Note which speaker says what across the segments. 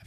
Speaker 1: hab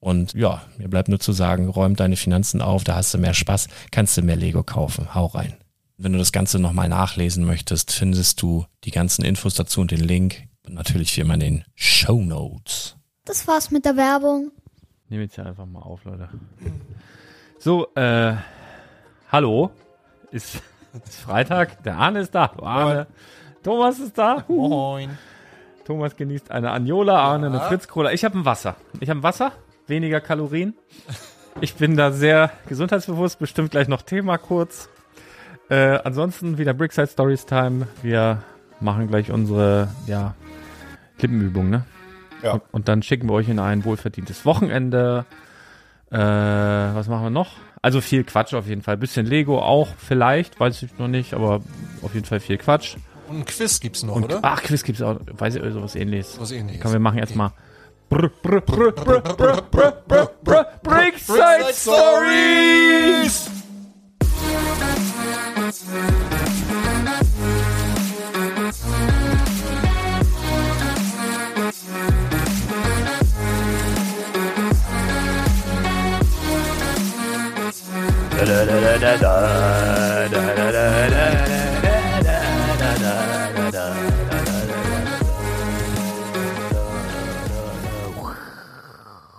Speaker 1: Und ja, mir bleibt nur zu sagen, räum deine Finanzen auf, da hast du mehr Spaß, kannst du mehr Lego kaufen. Hau rein. Wenn du das Ganze nochmal nachlesen möchtest, findest du die ganzen Infos dazu und den Link und natürlich wie immer in den Show Notes.
Speaker 2: Das war's mit der Werbung.
Speaker 3: Nehmen jetzt hier einfach mal auf, Leute. So, äh, hallo. Ist, ist Freitag, der Arne ist da. Hallo, Arne. Thomas ist da.
Speaker 4: Moin.
Speaker 3: Thomas genießt eine Aniola, Arne eine Fritz-Cola. Ich habe ein Wasser. Ich habe ein Wasser, weniger Kalorien. Ich bin da sehr gesundheitsbewusst, bestimmt gleich noch Thema kurz. Äh, ansonsten wieder Brickside Stories Time. Wir machen gleich unsere ja, Lippenübung, ne?
Speaker 4: Ja.
Speaker 3: Und, und dann schicken wir euch in ein wohlverdientes Wochenende. Äh, was machen wir noch? Also viel Quatsch auf jeden Fall. Bisschen Lego auch vielleicht, weiß ich noch nicht, aber auf jeden Fall viel Quatsch.
Speaker 4: Und ein Quiz gibt's noch,
Speaker 3: Und
Speaker 4: oder?
Speaker 3: ach, Quiz gibt's auch, weiß ich, sowas ähnliches.
Speaker 4: Was ähnliches.
Speaker 3: Komm, wir machen erstmal Brr, brr, brr, brr, brr, brr, brr, brr, Brickside Stories!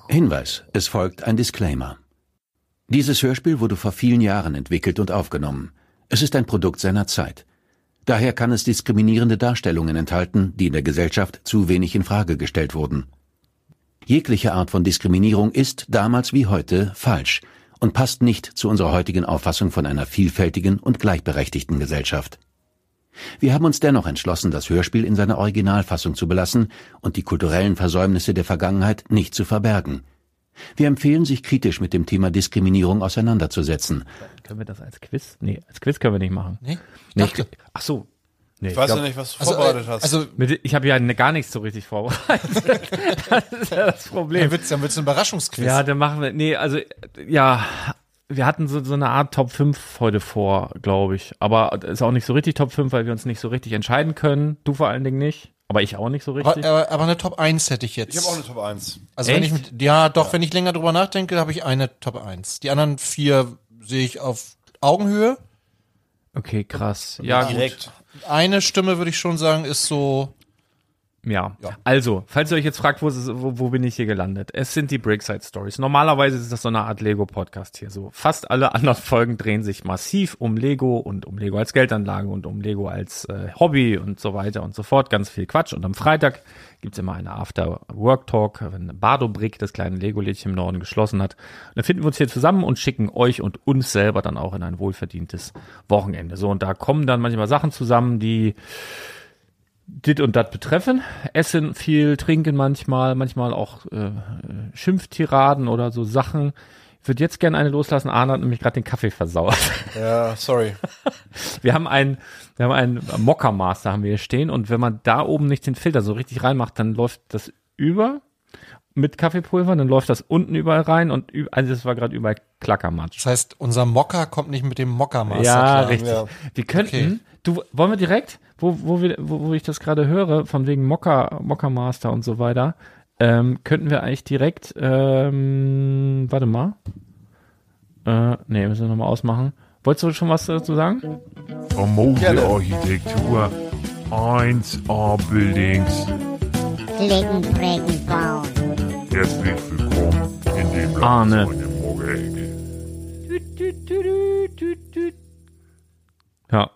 Speaker 5: Hinweis, es folgt ein Disclaimer. Dieses Hörspiel wurde vor vielen Jahren entwickelt und aufgenommen. Es ist ein Produkt seiner Zeit. Daher kann es diskriminierende Darstellungen enthalten, die in der Gesellschaft zu wenig in Frage gestellt wurden. Jegliche Art von Diskriminierung ist damals wie heute falsch und passt nicht zu unserer heutigen Auffassung von einer vielfältigen und gleichberechtigten Gesellschaft. Wir haben uns dennoch entschlossen, das Hörspiel in seiner Originalfassung zu belassen und die kulturellen Versäumnisse der Vergangenheit nicht zu verbergen. Wir empfehlen, sich kritisch mit dem Thema Diskriminierung auseinanderzusetzen.
Speaker 3: Können wir das als Quiz? Nee, als Quiz können wir nicht machen.
Speaker 4: Nee?
Speaker 3: Nee,
Speaker 4: Dachte.
Speaker 3: ich- ach so. Nee,
Speaker 6: Ich weiß
Speaker 3: glaub-
Speaker 6: ja nicht, was du
Speaker 4: Also, äh,
Speaker 6: vorbereitet hast.
Speaker 4: also
Speaker 3: Mit, ich habe ja ne- gar nichts so richtig vorbereitet. das ist ja das
Speaker 4: dann
Speaker 3: Problem.
Speaker 4: wird's dann wird's ein Überraschungsquiz.
Speaker 3: Ja, dann machen wir. Nee, also, ja, wir hatten so, so eine Art Top 5 heute vor, glaube ich. Aber das ist auch nicht so richtig Top 5, weil wir uns nicht so richtig entscheiden können. Du vor allen Dingen nicht. Aber ich auch nicht so
Speaker 4: aber,
Speaker 3: richtig.
Speaker 4: aber, aber eine Top 1 hätte ich jetzt.
Speaker 6: ich habe auch eine Top 1.
Speaker 4: also wenn ich
Speaker 3: Echt?
Speaker 4: mit, ja, doch, wenn ich länger drüber nachdenke, habe ich eine Top 1. Die anderen vier sehe ich auf Augenhöhe.
Speaker 3: Okay, krass. Ja, gut.
Speaker 6: Direkt.
Speaker 4: Eine Stimme würde ich schon sagen, ist so
Speaker 3: Ja. Also, falls ihr euch jetzt fragt, wo, es ist, wo, wo bin ich hier gelandet? Es sind die Brickside Stories. Normalerweise ist das so eine Art Lego-Podcast hier. So fast alle anderen Folgen drehen sich massiv um Lego und um Lego als Geldanlage und um Lego als äh, Hobby und so weiter und so fort. Ganz viel Quatsch. Und am Freitag gibt's immer eine After-Work-Talk, wenn Bardo Brick das kleine Lego-Lädchen im Norden geschlossen hat. Und dann finden wir uns hier zusammen und schicken euch und uns selber dann auch in ein wohlverdientes Wochenende. So, und da kommen dann manchmal Sachen zusammen, die dit und dat betreffen. Essen viel, trinken manchmal, manchmal auch äh, äh, Schimpftiraden oder so Sachen. Ich würde jetzt gerne eine loslassen. Arne hat nämlich gerade den Kaffee versauert.
Speaker 6: Ja, sorry.
Speaker 3: Wir haben einen, wir haben einen Mocker Master haben wir hier stehen und wenn man da oben nicht den Filter so richtig reinmacht, dann läuft das über mit Kaffeepulver, dann läuft das unten überall rein und ü- also das war gerade überall Klackermatsch.
Speaker 4: Das heißt, unser Mocker kommt nicht mit dem Mockermaster
Speaker 3: Ja,
Speaker 4: klar.
Speaker 3: richtig.
Speaker 6: ja.
Speaker 3: Wir könnten, du, wollen wir direkt, wo, wo, wir, wo, wo ich das gerade höre, von wegen Mocker, Mocker Master und so weiter, ähm, könnten wir eigentlich direkt, ähm, warte mal. Äh, nee, müssen wir nochmal ausmachen. Wolltest du schon was dazu sagen?
Speaker 7: Mode
Speaker 6: Gerne.
Speaker 7: Architektur 1A Buildings.
Speaker 8: Legen, prägen, bauen.
Speaker 7: Herzlich willkommen in dem Land
Speaker 3: Arne.
Speaker 7: meiner Morgerecke.
Speaker 3: Ja,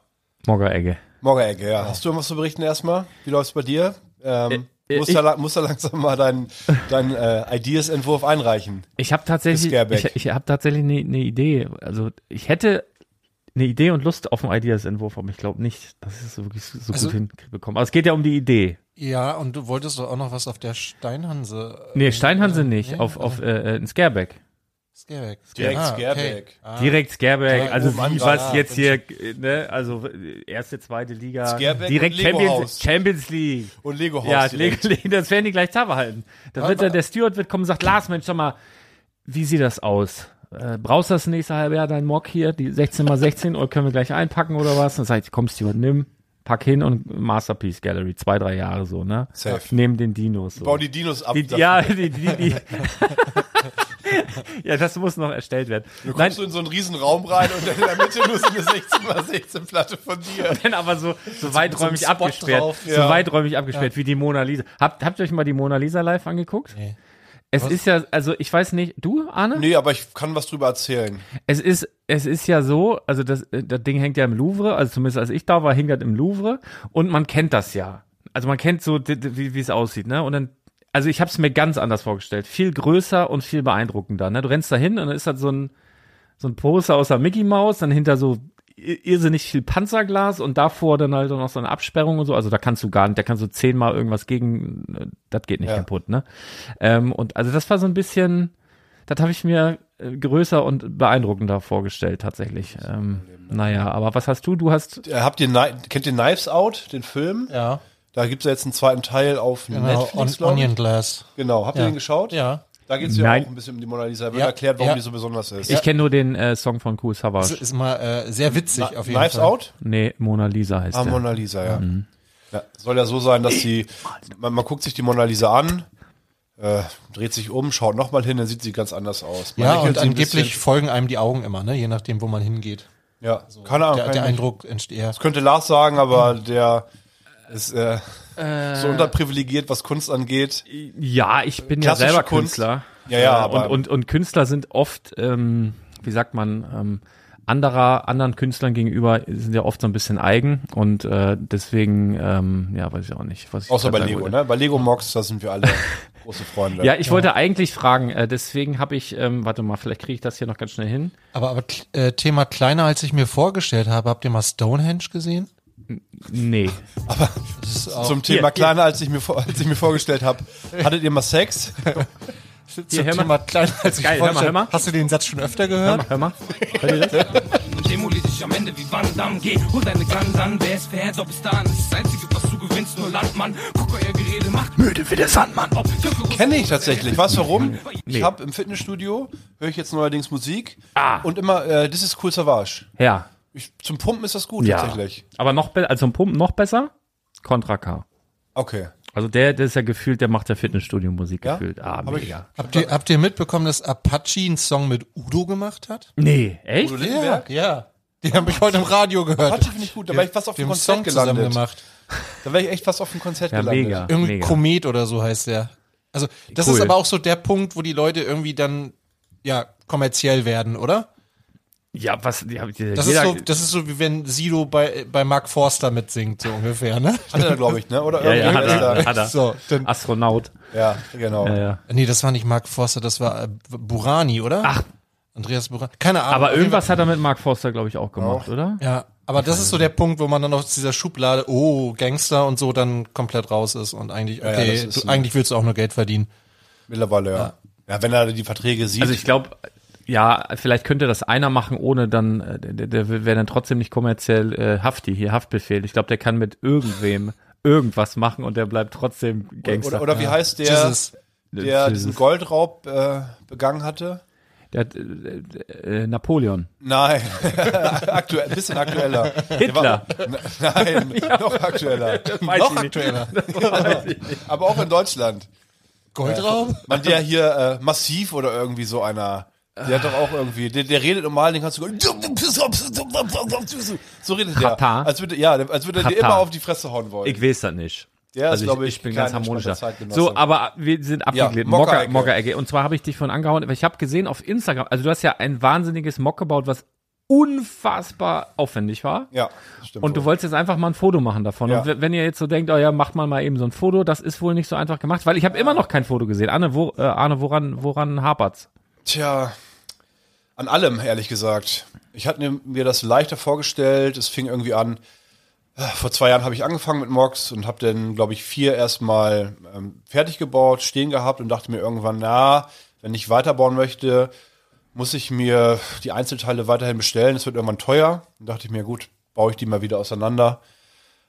Speaker 3: Mogger-Ecke.
Speaker 6: Morgenecke, ja. Hast du was zu berichten erstmal? Wie läuft's bei dir? Ähm,
Speaker 3: Äh, äh,
Speaker 6: musst, du la musst du langsam mal deinen dein, äh, Ideas-Entwurf einreichen.
Speaker 3: Ich habe tatsächlich,
Speaker 6: Bis Gerbeck.
Speaker 3: ich, ich habe tatsächlich eine ne Idee. Also ich hätte eine Idee und Lust auf einen Ideas-Entwurf, aber ich glaube nicht, dass ich es so wirklich so
Speaker 4: Also-
Speaker 3: gut hinbekomme. Aber es geht ja um die Idee.
Speaker 4: Ja, und du wolltest doch auch noch was auf der Steinhanse.
Speaker 3: Nee, Steinhanse nicht,
Speaker 4: nee,
Speaker 3: auf, auf äh, äh, in Scareback.
Speaker 4: Skerbeck.
Speaker 6: Direkt
Speaker 4: ah,
Speaker 6: Skerbeck.
Speaker 4: Okay. Ah,
Speaker 3: Direkt Scareback,
Speaker 6: Direkt
Speaker 3: also
Speaker 6: oben an,
Speaker 3: wie was
Speaker 6: ja,
Speaker 3: jetzt hier, äh, ne, also äh, erste, zweite Liga,
Speaker 6: Scareback
Speaker 3: direkt
Speaker 6: und Lego
Speaker 3: Champions,
Speaker 6: Haus.
Speaker 3: Champions League.
Speaker 6: Und Lego Haus
Speaker 3: Ja,
Speaker 6: direkt.
Speaker 3: Lego, Lego, das werden die gleich Tabe halten. Da wird dann der Steward wird kommen und sagt, Lars, Mensch, sag mal, wie sieht das aus? Äh, brauchst du das nächste halbe Jahr dein Mock hier, die 16x16, oder können wir gleich einpacken oder was? Dann sagt, komm, Steward, nimm, pack hin und Masterpiece Gallery, zwei, drei Jahre so, ne?
Speaker 6: Safe.
Speaker 3: Neben den Dinos. So.
Speaker 6: Bau die Dinos ab.
Speaker 3: Die,
Speaker 6: dafür.
Speaker 3: ja, die, die, die. ja, das muss noch erstellt werden.
Speaker 6: Du
Speaker 3: Nein,
Speaker 6: kommst du in so einen riesen Raum rein und in der Mitte nur so eine 16x16 Platte von dir.
Speaker 3: nein, aber so, so weiträumig
Speaker 4: so ein Spot
Speaker 3: abgesperrt.
Speaker 4: drauf,
Speaker 3: So
Speaker 6: ja.
Speaker 3: weiträumig abgesperrt wie die Mona Lisa. Habt, habt ihr euch mal die Mona Lisa live angeguckt?
Speaker 4: Nee.
Speaker 3: Es
Speaker 4: Was?
Speaker 3: ist ja, also ich weiß nicht, du, Arne?
Speaker 6: Nee, aber ich kann was drüber erzählen.
Speaker 3: Es ist, es ist ja so, also das, äh, das Ding hängt ja im Louvre, also zumindest als ich da war, hing das im Louvre und man kennt das ja. Also man kennt so, di- di- wie wie es aussieht, ne? Und dann, also ich habe es mir ganz anders vorgestellt. Viel größer und viel beeindruckender, ne? Du rennst da hin und dann ist das so ein, so ein Poster aus der Mickey Maus, dann hinter so i- irrsinnig viel Panzerglas und davor dann halt noch so eine Absperrung und so. Also da kannst du gar nicht, da kannst du zehnmal irgendwas gegen, äh, das geht nicht
Speaker 6: Ja.
Speaker 3: kaputt, ne? Ähm, und also das war so ein bisschen, das habe ich mir äh, größer und beeindruckender vorgestellt tatsächlich. Ähm, naja, aber was hast du? Du hast,
Speaker 6: Äh, Habt ihr, Kni- kennt ihr Knives Out, den Film?
Speaker 4: Ja,
Speaker 6: Da gibt's ja jetzt einen zweiten Teil auf
Speaker 4: genau.
Speaker 6: Netflix,
Speaker 4: On,
Speaker 6: glaub ich.
Speaker 4: Onion Glass.
Speaker 6: Genau, habt ihr
Speaker 4: Ja.
Speaker 6: den geschaut?
Speaker 4: Ja.
Speaker 6: Da geht's ja
Speaker 3: Nein.
Speaker 6: auch ein bisschen um die Mona Lisa. Wird
Speaker 4: Ja.
Speaker 6: erklärt, warum
Speaker 4: Ja.
Speaker 6: die so besonders ist.
Speaker 3: ich kenne nur den äh, Song von Kool
Speaker 4: Das
Speaker 3: Savage.
Speaker 4: ist mal äh, sehr witzig
Speaker 6: Na-
Speaker 4: auf jeden
Speaker 6: Knives
Speaker 4: Fall.
Speaker 6: Out?
Speaker 3: Nee, Mona Lisa heißt
Speaker 6: Ah,
Speaker 3: der.
Speaker 6: Mona Lisa, ja.
Speaker 3: Mhm.
Speaker 6: ja. Soll ja so sein, dass sie, man, man guckt sich die Mona Lisa an, äh, dreht sich um, schaut nochmal hin, dann sieht sie ganz anders aus. Man
Speaker 4: Ja,
Speaker 6: lächelt
Speaker 4: und
Speaker 6: sie ein
Speaker 4: angeblich
Speaker 6: bisschen.
Speaker 4: folgen einem die Augen immer, ne? Je nachdem, wo man hingeht.
Speaker 6: Ja, keine Ahnung.
Speaker 4: Der, der
Speaker 6: kann ich-
Speaker 4: Eindruck Hm. entsteht. Ja.
Speaker 6: Ah, Das könnte Lars sagen, aber der ist äh, so unterprivilegiert, was Kunst angeht.
Speaker 3: Ja, ich bin ja
Speaker 6: Klassische
Speaker 3: selber
Speaker 6: Kunst.
Speaker 3: Künstler.
Speaker 6: Ja, ja,
Speaker 3: Äh,
Speaker 6: aber-
Speaker 3: und, und, und Künstler sind oft, ähm, wie sagt man, ähm, anderer, anderen Künstlern gegenüber sind ja oft so ein bisschen eigen und äh, deswegen, ähm, ja, weiß ich auch nicht. Was ich
Speaker 6: Außer
Speaker 3: grad
Speaker 6: bei
Speaker 3: sagen
Speaker 6: Lego,
Speaker 3: wollte.
Speaker 6: ne? Bei Lego Mox, da sind wir alle große Freunde.
Speaker 3: Ja, ich wollte eigentlich fragen, äh, deswegen habe ich, ähm, warte mal, vielleicht kriege ich das hier noch ganz schnell hin.
Speaker 4: Aber, aber äh, Thema kleiner, als ich mir vorgestellt habe. Habt ihr mal Stonehenge gesehen?
Speaker 3: Nee.
Speaker 4: Das ist auch,
Speaker 6: Zum Thema kleiner, als ich mir, vor- als ich mir vorgestellt habe. Hattet ihr mal Sex?
Speaker 4: Hier,
Speaker 3: hör mal.
Speaker 4: Thema kleiner als ich
Speaker 3: Geil, hör mal,
Speaker 4: vorstelle.
Speaker 3: hör mal.
Speaker 4: Hast du den Satz schon öfter gehört?
Speaker 3: Hör mal. Hört ihr das?
Speaker 9: Demolier dich am Ende wie Van Damme Geh, hol deine Guns an, wer ist verhält, ob es da an ist Das Einzige, was du gewinnst, nur Landmann Guck, euer Gerede macht müde wie der Sandmann Ob Türke, Russen,
Speaker 6: Kenne ich tatsächlich. Weißt du warum? Ich habe im Fitnessstudio, höre ich jetzt neuerdings Musik
Speaker 3: Ah.
Speaker 6: und immer, äh, das ist cool Savage.
Speaker 3: Ja.
Speaker 6: Ich, zum Pumpen ist das gut
Speaker 3: ja.
Speaker 6: tatsächlich.
Speaker 3: Aber noch besser, also im Pumpen noch besser? Contra K.
Speaker 6: Okay.
Speaker 3: Also der, der ist ja gefühlt, der macht ja Fitnessstudio-Musik
Speaker 6: Ja?
Speaker 3: gefühlt. Ah,
Speaker 6: Hab ich-
Speaker 3: mega.
Speaker 4: Habt ihr, habt ihr mitbekommen, dass Apache einen Song mit Udo gemacht hat?
Speaker 3: Nee, echt?
Speaker 6: Udo Lindenberg?
Speaker 4: ja. Den habe ich heute im Radio gehört.
Speaker 3: Also,
Speaker 6: Apache finde ich gut, da
Speaker 4: Wir-
Speaker 6: wäre ich fast auf
Speaker 4: wir
Speaker 6: dem
Speaker 4: haben einen
Speaker 6: Konzert
Speaker 4: Song
Speaker 6: gelandet. Ah,
Speaker 4: zusammen gemacht.
Speaker 6: Da wäre ich echt fast auf dem Konzert
Speaker 3: Ja,
Speaker 6: gelandet.
Speaker 3: mega.
Speaker 4: Irgendwie
Speaker 3: mega.
Speaker 4: Komet oder so heißt der. Also, das
Speaker 3: Cool.
Speaker 4: ist aber auch so der Punkt, wo die Leute irgendwie dann, ja, kommerziell werden, oder?
Speaker 3: Ja, was, ja,
Speaker 4: Das,
Speaker 3: jeder,
Speaker 4: ist so, das ist so, wie wenn Sido bei, bei Mark Forster mitsingt, so ungefähr, ne?
Speaker 6: Hat er, glaube ich, ne? Oder
Speaker 3: ja, ja, hat
Speaker 6: irgendwer
Speaker 3: er,
Speaker 6: ist
Speaker 3: hat er. Ah.
Speaker 4: So, dann,
Speaker 3: Astronaut.
Speaker 6: da. Ja, genau.
Speaker 3: Ja, ja.
Speaker 4: nee, das war nicht Mark Forster, das war äh, Burani, oder?
Speaker 3: Ach.
Speaker 4: Andreas Burani. Keine Ahnung.
Speaker 3: Aber
Speaker 4: Auf jeden Fall-
Speaker 3: irgendwas hat er mit Mark Forster, glaube ich, auch gemacht, oder?
Speaker 4: Ja, aber das ist so der Punkt, wo man dann aus dieser Schublade, oh, Gangster und so, dann komplett raus ist und eigentlich,
Speaker 6: ja,
Speaker 4: okay,
Speaker 6: das ist
Speaker 4: du,
Speaker 6: ein-
Speaker 4: eigentlich willst du auch nur Geld verdienen.
Speaker 6: Mittlerweile, ja. ja. wenn er die Verträge sieht.
Speaker 3: Also ich glaube, ja, vielleicht könnte das einer machen, ohne dann, äh, der, der wäre dann trotzdem nicht kommerziell äh, Hafti, hier Haftbefehl. Ich glaube, der kann mit irgendwem irgendwas machen und der bleibt trotzdem Gangster.
Speaker 6: oder, oder wie heißt der,
Speaker 4: Jesus.
Speaker 6: der
Speaker 3: Jesus.
Speaker 6: diesen Goldraub äh, begangen hatte?
Speaker 3: Der hat, äh, äh, Napoleon.
Speaker 6: Nein, aktuell, ein bisschen aktueller.
Speaker 3: Hitler.
Speaker 6: Der War, nein, noch aktueller.
Speaker 3: Noch
Speaker 4: aktueller.
Speaker 6: Aber auch in Deutschland.
Speaker 4: Goldraub?
Speaker 6: Man, der hier äh, massiv oder irgendwie so einer. Der hat doch auch irgendwie, der, der redet normal, den kannst du so redet der.
Speaker 3: Katar?
Speaker 6: Als würde, ja, als würde er dir
Speaker 3: Katar.
Speaker 6: immer auf die Fresse hauen wollen.
Speaker 3: Ich weiß das nicht.
Speaker 6: Der ist,
Speaker 3: Also
Speaker 6: glaube
Speaker 3: ich,
Speaker 6: ich,
Speaker 3: ich bin
Speaker 6: kein
Speaker 3: ganz
Speaker 6: entspannter
Speaker 3: harmonischer.
Speaker 6: Zeitgenosse.
Speaker 3: So, aber wir sind abgeglitten. Mocker,
Speaker 6: Mokka-Ecke.
Speaker 3: Mocker Ecke. Und zwar habe ich dich von angehauen, aber ich habe gesehen auf Instagram, also du hast ja ein wahnsinniges Mock gebaut, was unfassbar aufwendig war.
Speaker 6: ja, das stimmt.
Speaker 3: Und du wolltest jetzt einfach mal ein Foto machen davon.
Speaker 6: Ja.
Speaker 3: Und w- wenn ihr jetzt so denkt, oh ja, macht man mal eben so ein Foto, das ist wohl nicht so einfach gemacht, weil ich habe immer noch kein Foto gesehen. Arne, wo, äh, Arne woran, woran hapert's?
Speaker 6: Tja, an allem, ehrlich gesagt. Ich hatte mir das leichter vorgestellt. Es fing irgendwie an. äh, Vor zwei Jahren habe ich angefangen mit Mox und habe dann, glaube ich, vier erstmal ähm, fertig gebaut, stehen gehabt und dachte mir irgendwann, na, wenn ich weiterbauen möchte, muss ich mir die Einzelteile weiterhin bestellen. Es wird irgendwann teuer. Dann dachte ich mir, gut, baue ich die mal wieder auseinander.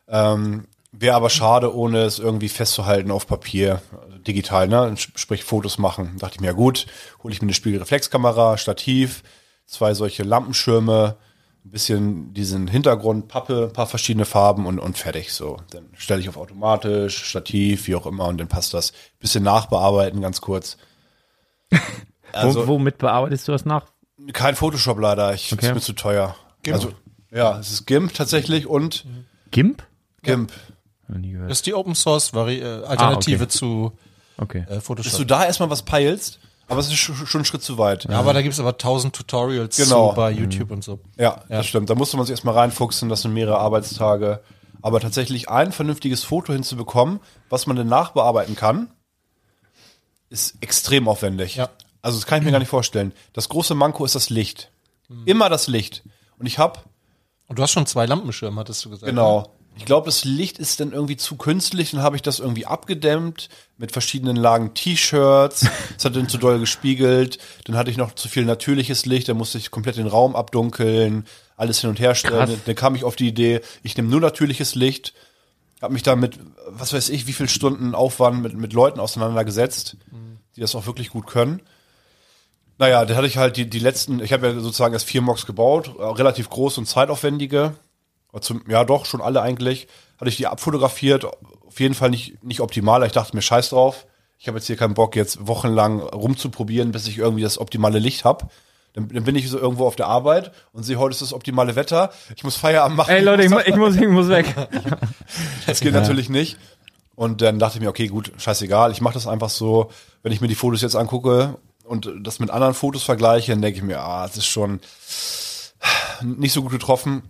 Speaker 6: Ähm, Wäre aber schade, ohne es irgendwie festzuhalten auf Papier, also digital, ne? Sp- Sprich Fotos machen. Dachte ich mir, ja gut, hole ich mir eine Spiegelreflexkamera, Stativ, zwei solche Lampenschirme, ein bisschen diesen Hintergrund, Pappe, ein paar verschiedene Farben und, und fertig. So. Dann stelle ich auf automatisch, Stativ, wie auch immer, und dann passt das. Bisschen nachbearbeiten, ganz kurz. Also-
Speaker 3: Wo, womit bearbeitest du das nach?
Speaker 6: Kein Photoshop leider, ich
Speaker 3: Okay.
Speaker 6: ist mir zu teuer. Also, ja, es ist GIMP tatsächlich und
Speaker 3: GIMP?
Speaker 6: GIMP.
Speaker 3: Noch nie gehört.
Speaker 4: Das ist die Open Source Vari äh, Alternative zu
Speaker 3: Ah, Okay.
Speaker 4: äh,
Speaker 6: Dass
Speaker 4: Photoshop.
Speaker 6: du da erstmal was peilst, aber es ist sch- schon ein Schritt zu weit.
Speaker 4: aber da gibt's aber tausend Tutorials
Speaker 6: Genau.
Speaker 4: zu bei YouTube und so.
Speaker 6: Ja, das stimmt. Da musste man sich erstmal reinfuchsen, das sind mehrere Arbeitstage. Aber tatsächlich ein vernünftiges Foto hinzubekommen, was man dann nachbearbeiten kann, ist extrem aufwendig.
Speaker 4: Ja.
Speaker 6: Also das kann ich mir gar nicht vorstellen. Das große Manko ist das Licht. Immer das Licht. Und ich habe,
Speaker 4: Und du hast schon zwei Lampenschirme, hattest du gesagt. ne?
Speaker 6: genau, ich glaube, das Licht ist dann irgendwie zu künstlich, dann habe ich das irgendwie abgedämmt mit verschiedenen Lagen T-Shirts. Es hat dann zu doll gespiegelt. Dann hatte ich noch zu viel natürliches Licht, dann musste ich komplett den Raum abdunkeln, alles hin und her stellen.
Speaker 3: Krass.
Speaker 6: Dann, dann kam ich auf die Idee, ich nehme nur natürliches Licht, habe mich da mit, was weiß ich, wie viel Stunden Aufwand mit, mit Leuten auseinandergesetzt, die das auch wirklich gut können. Naja, dann hatte ich halt die, die letzten, ich habe ja sozusagen erst vier Mocks gebaut, äh, relativ groß und zeitaufwendige. Oder Zum, ja, doch, schon alle eigentlich. Hatte ich die abfotografiert, auf jeden Fall nicht, nicht optimal. Ich dachte mir, scheiß drauf. Ich habe jetzt hier keinen Bock, jetzt wochenlang rumzuprobieren, bis ich irgendwie das optimale Licht habe. Dann, dann bin ich so irgendwo auf der Arbeit und sehe, heute ist das optimale Wetter. Ich muss Feierabend machen.
Speaker 3: Ey Leute, ich,
Speaker 6: muss
Speaker 3: mu ich, muss, ich muss weg.
Speaker 6: das geht natürlich nicht. Und dann dachte ich mir, okay, gut, scheißegal, ich mache das einfach so. Wenn ich mir die Fotos jetzt angucke und das mit anderen Fotos vergleiche, dann denke ich mir, ah, es ist schon nicht so gut getroffen.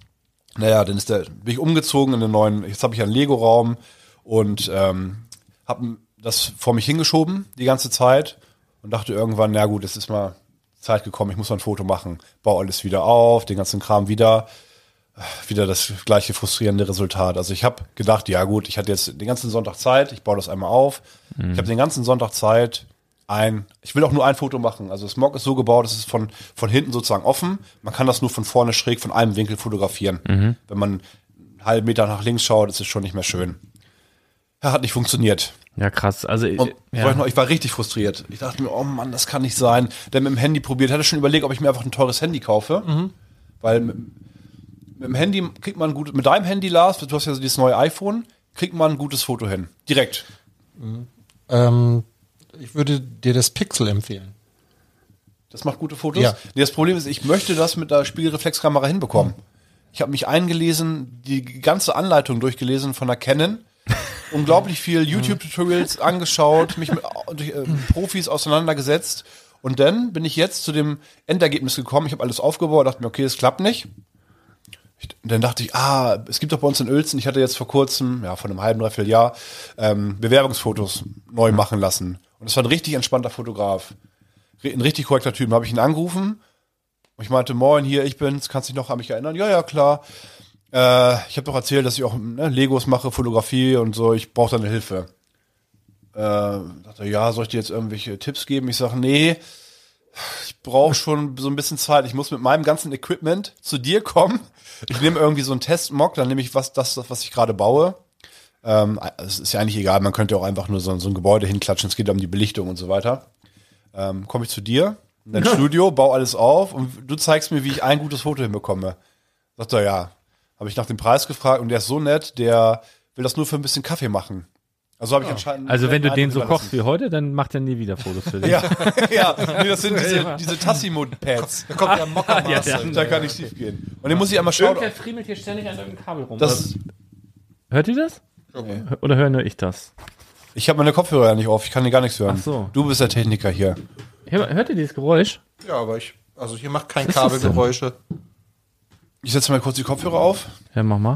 Speaker 6: Naja, dann ist der, bin ich umgezogen in den neuen, jetzt habe ich einen Lego-Raum und ähm, habe das vor mich hingeschoben die ganze Zeit und dachte irgendwann, na gut, es ist mal Zeit gekommen, ich muss mal ein Foto machen, baue alles wieder auf, den ganzen Kram wieder wieder das gleiche frustrierende Resultat. Also ich habe gedacht, ja gut, ich hatte jetzt den ganzen Sonntag Zeit, ich baue das einmal auf. Ich habe den ganzen Sonntag Zeit, ein, ich will auch nur ein Foto machen. Also das Mock ist so gebaut, es ist von, von hinten sozusagen offen. Man kann das nur von vorne schräg von einem Winkel fotografieren. Wenn man einen halben Meter nach links schaut, ist es schon nicht mehr schön. Ja, hat nicht funktioniert.
Speaker 3: Ja, krass. Also, ich-
Speaker 6: Und
Speaker 3: ja.
Speaker 6: wollte ich noch, ich war richtig frustriert. Ich dachte mir, oh Mann, das kann nicht sein. Denn mit dem Handy probiert, hatte schon überlegt, ob ich mir einfach ein teures Handy kaufe. Weil mit, mit dem Handy kriegt man gut, mit deinem Handy, Lars, du hast ja so dieses neue iPhone, kriegt man ein gutes Foto hin. Direkt.
Speaker 4: Ähm, ich würde dir das Pixel empfehlen.
Speaker 6: Das macht gute Fotos.
Speaker 4: Ja.
Speaker 6: Nee, das Problem ist, ich möchte das mit der Spiegelreflexkamera hinbekommen. Ich habe mich eingelesen, die ganze Anleitung durchgelesen von der Canon. Unglaublich viel YouTube-Tutorials angeschaut, mich mit durch, äh, Profis auseinandergesetzt. Und dann bin ich jetzt zu dem Endergebnis gekommen. Ich habe alles aufgebaut, dachte mir, okay, es klappt nicht. Ich, dann dachte ich, ah, es gibt doch bei uns in Uelzen, ich hatte jetzt vor kurzem, ja, vor einem halben, dreiviertel Jahr, ähm, Bewerbungsfotos neu machen lassen. Und es war ein richtig entspannter Fotograf ein richtig korrekter Typ. Habe ich ihn angerufen. Und Ich meinte, moin, hier, ich bin's, kannst dich noch an mich erinnern? Ja, ja, klar. Äh, ich habe doch erzählt, dass ich auch ne, Legos mache, Fotografie und so, ich brauche deine Hilfe. Äh, dachte, ja, soll ich dir jetzt irgendwelche Tipps geben? Ich sage, nee, ich brauche schon so ein bisschen Zeit. Ich muss mit meinem ganzen Equipment zu dir kommen. Ich nehme irgendwie so einen Testmock, dann nehme ich was, das, was ich gerade baue. Ähm, es ist ja eigentlich egal, man könnte auch einfach nur so, so ein Gebäude hinklatschen, es geht um die Belichtung und so weiter ähm, komme ich zu dir in dein Studio, baue alles auf und du zeigst mir, wie ich ein gutes Foto hinbekomme. Sagt er, ja. Habe ich nach dem Preis gefragt und der ist so nett, der will das nur für ein bisschen Kaffee machen. Also habe ich anscheinend.
Speaker 3: also wenn du den so
Speaker 6: überlassen.
Speaker 3: kochst wie heute, dann macht er nie wieder Fotos für dich.
Speaker 6: Ja, ja. Nee, das sind diese, diese Tassimo-Pads.
Speaker 4: Da kommt der Mocker
Speaker 3: ja, ja.
Speaker 6: Da kann nicht schief gehen. Und den muss ich einmal schauen. ob-
Speaker 3: friemelt hier ständig an irgendeinem Kabel rum.
Speaker 6: Das,
Speaker 3: Hört ihr das? Oder höre nur ich das?
Speaker 6: ich habe meine Kopfhörer ja nicht auf, ich kann dir gar nichts hören.
Speaker 3: Ach so.
Speaker 6: Du bist der Techniker hier.
Speaker 3: Hör- Hört ihr dieses Geräusch?
Speaker 4: Ja, aber ich, also hier macht kein
Speaker 3: ist das
Speaker 4: Kabelgeräusche.
Speaker 6: Ich setze mal kurz die Kopfhörer auf.
Speaker 3: Ja, mach mal.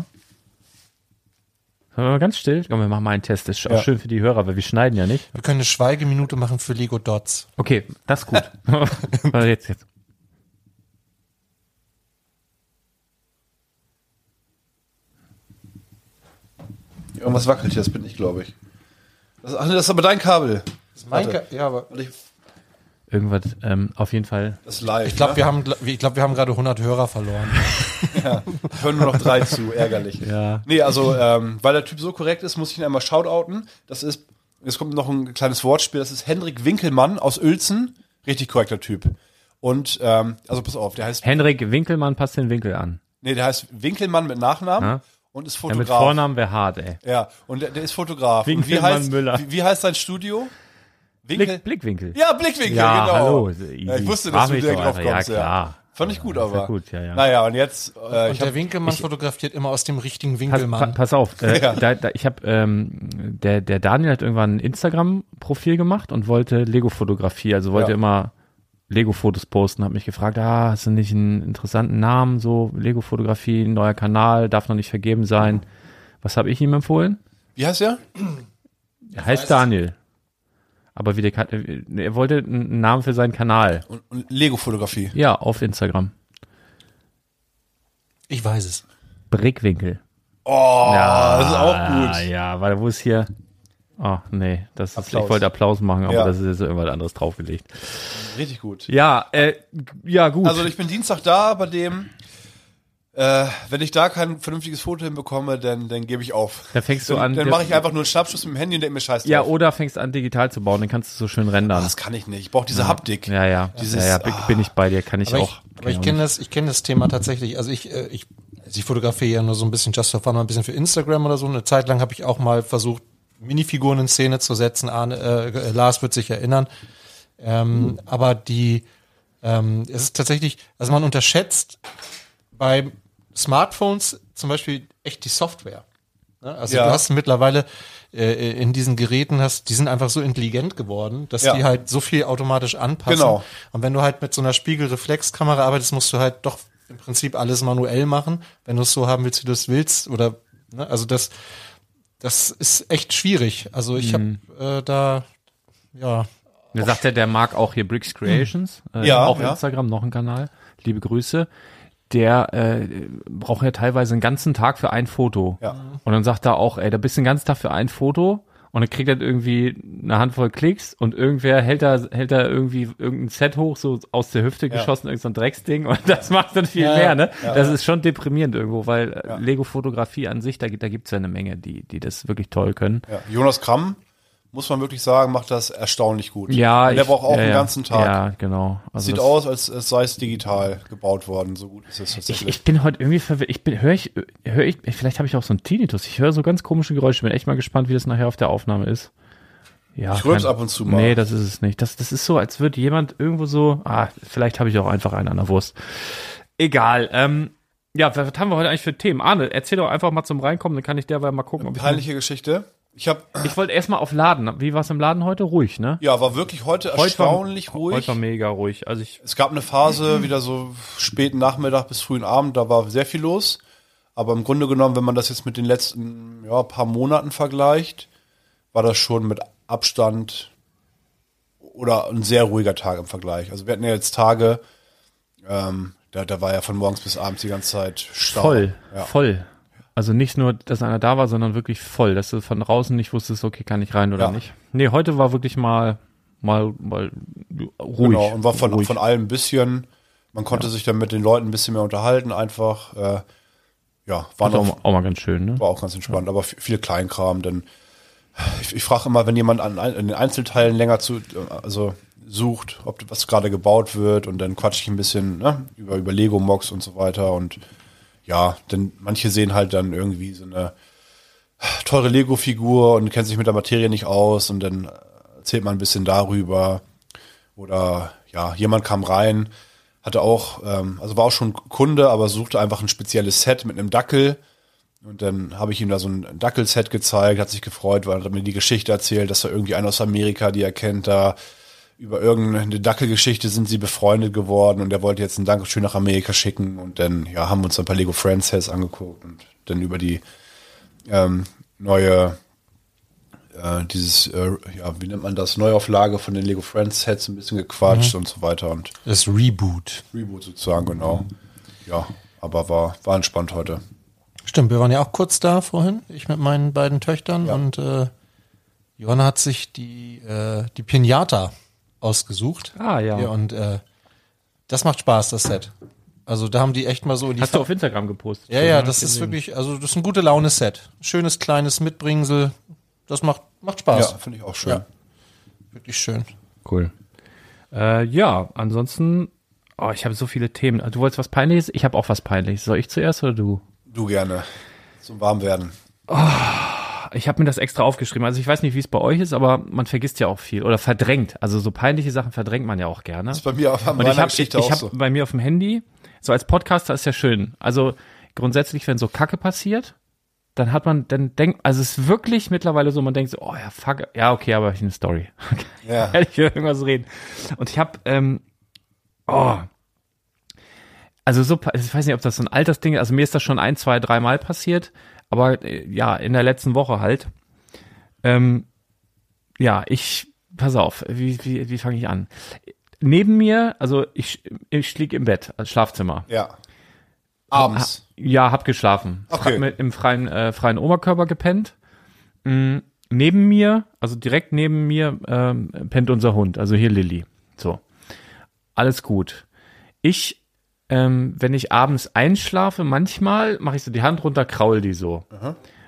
Speaker 3: Hören wir mal ganz still. Komm, wir machen mal einen Test. Ist auch
Speaker 6: Ja.
Speaker 3: schön für die Hörer, weil wir schneiden ja nicht.
Speaker 4: Wir können eine Schweigeminute machen für Lego Dots.
Speaker 3: Okay, das ist gut. Warte, jetzt, jetzt.
Speaker 6: Irgendwas wackelt hier, das bin ich, glaube ich. Das, ach, nee, das ist aber dein Kabel. Das ist
Speaker 4: Mein Ka- ja, aber
Speaker 6: Ich,
Speaker 3: Irgendwas, ähm, auf jeden Fall.
Speaker 6: das ist live.
Speaker 4: ich glaube,
Speaker 6: ne?
Speaker 4: wir haben, gl- ich glaube, wir haben gerade 100 Hörer verloren.
Speaker 6: hören nur noch drei zu, ärgerlich.
Speaker 3: Ja.
Speaker 6: Nee, also, ähm, weil der Typ so korrekt ist, muss ich ihn einmal shoutouten. Das ist, es kommt noch ein kleines Wortspiel, das ist Hendrik Winkelmann aus Uelzen. Richtig korrekter Typ. Und, ähm, also pass auf, der heißt,
Speaker 3: Henrik Winkelmann passt den Winkel an.
Speaker 6: nee, der heißt Winkelmann mit Nachnamen
Speaker 3: Ja.
Speaker 6: und ist
Speaker 3: Ja,
Speaker 6: Fotograf.
Speaker 3: mit Vornamen wäre hart, ey.
Speaker 6: Ja, und der, der ist Fotograf. und wie
Speaker 3: Winkelmann
Speaker 6: heißt,
Speaker 3: Müller.
Speaker 6: Wie, wie heißt sein Studio? Winkel.
Speaker 3: Blick, Blickwinkel.
Speaker 6: Ja, Blickwinkel,
Speaker 3: Ja,
Speaker 6: genau.
Speaker 3: hallo, easy.
Speaker 6: Ja, ich wusste,
Speaker 3: Frag
Speaker 6: dass du
Speaker 3: mich
Speaker 6: direkt
Speaker 3: doch
Speaker 6: drauf
Speaker 3: einfach. Ja,
Speaker 6: kommst.
Speaker 3: klar.
Speaker 6: Fand ich gut,
Speaker 3: Ja, ist ja
Speaker 6: aber.
Speaker 3: gut, ja, ja.
Speaker 6: Naja, und jetzt, äh, ich
Speaker 4: Und der
Speaker 6: hab,
Speaker 4: Winkelmann fotografiert immer aus dem richtigen
Speaker 3: Pass, pa
Speaker 4: Winkelmann.
Speaker 3: pass auf, äh,
Speaker 6: Ja.
Speaker 3: da, da, ich habe ähm, der, der Daniel hat irgendwann ein Instagram-Profil gemacht und wollte Lego-Fotografie, also wollte
Speaker 6: Ja.
Speaker 3: immer Lego-Fotos posten, hat mich gefragt, ah, hast du nicht einen interessanten Namen, so Lego-Fotografie, ein neuer Kanal, darf noch nicht vergeben sein. Was habe ich ihm empfohlen?
Speaker 6: wie heißt der?
Speaker 3: Er heißt Daniel. Aber wie der, Ka- äh, er wollte einen Namen für seinen Kanal.
Speaker 6: Und, und Lego-Fotografie.
Speaker 3: Ja, auf Instagram.
Speaker 4: ich weiß es.
Speaker 3: Brickwinkel.
Speaker 6: Oh,
Speaker 3: Ja,
Speaker 6: das ist auch gut.
Speaker 3: Ah, ja, weil wo ist hier? Oh, nee, das ist,
Speaker 6: Applaus.
Speaker 3: ich wollte Applaus machen, aber
Speaker 6: Ja.
Speaker 3: das ist jetzt irgendwas anderes draufgelegt.
Speaker 6: Richtig gut.
Speaker 3: Ja, äh, ja, gut.
Speaker 6: Also ich bin Dienstag da bei dem. Äh, wenn ich da kein vernünftiges Foto hinbekomme, dann, dann gebe ich auf.
Speaker 3: Dann fängst du
Speaker 6: Dann-
Speaker 3: an,
Speaker 6: Dann
Speaker 3: das-
Speaker 6: mache ich einfach nur einen Schnappschuss mit dem Handy und denke mir scheiß drauf.
Speaker 3: ja, oh. oder fängst an, digital zu bauen, dann kannst du es so schön rendern.
Speaker 6: das kann ich nicht. Ich brauche diese Haptik.
Speaker 3: ja, ja.
Speaker 6: Dieses-
Speaker 3: ja, ja, bin, bin ich bei dir, kann ich
Speaker 4: Aber
Speaker 3: auch.
Speaker 4: ich, aber ich kenne das, ich kenne das Thema tatsächlich. Also ich, äh, ich, also ich fotografiere ja nur so ein bisschen just for fun, mal ein bisschen für Instagram oder so. Eine Zeit lang habe ich auch mal versucht, Minifiguren in Szene zu setzen. Arne, äh, äh, Lars wird sich erinnern. Ähm, Aber die, ähm, es ist tatsächlich, also man unterschätzt bei Smartphones zum Beispiel echt die Software. Ne? Also
Speaker 6: Ja.
Speaker 4: du hast mittlerweile äh, in diesen Geräten hast, die sind einfach so intelligent geworden, dass
Speaker 6: Ja.
Speaker 4: die halt so viel automatisch anpassen.
Speaker 6: Genau.
Speaker 4: Und wenn du halt mit so einer Spiegelreflexkamera arbeitest, musst du halt doch im Prinzip alles manuell machen, wenn du es so haben willst, wie du es willst. Oder ne? also das, das ist echt schwierig. Also ich habe äh, da ja
Speaker 3: Da sagt ja der Marc auch hier Bricks Creations, äh,
Speaker 6: Hm. Ja,
Speaker 3: auch
Speaker 6: ja.
Speaker 3: Instagram, noch ein Kanal. Liebe Grüße. Der äh, braucht ja teilweise einen ganzen Tag für ein Foto.
Speaker 6: Ja.
Speaker 3: Und dann sagt er auch, ey, da bist du einen ganzen Tag für ein Foto Und dann kriegt er irgendwie eine Handvoll Klicks und irgendwer hält da, hält da irgendwie irgendein Set hoch, so aus der Hüfte geschossen, irgendein so ein Drecksding und das macht dann viel
Speaker 6: Ja,
Speaker 3: mehr,
Speaker 6: ja.
Speaker 3: ne?
Speaker 6: Ja,
Speaker 3: das
Speaker 6: ja.
Speaker 3: ist schon deprimierend irgendwo, weil äh, Lego-Fotografie an sich, da, gibt- da gibt's ja eine Menge, die, die das wirklich toll können.
Speaker 6: Ja. Jonas Kramm, muss man wirklich sagen, macht das erstaunlich gut.
Speaker 3: Ja,
Speaker 6: Und der
Speaker 3: ich-
Speaker 6: braucht auch
Speaker 3: ja,
Speaker 6: einen
Speaker 3: ja.
Speaker 6: ganzen Tag.
Speaker 3: Ja, genau. Also
Speaker 6: Sieht
Speaker 3: das-
Speaker 6: aus, als, als sei es digital gebaut worden. So gut ist es
Speaker 3: Ich,
Speaker 6: tatsächlich.
Speaker 3: ich bin heute irgendwie verwirrt. Ich bin, höre ich, höre ich, vielleicht habe ich auch so einen Tinnitus. Ich höre so ganz komische Geräusche. Bin echt mal gespannt, wie das nachher auf der Aufnahme ist. Ja,
Speaker 6: Ich rülps
Speaker 3: kein-
Speaker 6: ab und zu mal.
Speaker 3: Nee, das ist es nicht. Das, das ist so, als würde jemand irgendwo so, ah, vielleicht habe ich auch einfach einen an der Wurst. Egal, ähm, ja, was haben wir heute eigentlich für Themen? Arne, erzähl doch einfach mal zum Reinkommen, dann kann ich derweil mal gucken, ob ich.
Speaker 6: Peinliche Geschichte. Ich habe,
Speaker 3: Ich wollte erstmal auf Laden. Wie war es im Laden heute? Ruhig, ne?
Speaker 6: ja, war wirklich heute, erstaunlich
Speaker 3: war,
Speaker 6: ruhig.
Speaker 3: Heute war mega ruhig. Also ich,
Speaker 6: Es gab eine
Speaker 3: Mhm.
Speaker 6: Phase, wieder so späten Nachmittag bis frühen Abend, da war sehr viel los. Aber im Grunde genommen, wenn man das jetzt mit den letzten ja, paar Monaten vergleicht, war das schon mit Abstand oder ein sehr ruhiger Tag im Vergleich. Also wir hatten ja jetzt Tage, ähm, da, da war ja von morgens bis abends die ganze Zeit Stau.
Speaker 3: voll,
Speaker 6: Ja.
Speaker 3: voll. Also nicht nur, dass einer da war, sondern wirklich voll, dass du von draußen nicht wusstest, okay, kann ich rein oder
Speaker 6: Ja.
Speaker 3: nicht. Nee, heute war wirklich mal, mal, mal ruhig.
Speaker 6: Genau, und war von,
Speaker 3: ruhig.
Speaker 6: von allem ein bisschen. Man konnte sich dann mit den Leuten ein bisschen mehr unterhalten, einfach. Äh, ja, war
Speaker 3: Ist auch,
Speaker 6: noch,
Speaker 3: mal- auch mal ganz schön, ne?
Speaker 6: War auch ganz entspannt, aber f- viel Kleinkram. Denn ich, ich frage immer, wenn jemand an, ein- in den Einzelteilen länger zu, also sucht, ob was gerade gebaut wird und dann quatsche ich ein bisschen ne, über, über Lego-Mox und so weiter. Und ja, denn manche sehen halt dann irgendwie so eine teure Lego-Figur und kennen sich mit der Materie nicht aus und dann erzählt man ein bisschen darüber. Oder ja, jemand kam rein, hatte auch, ähm, also war auch schon Kunde, aber suchte einfach ein spezielles Set mit einem Dackel. Und dann habe ich ihm da so ein Dackelset gezeigt, hat sich gefreut, weil er hat mir die Geschichte erzählt, dass da irgendwie einer aus Amerika, die er kennt, da über irgendeine Dackelgeschichte sind sie befreundet geworden und er wollte jetzt ein Dankeschön nach Amerika schicken und dann ja, haben wir uns ein paar Lego Friends Sets angeguckt und dann über die ähm, neue, äh, dieses, äh, ja, wie nennt man das, Neuauflage von den Lego Friends Sets ein bisschen gequatscht und so weiter und
Speaker 4: Das Reboot.
Speaker 6: Reboot sozusagen, genau. Ja, aber war, war entspannt heute.
Speaker 4: Stimmt, wir waren ja auch kurz da vorhin, ich mit meinen beiden Töchtern und äh, Johanna hat sich die, äh, die Pinata ausgesucht.
Speaker 3: Ah, ja.
Speaker 4: Hier, und äh, das macht Spaß, das Set. Also da haben die echt mal so in die
Speaker 3: Hast du auf Instagram gepostet?
Speaker 4: Ja,
Speaker 6: ne,
Speaker 4: ja, das ist wirklich, also das ist ein gute Laune-Set. Schönes kleines Mitbringsel. Das macht, macht Spaß.
Speaker 6: Ja, finde ich auch schön.
Speaker 4: Ja. Wirklich schön.
Speaker 3: Cool. Äh, ja, ansonsten, oh, ich habe so viele Themen. Du wolltest was Peinliches? Ich habe auch was Peinliches. Soll ich zuerst oder du?
Speaker 6: Du gerne. Zum Warmwerden.
Speaker 3: Ich habe mir das extra aufgeschrieben. Also ich weiß nicht, wie es bei euch ist, aber man vergisst ja auch viel oder verdrängt. Also so peinliche Sachen verdrängt man ja auch gerne.
Speaker 6: Ist bei mir auf
Speaker 3: Und
Speaker 6: meiner
Speaker 3: ich habe ich,
Speaker 6: Geschichte
Speaker 3: ich
Speaker 6: auch
Speaker 3: hab
Speaker 6: so.
Speaker 3: bei mir auf dem Handy, so als Podcaster ist ja schön. Also grundsätzlich, wenn so Kacke passiert, dann hat man, dann denkt, also es ist wirklich mittlerweile so, man denkt so, oh ja, fuck, ja, okay, aber ich eine Story. Okay,
Speaker 6: Ja.
Speaker 3: ich will irgendwas reden. Und ich habe, ähm, oh, also so, pa- ich weiß nicht, ob das so ein Altersding ist, also mir ist das schon ein, zwei, dreimal passiert, aber äh, ja, in der letzten Woche halt. Ähm, ja, ich, pass auf, wie, wie, wie fange ich an? Neben mir, also ich, ich lieg im Bett, also Schlafzimmer.
Speaker 6: Ja. Abends.
Speaker 3: Ja, hab geschlafen.
Speaker 6: Okay.
Speaker 3: Hab mit, Im freien, äh, freien Oberkörper gepennt. Mm, neben mir, also direkt neben mir, ähm, pennt unser Hund, also hier Lilly. So. Alles gut. Ich, ähm, wenn ich abends einschlafe, manchmal mache ich so die Hand runter, kraul die so.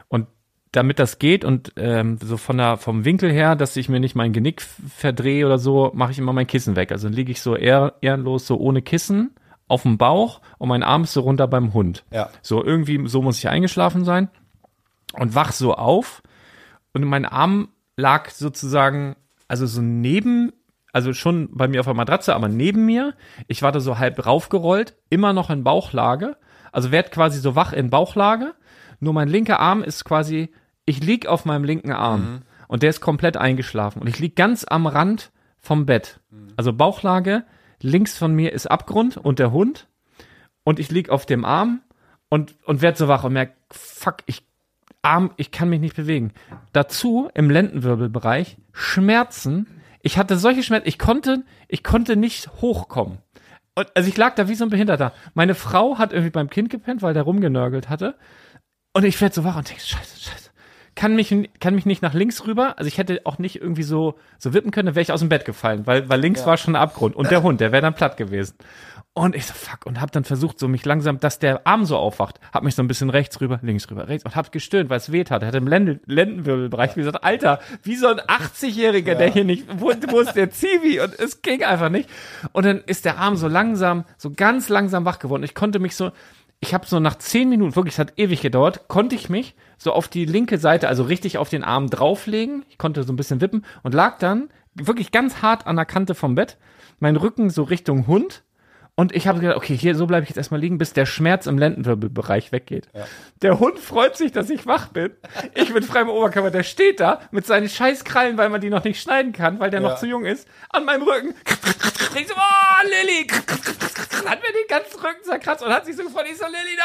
Speaker 3: Und damit das geht und ähm, so von der, vom Winkel her, dass ich mir nicht mein Genick f- verdrehe oder so, mache ich immer mein Kissen weg. Also dann liege ich so ehr, ehrenlos, so ohne Kissen auf dem Bauch und mein Arm ist so runter beim Hund.
Speaker 6: Ja.
Speaker 3: So irgendwie, so muss ich eingeschlafen sein und wach so auf und mein Arm lag sozusagen, also so neben, also schon bei mir auf der Matratze, aber neben mir. Ich war da so halb raufgerollt, immer noch in Bauchlage. Also werd quasi so wach in Bauchlage. Nur mein linker Arm ist quasi, ich lieg auf meinem linken Arm und der ist komplett eingeschlafen und ich lieg ganz am Rand vom Bett. Also Bauchlage, links von mir ist Abgrund und der Hund und ich lieg auf dem Arm und, und werd so wach und merk, fuck, ich Arm, ich kann mich nicht bewegen. Dazu im Lendenwirbelbereich Schmerzen. Ich hatte solche Schmerzen, ich konnte, ich konnte nicht hochkommen. Und, also ich lag da wie so ein Behinderter. Meine Frau hat irgendwie beim Kind gepennt, weil der rumgenörgelt hatte. Und ich werd so wach und denk, scheiße, scheiße. kann mich, kann mich nicht nach links rüber. Also ich hätte auch nicht irgendwie so, so wippen können, dann wäre ich aus dem Bett gefallen, weil, weil links war schon ein Abgrund. Und der Hund, der wäre dann platt gewesen. Und ich so, fuck, und hab dann versucht, so mich langsam, dass der Arm so aufwacht. Hab mich so ein bisschen rechts rüber, links rüber, rechts und hab gestöhnt, weil es weht hat. Er hatte im Lenden Lendenwirbelbereich wie gesagt, Alter, wie so ein 80-Jähriger, der hier nicht, wo, wo ist der Zivi? Und es ging einfach nicht. Und dann ist der Arm so langsam, so ganz langsam wach geworden. Ich konnte mich so, ich habe so nach zehn Minuten, wirklich, es hat ewig gedauert, konnte ich mich so auf die linke Seite, also richtig auf den Arm drauflegen. Ich konnte so ein bisschen wippen und lag dann wirklich ganz hart an der Kante vom Bett, mein Rücken so Richtung Hund. Und ich habe gedacht, okay, hier so bleibe ich jetzt erstmal liegen, bis der Schmerz im Lendenwirbelbereich weggeht. Der Hund freut sich, dass ich wach bin. Ich mit freiem Oberkörper, der steht da mit seinen Scheißkrallen, weil man die noch nicht schneiden kann, weil der noch zu jung ist, an meinem Rücken. Ich so, oh, Lilly, hat mir den ganzen Rücken zerkratzt und hat sich so gefreut. Ich so, Lilly,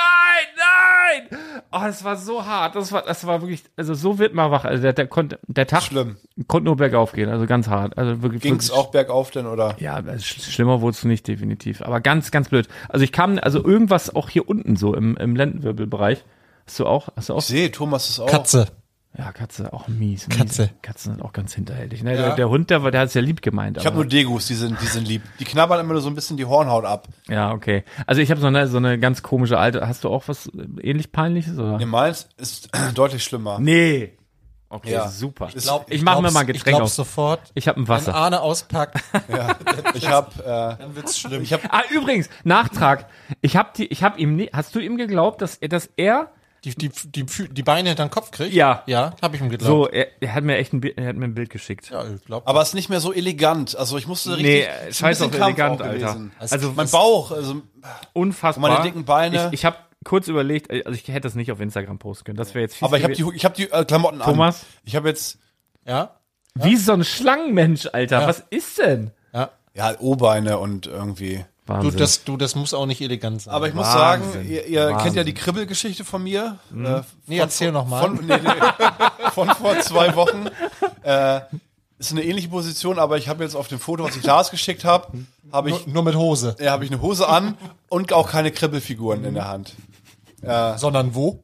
Speaker 3: nein, nein. Oh, das war so hart. Das war, das war wirklich, also so wird man wach. Also der, der konnte, der Tag
Speaker 6: Schlimm.
Speaker 3: konnte nur bergauf gehen, also ganz hart. Also wirklich.
Speaker 6: Ging's
Speaker 3: wirklich-
Speaker 6: auch bergauf denn oder?
Speaker 3: ja, also sch- schlimmer wurde es nicht, definitiv. Aber ganz, ganz blöd. Also ich kam, also irgendwas auch hier unten so im, im Lendenwirbelbereich. Hast du auch? Hast du auch?
Speaker 6: Ich sehe, Thomas ist auch.
Speaker 4: Katze.
Speaker 3: Ja, Katze, auch mies. mies.
Speaker 4: Katze.
Speaker 3: Katzen sind auch ganz hinterhältig. Ne?
Speaker 6: Ja.
Speaker 3: Der, der Hund, der, war- der hat es ja lieb gemeint.
Speaker 6: Ich habe nur Degus, die sind, die sind lieb. Die knabbern immer nur so ein bisschen die Hornhaut ab.
Speaker 3: ja, okay. Also ich habe so eine, so eine ganz komische alte. Hast du auch was äh, ähnlich peinliches? Oder?
Speaker 6: Nee, meins ist deutlich schlimmer.
Speaker 3: Nee. Okay,
Speaker 6: Ja.
Speaker 3: super.
Speaker 6: Ich glaub-
Speaker 3: ich mache mir
Speaker 4: glaub's-
Speaker 3: mal ein
Speaker 4: Ich
Speaker 3: Getränk
Speaker 4: glaube
Speaker 3: auf.
Speaker 4: sofort,
Speaker 3: Ich habe ein
Speaker 4: wenn
Speaker 3: Wasser.
Speaker 4: Arne auspackt,
Speaker 6: Ich habe äh, schlimm. Ich habe
Speaker 3: Ah, übrigens, Nachtrag. Ich habe die, ich habe ihm, nie, hast du ihm geglaubt, dass, er- dass er
Speaker 4: die, die, die, Fü- die Beine hinter den Kopf kriegt.
Speaker 3: Ja.
Speaker 4: Ja, habe ich ihm geglaubt.
Speaker 3: So, er, er hat mir echt ein, Bi- er hat mir ein Bild geschickt.
Speaker 4: Ja, ich glaub,
Speaker 6: aber es ist nicht mehr so elegant. Also ich musste richtig
Speaker 3: Nee,
Speaker 6: ist ein
Speaker 3: scheiß
Speaker 6: bisschen
Speaker 3: auf
Speaker 6: Kampf
Speaker 3: elegant,
Speaker 6: auch
Speaker 3: Alter.
Speaker 6: gewesen.
Speaker 3: Also,
Speaker 6: mein
Speaker 3: es-
Speaker 6: Bauch, also
Speaker 3: Unfassbar.
Speaker 6: Und meine dicken Beine.
Speaker 3: Ich, ich habe kurz überlegt, also ich hätte das nicht auf Instagram posten können. Das wäre jetzt viel
Speaker 6: aber ich habe die
Speaker 3: gewesen.
Speaker 6: ich habe die äh, Klamotten an.
Speaker 3: Thomas?
Speaker 6: Ich habe jetzt
Speaker 4: ja.
Speaker 3: Wie so ein Schlangenmensch, Alter. Was ist denn?
Speaker 6: ja O-Beine und irgendwie
Speaker 4: Du
Speaker 3: Wahnsinn.
Speaker 4: das, du, das muss auch nicht elegant sein.
Speaker 6: Aber ich muss
Speaker 3: Wahnsinn.
Speaker 6: sagen, ihr, ihr
Speaker 3: Wahnsinn.
Speaker 6: kennt ja die Kribbelgeschichte von mir. Äh,
Speaker 4: Mhm. Nee,
Speaker 6: von-
Speaker 4: erzähl noch mal.
Speaker 6: Von, nee, nee, von vor zwei Wochen. Äh, ist eine ähnliche Position, aber ich habe jetzt auf dem Foto, was ich Lars geschickt habe, habe ich,
Speaker 4: nur, nur mit Hose.
Speaker 6: äh, hab ich eine Hose an und auch keine Kribbelfiguren in der Hand.
Speaker 4: Sondern wo?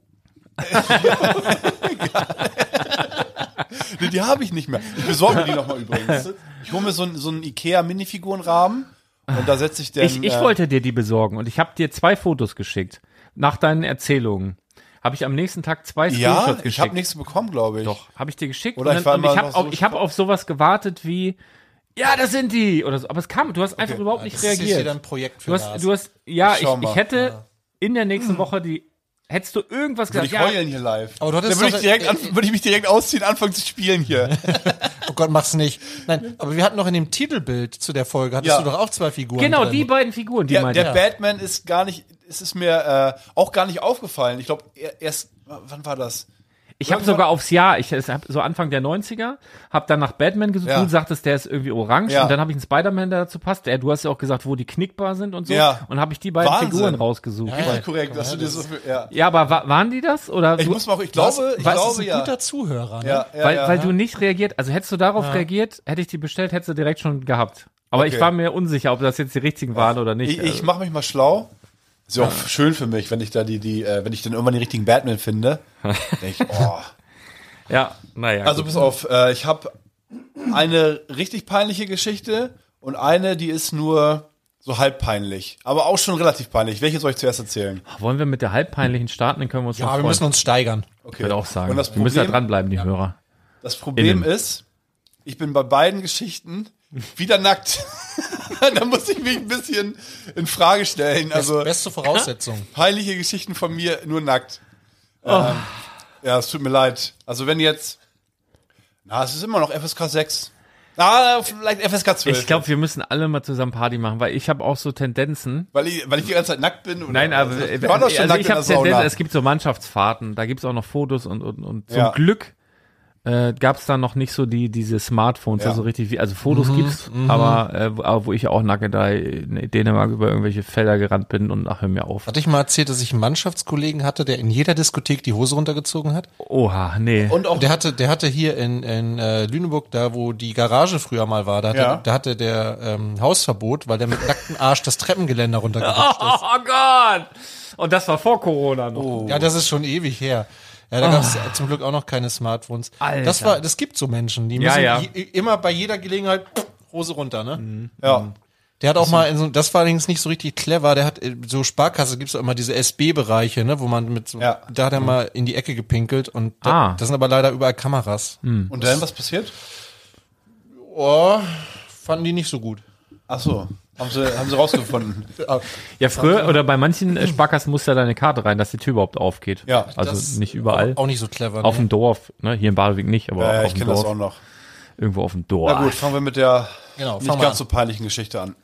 Speaker 6: Nee, die habe ich nicht mehr. Ich besorge mir die nochmal übrigens. Ich hole mir so einen, so einen Ikea-Minifigurenrahmen und da setze ich den.
Speaker 3: ich, ich
Speaker 6: äh,
Speaker 3: wollte dir die besorgen und ich habe dir zwei Fotos geschickt. Nach deinen Erzählungen. Habe ich am nächsten Tag zwei
Speaker 6: ja,
Speaker 3: Screenshots
Speaker 6: ich
Speaker 3: geschickt.
Speaker 6: habe nichts bekommen, glaube ich.
Speaker 3: Doch, habe ich dir geschickt.
Speaker 6: Oder
Speaker 3: und
Speaker 6: ich war
Speaker 3: dann, und ich habe
Speaker 6: mal noch
Speaker 3: auf,
Speaker 6: so
Speaker 3: ich hab auf sowas gewartet wie, ja, das sind die. Oder so. Aber es kam, du hast einfach überhaupt nicht
Speaker 4: das ist jetzt
Speaker 3: reagiert.
Speaker 4: wieder ein Projekt für
Speaker 3: Du
Speaker 4: Lars.
Speaker 3: hast, du hast, ja,
Speaker 6: Ich
Speaker 3: ich,
Speaker 6: schau
Speaker 3: ich,
Speaker 6: mal.
Speaker 3: hätte in der nächsten Woche die, hättest du irgendwas gesagt,
Speaker 6: Würde ich
Speaker 3: ja,
Speaker 6: heulen hier live.
Speaker 4: Aber du hattest
Speaker 6: dann würde
Speaker 4: doch-
Speaker 6: ich,
Speaker 3: äh,
Speaker 6: direkt an- würde ich mich direkt ausziehen, anfangen zu spielen hier.
Speaker 4: oh Gott, mach's nicht. Nein, aber wir hatten noch in dem Titelbild zu der Folge, hattest
Speaker 6: Ja.
Speaker 4: du doch auch zwei Figuren.
Speaker 3: genau,
Speaker 4: drin.
Speaker 3: die beiden Figuren, die
Speaker 6: Der,
Speaker 3: meinte
Speaker 6: der
Speaker 3: ich.
Speaker 6: Batman ist gar nicht, es ist mir äh, auch gar nicht aufgefallen. Ich glaube, er, erst, wann war das?
Speaker 3: Ich habe sogar aufs Jahr, ich habe so Anfang der 90er, habe dann nach Batman gesucht,
Speaker 6: Ja.
Speaker 3: du sagtest, der ist irgendwie orange
Speaker 6: Ja.
Speaker 3: und dann habe ich einen Spider-Man, der dazu passt. Der, du hast ja auch gesagt, wo die knickbar sind und so
Speaker 6: Ja.
Speaker 3: und habe ich die beiden
Speaker 6: Wahnsinn.
Speaker 3: Figuren rausgesucht. Ja,
Speaker 6: Richtig korrekt, dass du dir so viel, ja.
Speaker 3: aber wa waren die das oder
Speaker 6: Ich
Speaker 3: du,
Speaker 6: muss mal, ich glaube, ich
Speaker 4: Was ist
Speaker 6: glaube
Speaker 4: ein
Speaker 6: ja.
Speaker 4: guter Zuhörer. Ne?
Speaker 6: ja, ja,
Speaker 3: weil,
Speaker 6: ja.
Speaker 3: weil du nicht reagiert, also hättest du darauf reagiert, hätte ich die bestellt, hättest du direkt schon gehabt. Aber ich
Speaker 6: Okay.
Speaker 3: war mir unsicher, ob das jetzt die richtigen waren oder nicht.
Speaker 6: ich, ich
Speaker 3: Also,
Speaker 6: mache mich mal schlau. Ist ja auch schön für mich, wenn ich da die, die, äh, wenn ich dann irgendwann den richtigen Batman finde. Denk ich, oh.
Speaker 3: ja, naja.
Speaker 6: Also
Speaker 3: gut.
Speaker 6: pass auf, äh, ich habe eine richtig peinliche Geschichte und eine, die ist nur so halb peinlich, aber auch schon relativ peinlich. Welche soll ich zuerst erzählen?
Speaker 3: Wollen wir mit der halbpeinlichen starten, dann können wir uns noch
Speaker 4: Ja, wir
Speaker 3: freuen.
Speaker 4: müssen uns steigern.
Speaker 6: Okay.
Speaker 3: ich würde auch sagen.
Speaker 6: Und das
Speaker 3: wir müssen da
Speaker 6: Problem,
Speaker 3: dranbleiben, die Hörer.
Speaker 6: Das Problem
Speaker 3: Innen.
Speaker 6: ist, ich bin bei beiden Geschichten wieder nackt. da muss ich mich ein bisschen in Frage stellen. Also
Speaker 4: Beste Voraussetzung.
Speaker 6: peinliche Geschichten von mir nur nackt. Ähm, ja, es tut mir leid. Also wenn jetzt, na, es ist immer noch FSK 6. Na, Ah, vielleicht FSK 12.
Speaker 3: Ich glaube, wir müssen alle mal zusammen Party machen, weil ich habe auch so Tendenzen.
Speaker 6: weil ich, weil ich die ganze Zeit nackt bin. Oder?
Speaker 3: Nein, aber
Speaker 6: ich war doch
Speaker 3: also
Speaker 6: schon
Speaker 3: ich
Speaker 6: nackt in der
Speaker 3: habe Tendenzen,
Speaker 6: Sauna.
Speaker 3: es gibt so Mannschaftsfahrten, da gibt es auch noch Fotos und, und, und zum
Speaker 6: Ja.
Speaker 3: Glück äh, gab es da noch nicht so die diese Smartphones,
Speaker 6: Ja. Mhm,
Speaker 3: also richtig wie, also Fotos gibt's, aber, äh, wo- aber wo ich auch nackt da in Dänemark über irgendwelche Felder gerannt bin und ach, hör mir auf.
Speaker 4: Hatte ich mal erzählt, dass ich einen Mannschaftskollegen hatte, der in jeder Diskothek die Hose runtergezogen hat?
Speaker 3: Oha, nee.
Speaker 6: Und auch
Speaker 4: Der hatte, der hatte hier in, in äh, Lüneburg, da wo die Garage früher mal war, da hatte,
Speaker 6: Ja.
Speaker 4: da hatte der ähm, Hausverbot, weil der mit nacktem Arsch das Treppengeländer runtergerutscht ist.
Speaker 3: oh Gott! Und das war vor Corona noch.
Speaker 6: Oh.
Speaker 4: Ja, das ist schon ewig her. Ja, da gab es zum Glück auch noch keine Smartphones.
Speaker 3: Alter.
Speaker 4: Das war, das gibt so Menschen, die
Speaker 3: Ja,
Speaker 4: müssen
Speaker 3: ja.
Speaker 4: je- immer bei jeder Gelegenheit Hose runter, ne?
Speaker 6: Ja.
Speaker 4: Der hat auch mal, in so, das war allerdings nicht so richtig clever, der hat, äh, so Sparkasse gibt's auch immer diese SB-Bereiche, ne, wo man mit so,
Speaker 6: Ja.
Speaker 4: da hat er mal in die Ecke gepinkelt und da,
Speaker 3: Ah.
Speaker 4: das sind aber leider überall Kameras.
Speaker 6: Und dann, was passiert?
Speaker 4: Oh, fanden die nicht so gut. Ah,
Speaker 6: Ach so, haben sie, haben sie rausgefunden.
Speaker 3: Ja, früher oder bei manchen äh, Sparkassen musste da deine Karte rein, dass die Tür überhaupt aufgeht.
Speaker 6: Ja,
Speaker 3: also
Speaker 4: das-
Speaker 3: nicht überall.
Speaker 4: Auch nicht so clever.
Speaker 3: auf
Speaker 4: ne?
Speaker 3: dem Dorf, ne? Hier in Badewig nicht, aber
Speaker 6: Ja,
Speaker 3: auf
Speaker 6: ich
Speaker 3: dem
Speaker 6: kenne das
Speaker 3: Dorf.
Speaker 6: auch noch.
Speaker 3: Irgendwo auf dem
Speaker 6: Na gut,
Speaker 3: Dorf.
Speaker 6: fangen wir mit der
Speaker 4: Genau,
Speaker 6: nicht
Speaker 4: fang mal
Speaker 6: ganz
Speaker 4: an.
Speaker 6: so peinlichen Geschichte an.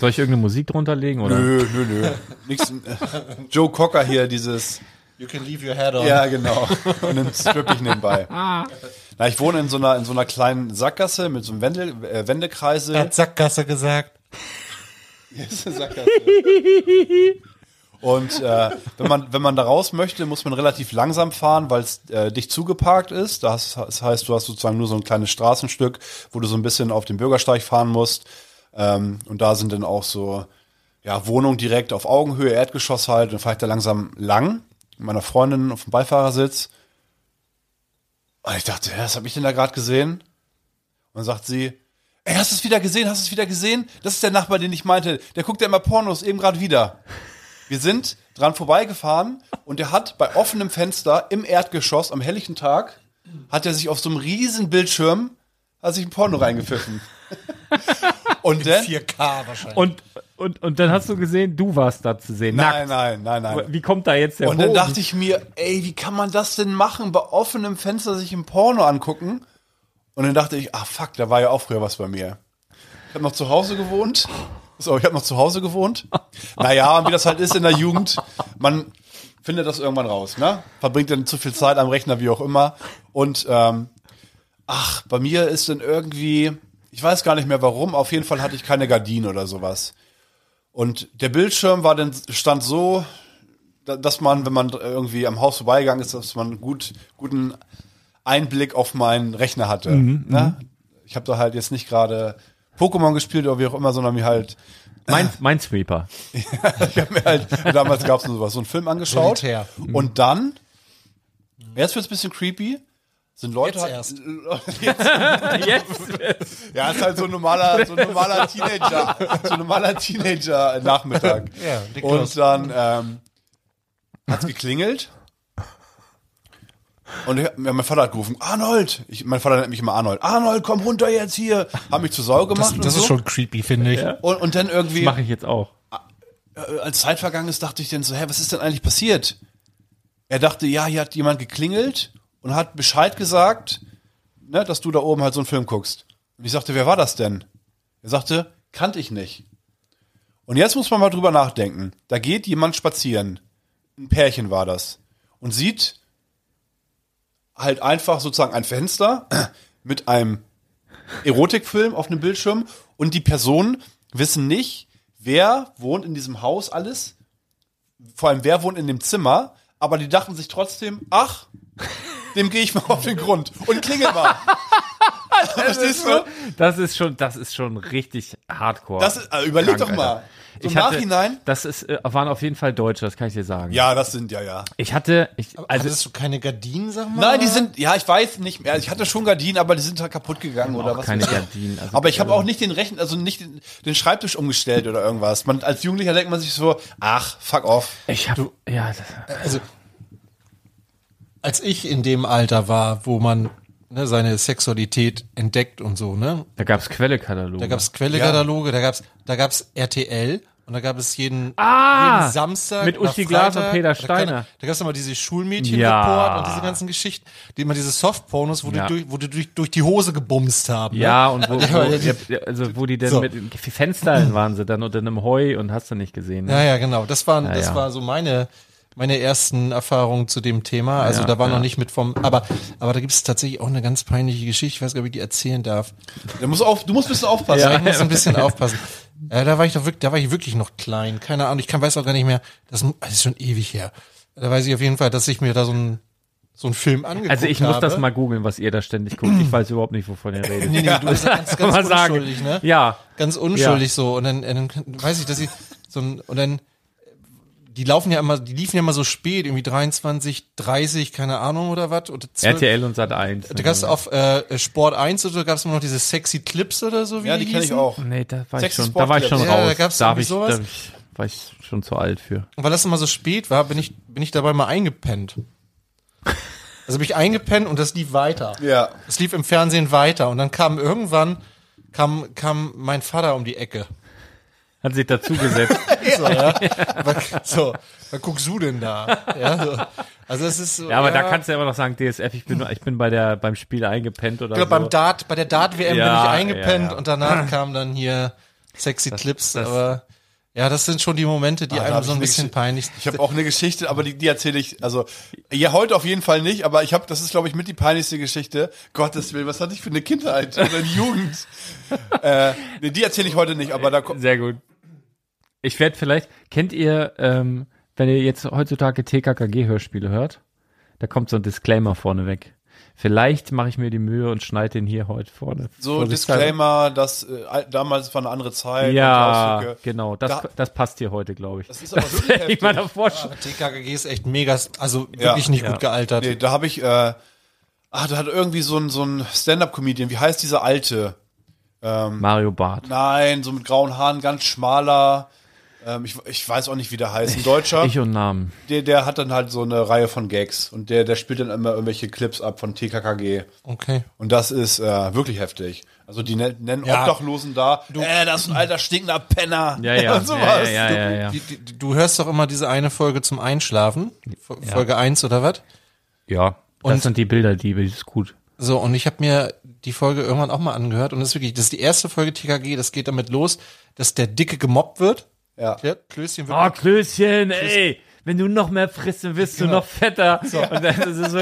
Speaker 3: Soll ich irgendeine Musik drunter legen oder?
Speaker 6: Nö, nö, nö. Nix, äh, Joe Cocker hier, dieses.
Speaker 4: You can leave your head on.
Speaker 6: Ja, genau. Und dann strippe ich nebenbei. Na, ich wohne in so einer, in so einer kleinen Sackgasse mit so einem Wendel, äh, Wendekreisel.
Speaker 4: Er hat Sackgasse gesagt.
Speaker 6: Sackgasse. Und äh, wenn, man, wenn man da raus möchte, muss man relativ langsam fahren, weil es äh, dicht zugeparkt ist. Das, das heißt, du hast sozusagen nur so ein kleines Straßenstück, wo du so ein bisschen auf den Bürgersteig fahren musst. Ähm, und da sind dann auch so ja, Wohnungen direkt auf Augenhöhe, Erdgeschoss halt. Dann fahre ich da langsam lang mit meiner Freundin auf dem Beifahrersitz. Und ich dachte, hä, was habe ich denn da gerade gesehen? Und dann sagt sie, ey, hast du es wieder gesehen? Hast du es wieder gesehen? Das ist der Nachbar, den ich meinte. Der guckt ja immer Pornos, eben gerade wieder. Wir sind dran vorbeigefahren und der hat bei offenem Fenster im Erdgeschoss am helllichen Tag, hat er sich auf so einem riesen Bildschirm, hat sich ein Porno reingepfiffen. Und dann,
Speaker 4: 4K wahrscheinlich.
Speaker 3: Und, und, und dann hast du gesehen, du warst da zu sehen.
Speaker 6: nein,
Speaker 3: Nackt.
Speaker 6: nein, nein, nein.
Speaker 3: Wie kommt da jetzt der
Speaker 6: Und dann
Speaker 3: Bogen?
Speaker 6: dachte ich mir, ey, wie kann man das denn machen, bei offenem Fenster sich ein Porno angucken? Und dann dachte ich, ah fuck, da war ja auch früher was bei mir. Ich habe noch zu Hause gewohnt. So, ich habe noch zu Hause gewohnt. Naja, und wie das halt ist in der Jugend, man findet das irgendwann raus, ne? Verbringt dann zu viel Zeit am Rechner, wie auch immer. Und ähm, ach, bei mir ist dann irgendwie, ich weiß gar nicht mehr warum, auf jeden Fall hatte ich keine Gardinen oder sowas. Und der Bildschirm war dann, stand so da- dass man, wenn man irgendwie am Haus vorbeigegangen ist, dass man gut, guten Einblick auf meinen Rechner hatte. ne? Ich habe da halt jetzt nicht gerade Pokémon gespielt oder wie auch immer, sondern mir halt,
Speaker 3: mein, mein Sweeper.
Speaker 6: ich habe mir halt, damals gab es sowas, so einen Film angeschaut.
Speaker 4: Solitär.
Speaker 6: Mhm. Und dann, jetzt wird's ein bisschen creepy, sind Leute
Speaker 4: Jetzt
Speaker 6: halt-
Speaker 4: erst.
Speaker 3: Jetzt?
Speaker 6: Ja, ist halt so ein normaler, so ein normaler Teenager, so ein normaler Teenager-Nachmittag.
Speaker 4: Ja, leg los.
Speaker 6: und dann ähm, hat's geklingelt. Und ich, ja, mein Vater hat gerufen, Arnold! Ich, mein Vater nennt mich immer Arnold. Arnold, komm runter jetzt hier! Haben mich zu Sau gemacht
Speaker 4: das
Speaker 6: und
Speaker 4: das
Speaker 6: so.
Speaker 4: ist schon creepy, finde ich.
Speaker 6: und, und dann irgendwie,
Speaker 3: Mache ich jetzt auch.
Speaker 6: äh, als Zeit vergangen ist, dachte ich dann so, hä, was ist denn eigentlich passiert? Er dachte, ja, hier hat jemand geklingelt und hat Bescheid gesagt, ne, dass du da oben halt so einen Film guckst. Und ich sagte, wer war das denn? Er sagte, kannte ich nicht. Und jetzt muss man mal drüber nachdenken. Da geht jemand spazieren. Ein Pärchen war das. Und sieht halt einfach sozusagen ein Fenster mit einem Erotikfilm auf einem Bildschirm und die Personen wissen nicht, wer wohnt in diesem Haus alles, vor allem wer wohnt in dem Zimmer, aber die dachten sich trotzdem, ach, dem gehe ich mal auf den Grund und klingel mal. Verstehst du?
Speaker 3: Das ist schon, das ist schon richtig hardcore.
Speaker 6: Das ist, also überleg
Speaker 3: Krank,
Speaker 6: doch mal.
Speaker 3: Alter.
Speaker 6: So Im
Speaker 3: Ich hatte,
Speaker 6: Nachhinein?
Speaker 3: Das ist, äh, waren auf jeden Fall Deutsche, das kann ich dir sagen.
Speaker 6: Ja, das sind ja, ja.
Speaker 3: Ich hatte, ich,
Speaker 4: Also
Speaker 3: also
Speaker 4: Hattest du keine Gardinen, sag mal?
Speaker 6: Nein, die sind, ja, ich weiß nicht mehr. Ich hatte schon Gardinen, aber die sind halt kaputt gegangen oder
Speaker 3: auch
Speaker 6: was.
Speaker 3: keine
Speaker 6: weiß ich.
Speaker 3: Gardinen. Also,
Speaker 6: Aber ich habe auch nicht den Rechner, also nicht den, den Schreibtisch umgestellt oder irgendwas. Man, als Jugendlicher denkt man sich so, ach, fuck off.
Speaker 3: ich hab, ja, das,
Speaker 4: Also, als ich in dem Alter war, wo man ne, seine Sexualität entdeckt und so, ne?
Speaker 3: da gab's Quellekataloge.
Speaker 4: Da gab's Quellekataloge, da gab's, da gab's RTL und da gab es jeden,
Speaker 3: Ah!
Speaker 4: jeden Samstag.
Speaker 3: Mit
Speaker 4: oder
Speaker 3: Uschi Glas und
Speaker 4: Freitag,
Speaker 3: Peter
Speaker 4: oder keine-
Speaker 3: Steiner.
Speaker 4: Da gab's immer diese Schulmädchen-Report
Speaker 3: Ja.
Speaker 4: und diese ganzen Geschichten, die immer diese Softpornos, wo
Speaker 3: Ja.
Speaker 4: die durch, wo die durch, durch die Hose gebumst haben. ne?
Speaker 3: ja, und wo,
Speaker 4: Ja, ja,
Speaker 3: wo, ja, also wo die denn
Speaker 4: So.
Speaker 3: mit Fenstern waren sie dann unter einem Heu und hast du nicht gesehen. ne?
Speaker 4: Ja, ja, genau. Das waren, das
Speaker 3: ja.
Speaker 4: war so meine, meine ersten Erfahrungen zu dem Thema. Also
Speaker 3: Ja,
Speaker 4: da war
Speaker 3: ja.
Speaker 4: noch nicht mit vom, aber, aber da gibt es tatsächlich auch eine ganz peinliche Geschichte. Ich weiß gar nicht, ob ich die erzählen darf.
Speaker 6: Du musst, auf, du musst ein bisschen aufpassen.
Speaker 4: Also ich muss ein bisschen aufpassen. Äh, da war ich doch wirklich, da war ich wirklich noch klein. Keine Ahnung. Ich kann, weiß auch gar nicht mehr. Das, mu- das ist schon ewig her. Da weiß ich auf jeden Fall, dass ich mir da so einen, so einen Film angeguckt habe.
Speaker 3: Also ich muss das mal googeln, was ihr da ständig guckt. Ich weiß überhaupt nicht, wovon ihr redet.
Speaker 4: Nee, nee, du bist ja ganz, ganz
Speaker 3: man sagen.
Speaker 4: unschuldig, ne?
Speaker 3: Ja.
Speaker 4: ganz unschuldig so und dann, äh, dann weiß ich, dass ich so ein, und dann die laufen ja immer, die liefen ja immer so spät, irgendwie 23, 30, keine Ahnung oder was. Oder 12.
Speaker 3: RTL und Sat 1.
Speaker 4: Da gab es auf äh, Sport 1 oder so gab es immer noch diese sexy Clips oder so, wie
Speaker 6: Ja, die kenne ich auch.
Speaker 3: Nee, da war ich
Speaker 6: Sexy
Speaker 3: schon, da war ich schon
Speaker 6: Sportclub.
Speaker 4: Ja, da
Speaker 3: raus.
Speaker 4: gab's
Speaker 3: da, hab
Speaker 4: irgendwie
Speaker 3: ich, da
Speaker 4: sowas.
Speaker 3: hab ich, war ich schon zu alt für.
Speaker 4: Und weil das immer so spät war, bin ich, bin ich dabei mal eingepennt. Also bin ich eingepennt und das lief weiter.
Speaker 6: Ja.
Speaker 4: Es lief im Fernsehen weiter und dann kam irgendwann kam, kam mein Vater um die Ecke.
Speaker 3: Hat sich dazugesetzt.
Speaker 4: So, ja. Was, so, was guckst du denn da? Ja, so. Also es ist so,
Speaker 3: ja, aber da kannst du ja immer noch sagen, DSF, ich bin, ich bin bei der, beim Spiel eingepennt oder
Speaker 4: ich glaub,
Speaker 3: so.
Speaker 4: Genau, beim Dart, bei der Dart WM bin
Speaker 3: also Ja,
Speaker 4: ich eingepennt
Speaker 3: ja, ja.
Speaker 4: und danach kamen dann hier sexy Clips,
Speaker 3: das-
Speaker 4: aber ja, das sind schon die Momente, die
Speaker 6: Ah, da
Speaker 4: einem
Speaker 6: hab
Speaker 4: so
Speaker 6: ich
Speaker 4: ein
Speaker 6: nix-
Speaker 4: bisschen peinlich
Speaker 6: Ich habe auch eine Geschichte, aber die, die erzähle ich, also ja, heute auf jeden Fall nicht, aber ich habe, das ist, glaube ich, mit die peinlichste Geschichte. Gottes Willen, was hatte ich für eine Kindheit oder eine Jugend? äh, nee, die erzähle ich heute nicht, aber da kommt.
Speaker 3: Sehr gut. Ich werde vielleicht, kennt ihr, ähm, wenn ihr jetzt heutzutage TKKG-Hörspiele hört, da kommt so ein Disclaimer vorne weg. Vielleicht mache ich mir die Mühe und schneide den hier heute vorne.
Speaker 6: So
Speaker 3: Vorsichtshalber.
Speaker 6: Disclaimer, dass äh, al- damals war eine andere Zeit. und
Speaker 3: Ja,
Speaker 6: Ausdrücke.
Speaker 3: genau. Das,
Speaker 6: Da-
Speaker 3: das passt hier heute, glaube ich. Das
Speaker 6: ist aber wirklich heftig.
Speaker 3: ich mal davor sch-
Speaker 4: Aber TKKG ist echt mega, also
Speaker 6: Ja.
Speaker 4: wirklich nicht
Speaker 3: Ja.
Speaker 4: gut gealtert.
Speaker 6: Nee, da habe ich, äh, ah, da hat irgendwie so ein, so ein Stand-Up-Comedian, wie heißt dieser alte?
Speaker 3: Mario Barth.
Speaker 6: Nein, so mit grauen Haaren, ganz schmaler. Ähm, ich, ich weiß auch nicht, wie der heißt. Ein Deutscher.
Speaker 3: Ich und Namen.
Speaker 6: der, der hat dann halt so eine Reihe von Gags und der, der spielt dann immer irgendwelche Clips ab von TKKG.
Speaker 4: Okay.
Speaker 6: Und das ist äh, wirklich heftig. Also die nen- nennen
Speaker 4: Ja.
Speaker 6: Obdachlosen da, äh, das ist ein alter stinkender Penner.
Speaker 3: Ja, ja.
Speaker 6: und
Speaker 3: ja,
Speaker 6: sowas.
Speaker 3: ja, ja, ja, ja.
Speaker 4: Die, die, die- du hörst doch immer diese eine Folge zum Einschlafen, Fo- Folge 1 oder was?
Speaker 3: ja.
Speaker 4: Und-
Speaker 3: Das sind die Bilderdiebe, die ist gut.
Speaker 4: So, und ich habe mir die Folge irgendwann auch mal angehört und das ist wirklich, das ist die erste Folge TKG, das geht damit los, dass der Dicke gemobbt wird.
Speaker 6: Ja.
Speaker 4: Der Klößchen wird.
Speaker 3: Oh, Klößchen, ey. Wenn du noch mehr frisst, dann wirst
Speaker 4: Genau.
Speaker 3: du noch fetter. Und das ist so,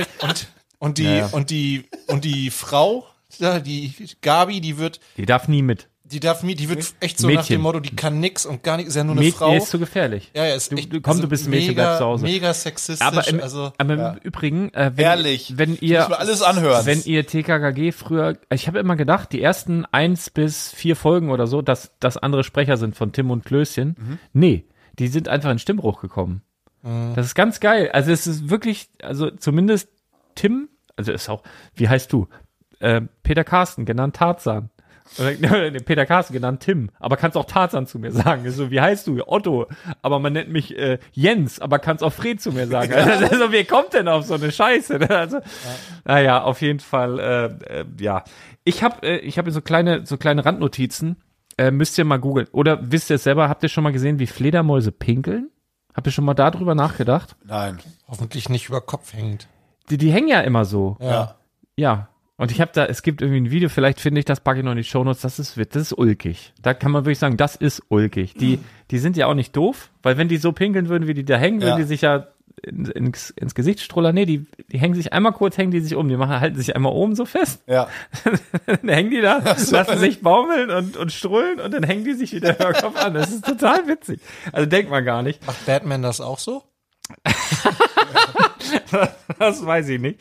Speaker 4: Und die, und die, und die Frau, ja, die Gabi, die wird,
Speaker 3: die darf nie mit.
Speaker 4: die darf mir, die wird echt so nach
Speaker 3: Mädchen.
Speaker 4: dem Motto, die kann nix und gar nichts, ist ja nur eine
Speaker 3: Mädchen
Speaker 4: Frau.
Speaker 3: ist zu gefährlich.
Speaker 4: ja, ja, ist
Speaker 3: du,
Speaker 4: echt,
Speaker 3: du, komm,
Speaker 4: also
Speaker 3: du bist ein Mädchen, bleib zu Hause.
Speaker 4: Mega sexistisch,
Speaker 3: aber im,
Speaker 4: also.
Speaker 3: aber im Übrigen, äh, wenn,
Speaker 6: Ehrlich.
Speaker 3: wenn
Speaker 6: Das
Speaker 3: ihr
Speaker 6: muss man alles anhören.
Speaker 3: wenn ihr TKKG früher, ich habe immer gedacht, die ersten eins bis vier Folgen oder so, dass das andere Sprecher sind von Tim und Klößchen.
Speaker 6: Mhm.
Speaker 3: Nee, die sind einfach in Stimmbruch gekommen. Das ist ganz geil. Also es ist wirklich, also zumindest Tim, also ist auch, wie heißt du? Ähm, Peter Carsten, genannt Tarzan. Oder, nee, Peter Carsten, genannt Tim. Aber kannst auch Tarzan zu mir sagen. So, wie heißt du? Otto. Aber man nennt mich äh, Jens, aber kannst auch Fred zu mir sagen. Also, also, wer kommt denn auf so eine Scheiße? ne? Also, Naja, auf jeden Fall, äh, äh, ja. Ich habe äh, ich hab so kleine, so kleine Randnotizen. Äh, müsst ihr mal googeln. Oder wisst ihr es selber, habt ihr schon mal gesehen, wie Fledermäuse pinkeln? Habt ihr schon mal darüber nachgedacht?
Speaker 6: Nein.
Speaker 4: Hoffentlich nicht über Kopf hängend.
Speaker 3: Die, die hängen ja immer so.
Speaker 4: Ja.
Speaker 3: Ja. Und ich habe da, es gibt irgendwie ein Video, vielleicht finde ich das, packe ich noch in die Shownotes, das ist wit- das ist ulkig. Da kann man wirklich sagen, das ist ulkig. Die, die sind ja auch nicht doof, weil wenn die so pinkeln würden, wie die da hängen,
Speaker 6: Ja.
Speaker 3: würden die sich ja in, ins, ins Gesicht strullern. Nee, die, die hängen sich einmal kurz, hängen die sich um, die machen, halten sich einmal oben so fest.
Speaker 6: Ja.
Speaker 3: dann hängen die da, lassen sich baumeln und, und strullen und dann hängen die sich wieder über Kopf an. Das ist total witzig. Also denkt man gar nicht.
Speaker 4: Macht Batman das auch so?
Speaker 3: Das weiß ich nicht.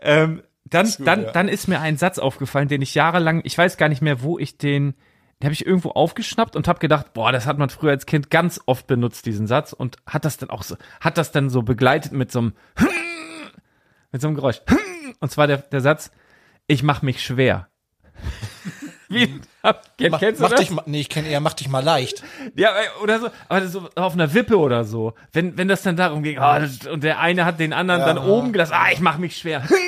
Speaker 3: Ähm, dann, dann, dann ist mir ein Satz aufgefallen, den ich jahrelang, ich weiß gar nicht mehr, wo ich den, den habe ich irgendwo aufgeschnappt und habe gedacht, boah, das hat man früher als Kind ganz oft benutzt, diesen Satz und hat das dann auch so, hat das dann so begleitet mit so einem, mit so einem Geräusch. Und zwar der, der Satz, ich mach mich schwer. Wie, hab, kenn,
Speaker 4: Mach,
Speaker 3: kennst du
Speaker 4: mach
Speaker 3: das?
Speaker 4: dich mal, nee, ich kenne eher, mach dich mal leicht.
Speaker 3: Ja, äh, oder so, aber so auf einer Wippe oder so. Wenn, wenn das dann darum ging, ah, das, und der eine hat den anderen dann oben gelassen, ah, ich mach mich schwer.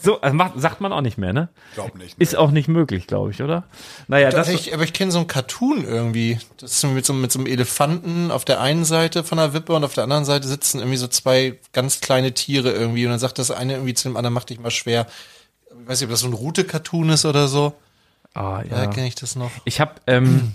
Speaker 3: So, also macht, sagt man auch nicht mehr, ne?
Speaker 6: Glaub nicht.
Speaker 3: Ist auch nicht möglich, glaube ich, oder? Naja, das,
Speaker 4: Das ich, aber ich kenne so einen Cartoon irgendwie. Das ist mit so, mit so einem Elefanten auf der einen Seite von der Wippe und auf der anderen Seite sitzen irgendwie so zwei ganz kleine Tiere irgendwie. Und dann sagt das eine irgendwie zu dem anderen, mach dich mal schwer. Ich weiß nicht, ob das so ein Route-Cartoon ist oder so.
Speaker 3: ah,
Speaker 4: Ja.
Speaker 3: ja.
Speaker 4: Da kenne ich das noch.
Speaker 3: Ich hab, ähm,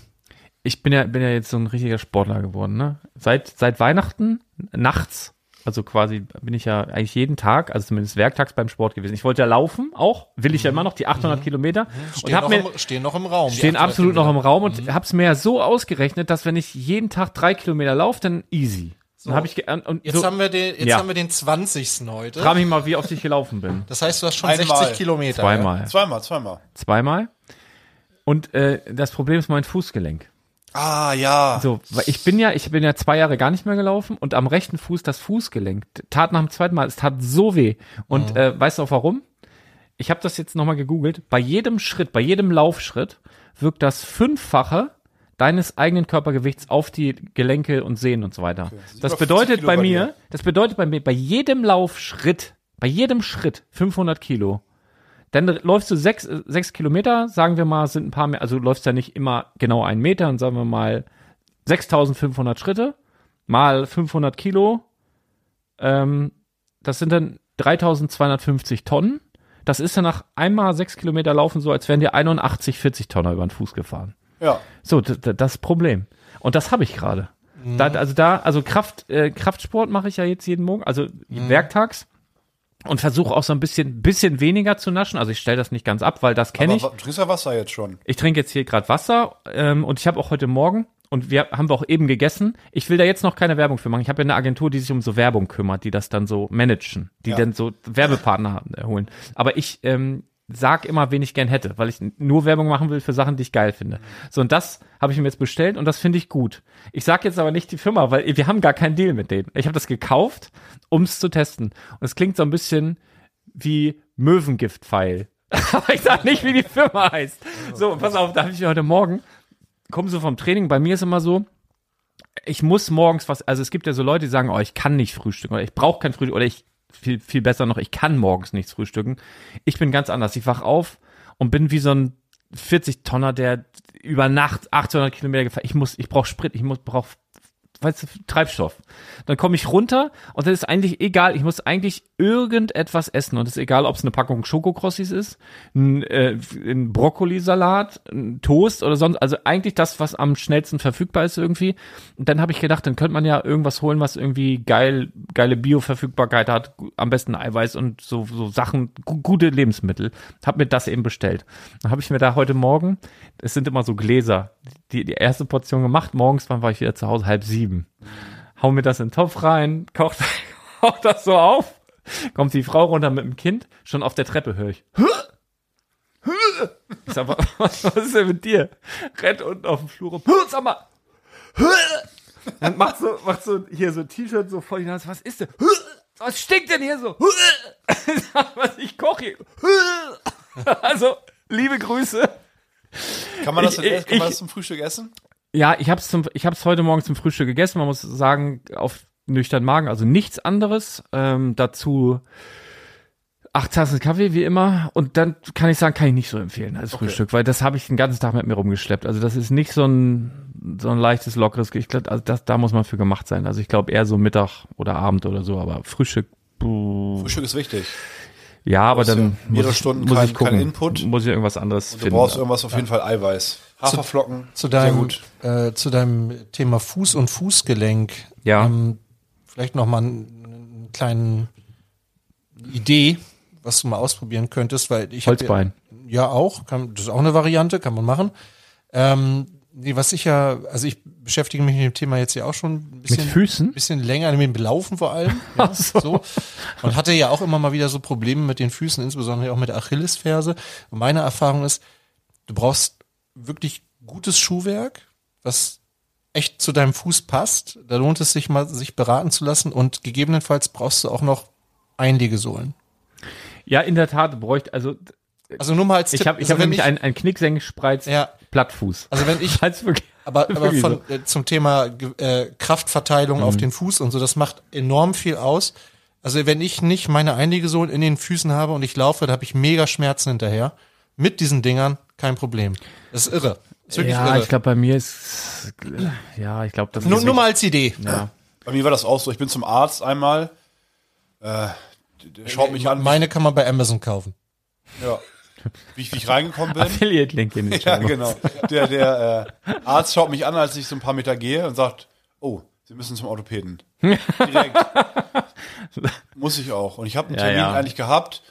Speaker 3: ich bin ja, bin ja jetzt so ein richtiger Sportler geworden, ne? Seit, seit Weihnachten, nachts, also quasi bin ich ja eigentlich jeden Tag, also zumindest werktags beim Sport gewesen. Ich wollte ja laufen, auch, will ich ja immer noch, die 800 Kilometer. Und
Speaker 4: Mhm. Stehen,
Speaker 3: hab
Speaker 4: noch,
Speaker 3: mir,
Speaker 4: im, stehen noch im Raum. die
Speaker 3: stehen
Speaker 4: Achter-
Speaker 3: absolut noch im Raum und
Speaker 4: Mhm.
Speaker 3: hab's mir ja so ausgerechnet, dass wenn ich jeden Tag drei Kilometer laufe, dann easy. Dann hab ich ge- und
Speaker 4: Jetzt,
Speaker 3: so,
Speaker 4: haben, wir den, jetzt
Speaker 3: Ja.
Speaker 4: haben wir den 20. heute.
Speaker 3: frag mich mal, wie oft ich gelaufen bin.
Speaker 4: Das heißt, du hast schon
Speaker 6: Einmal.
Speaker 4: 60 Kilometer.
Speaker 3: Zweimal,
Speaker 6: Zweimal, zweimal.
Speaker 3: zweimal. Und äh, das Problem ist mein Fußgelenk.
Speaker 6: Ah, ja.
Speaker 3: So, weil ich bin ja, ich bin ja zwei Jahre gar nicht mehr gelaufen und am rechten Fuß das Fußgelenk tat nach dem zweiten Mal, es tat so weh.
Speaker 4: Mhm.
Speaker 3: Und äh, weißt du auch warum? Ich habe das jetzt nochmal gegoogelt. Bei jedem Schritt, bei jedem Laufschritt wirkt das Fünffache deines eigenen Körpergewichts auf die Gelenke und Sehnen und so weiter. Das
Speaker 6: über 50
Speaker 3: bedeutet
Speaker 6: Kilo
Speaker 3: bei
Speaker 6: bei
Speaker 3: mir,
Speaker 6: dir.
Speaker 3: das bedeutet bei mir, bei jedem Laufschritt, bei jedem Schritt 500 Kilo. Dann läufst du sechs, äh, sechs Kilometer, sagen wir mal, sind ein paar mehr, also du läufst ja nicht immer genau einen Meter, und sagen wir mal 6500 Schritte mal 500 Kilo, ähm, das sind dann 3250 Tonnen. Das ist dann nach einmal sechs Kilometer Laufen so, als wären dir 81 40 Tonner über den Fuß gefahren.
Speaker 6: Ja.
Speaker 3: So, d- d- das Problem. Und das habe ich gerade.
Speaker 6: Mhm.
Speaker 3: Da, also da, also Kraft, äh, Kraftsport mache ich ja jetzt jeden Morgen, also
Speaker 6: Mhm.
Speaker 3: werktags. Und versuche auch so ein bisschen, bisschen weniger zu naschen. Also ich stelle das nicht ganz ab, weil das kenne
Speaker 6: Aber
Speaker 3: ich.
Speaker 6: wa- du trinkst ja Wasser jetzt schon.
Speaker 3: Ich trinke jetzt hier gerade Wasser ähm, und ich habe auch heute Morgen und wir haben wir auch eben gegessen. Ich will da jetzt noch keine Werbung für machen. Ich habe ja eine Agentur, die sich um so Werbung kümmert, die das dann so managen, die dann so Werbepartner äh, holen. Aber ich ähm, sag immer, wen ich gern hätte, weil ich n- nur Werbung machen will für Sachen, die ich geil finde. So und das habe ich mir jetzt bestellt und das finde ich gut. Ich sag jetzt aber nicht die Firma, weil wir haben gar keinen Deal mit denen. Ich habe das gekauft, um es zu testen. Und es klingt so ein bisschen wie Möwengiftpfeil. Aber ich sag nicht, wie die Firma heißt. So, pass auf, da habe ich mir heute Morgen, komm so vom Training, bei mir ist immer so, ich muss morgens was, also es gibt ja so Leute, die sagen, oh, ich kann nicht frühstücken oder ich brauche kein Frühstück oder ich, viel, viel besser noch, ich kann morgens nichts frühstücken. Ich bin ganz anders. Ich wach auf und bin wie so ein 40-Tonner, der über Nacht 800 Kilometer gefahren Ich muss, ich brauche Sprit, ich muss, brauche weißt du, Treibstoff. Dann komme ich runter und dann ist eigentlich egal, ich muss eigentlich irgendetwas essen und es ist egal, ob es eine Packung Schokokrossis ist, ein, äh, ein Brokkolisalat, ein Toast oder sonst, also eigentlich das, was am schnellsten verfügbar ist irgendwie. Und dann habe ich gedacht, dann könnte man ja irgendwas holen, was irgendwie geil, geile Bioverfügbarkeit hat, gu- am besten Eiweiß und so, so Sachen, gu gute Lebensmittel. Hab mir das eben bestellt. Dann habe ich mir da heute Morgen, es sind immer so Gläser, die, die erste Portion gemacht. Morgens, wann war ich wieder zu Hause? Halb sieben. Hau mir das in den Topf rein, koch, koch das so auf. Kommt die Frau runter mit dem Kind, schon auf der Treppe höre ich. Ich sag, was, was ist denn mit dir? Rennt unten auf dem Flur rum. Sag mal. Und macht so, macht so hier so ein T-Shirt so voll die Nase. Was ist denn? Was stinkt denn hier so? Ich sag, Was ich koche hier. Also, liebe Grüße.
Speaker 6: Kann man das,
Speaker 3: Ich-
Speaker 6: denn,
Speaker 3: ich-
Speaker 6: kann man
Speaker 3: ich-
Speaker 6: das zum Frühstück essen?
Speaker 3: Ja, ich hab's zum, ich hab's heute Morgen zum Frühstück gegessen. Man muss sagen, auf nüchtern Magen, also nichts anderes. Ähm, dazu acht Tassen Kaffee, wie immer. Und dann kann ich sagen, kann ich nicht so empfehlen als Frühstück, weil das habe ich den ganzen Tag mit mir rumgeschleppt. Also das ist nicht so ein, so ein leichtes, lockeres, ich glaub, also das, da muss man für gemacht sein. Also ich glaube eher so Mittag oder Abend oder so, aber Frühstück, buh.
Speaker 6: Frühstück ist wichtig.
Speaker 3: ja, aber
Speaker 6: ja
Speaker 3: dann
Speaker 6: mehrere
Speaker 3: muss ich,
Speaker 6: Stunden
Speaker 3: muss
Speaker 6: kein-
Speaker 3: ich gucken,
Speaker 6: kein Input.
Speaker 3: muss ich irgendwas anderes
Speaker 6: Und du
Speaker 3: finden.
Speaker 6: brauchst irgendwas auf jeden Fall Eiweiß. Haferflocken.
Speaker 4: Zu deinem, äh, zu deinem Thema Fuß und Fußgelenk.
Speaker 3: Ja.
Speaker 4: Ähm, vielleicht nochmal einen kleinen Idee, was du mal ausprobieren könntest, weil ich hab
Speaker 3: Holzbein.
Speaker 4: Ja, ja auch. Kann, das ist auch eine Variante, kann man machen. Ähm, nee, was ich ja, also ich beschäftige mich mit dem Thema jetzt ja auch schon ein bisschen.
Speaker 3: Füßen?
Speaker 4: bisschen länger, mit dem Laufen vor allem. Ja, so. Und hatte ja auch immer mal wieder so Probleme mit den Füßen, insbesondere auch mit der Achillesferse. Und meine Erfahrung ist, du brauchst wirklich gutes Schuhwerk, was echt zu deinem Fuß passt. Da lohnt es sich mal, sich beraten zu lassen. Und gegebenenfalls brauchst du auch noch Einlegesohlen.
Speaker 3: Ja, in der Tat bräuchte, also
Speaker 4: Also nur mal als
Speaker 3: Ich habe ich
Speaker 4: also
Speaker 3: hab
Speaker 4: wenn
Speaker 3: nämlich Halt einen, einen Knicksenkspreiz
Speaker 4: Ja.
Speaker 3: Plattfuß.
Speaker 4: Also wenn ich
Speaker 3: Falls wirklich-
Speaker 4: Aber, aber
Speaker 3: wirklich
Speaker 4: von,
Speaker 3: so. Mhm.
Speaker 4: äh, zum Thema ge- äh, Kraftverteilung auf den Fuß und so, das macht enorm viel aus. Also wenn ich nicht meine Einlegesohlen in den Füßen habe und ich laufe, da habe ich mega Schmerzen hinterher. Mit diesen Dingern kein Problem. Das ist irre. Das ist wirklich
Speaker 3: ja,
Speaker 4: irre.
Speaker 3: ich glaube, bei mir ist. Ja, ich glaube, das
Speaker 4: nur,
Speaker 3: ist.
Speaker 4: nur mal als Idee.
Speaker 6: Bei mir war das auch so. Ich bin zum Arzt einmal. Äh, der schaut mich an,
Speaker 4: Meine kann man bei Amazon kaufen.
Speaker 6: ja, wie, ich, wie ich reingekommen bin.
Speaker 3: Affiliate-Link in den
Speaker 6: Ja,
Speaker 3: Show Notes.
Speaker 6: genau. Der, der äh, Arzt schaut mich an, als ich so ein paar Meter gehe und sagt, oh, Sie müssen zum Orthopäden. Direkt. Muss ich auch. Und ich habe einen
Speaker 3: Ja,
Speaker 6: Termin
Speaker 3: ja.
Speaker 6: eigentlich gehabt.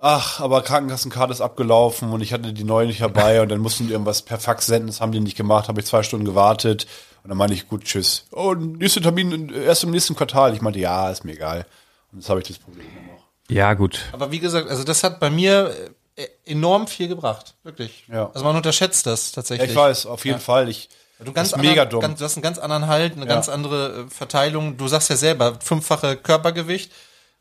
Speaker 6: Ach, aber Krankenkassenkarte ist abgelaufen und ich hatte die neue nicht dabei und dann mussten die irgendwas per Fax senden. Das haben die nicht gemacht. Habe ich zwei Stunden gewartet und dann meinte ich, gut, tschüss. Oh, nächster Termin äh, erst im nächsten Quartal. Ich meinte, ja, ist mir egal. Und jetzt habe ich das Problem immer noch.
Speaker 3: Ja, gut.
Speaker 4: Aber wie gesagt, also das hat bei mir äh, enorm viel gebracht. Wirklich.
Speaker 6: Ja.
Speaker 4: Also man unterschätzt das
Speaker 6: Ja,
Speaker 4: tatsächlich.
Speaker 6: ich weiß, auf jeden Fall. Ich
Speaker 4: Du, ganz
Speaker 6: ist mega
Speaker 4: anderen-
Speaker 6: dumm.
Speaker 4: Ganz, du hast einen ganz anderen Halt, eine ganz andere äh, Verteilung. Du sagst ja selber, fünffache Körpergewicht.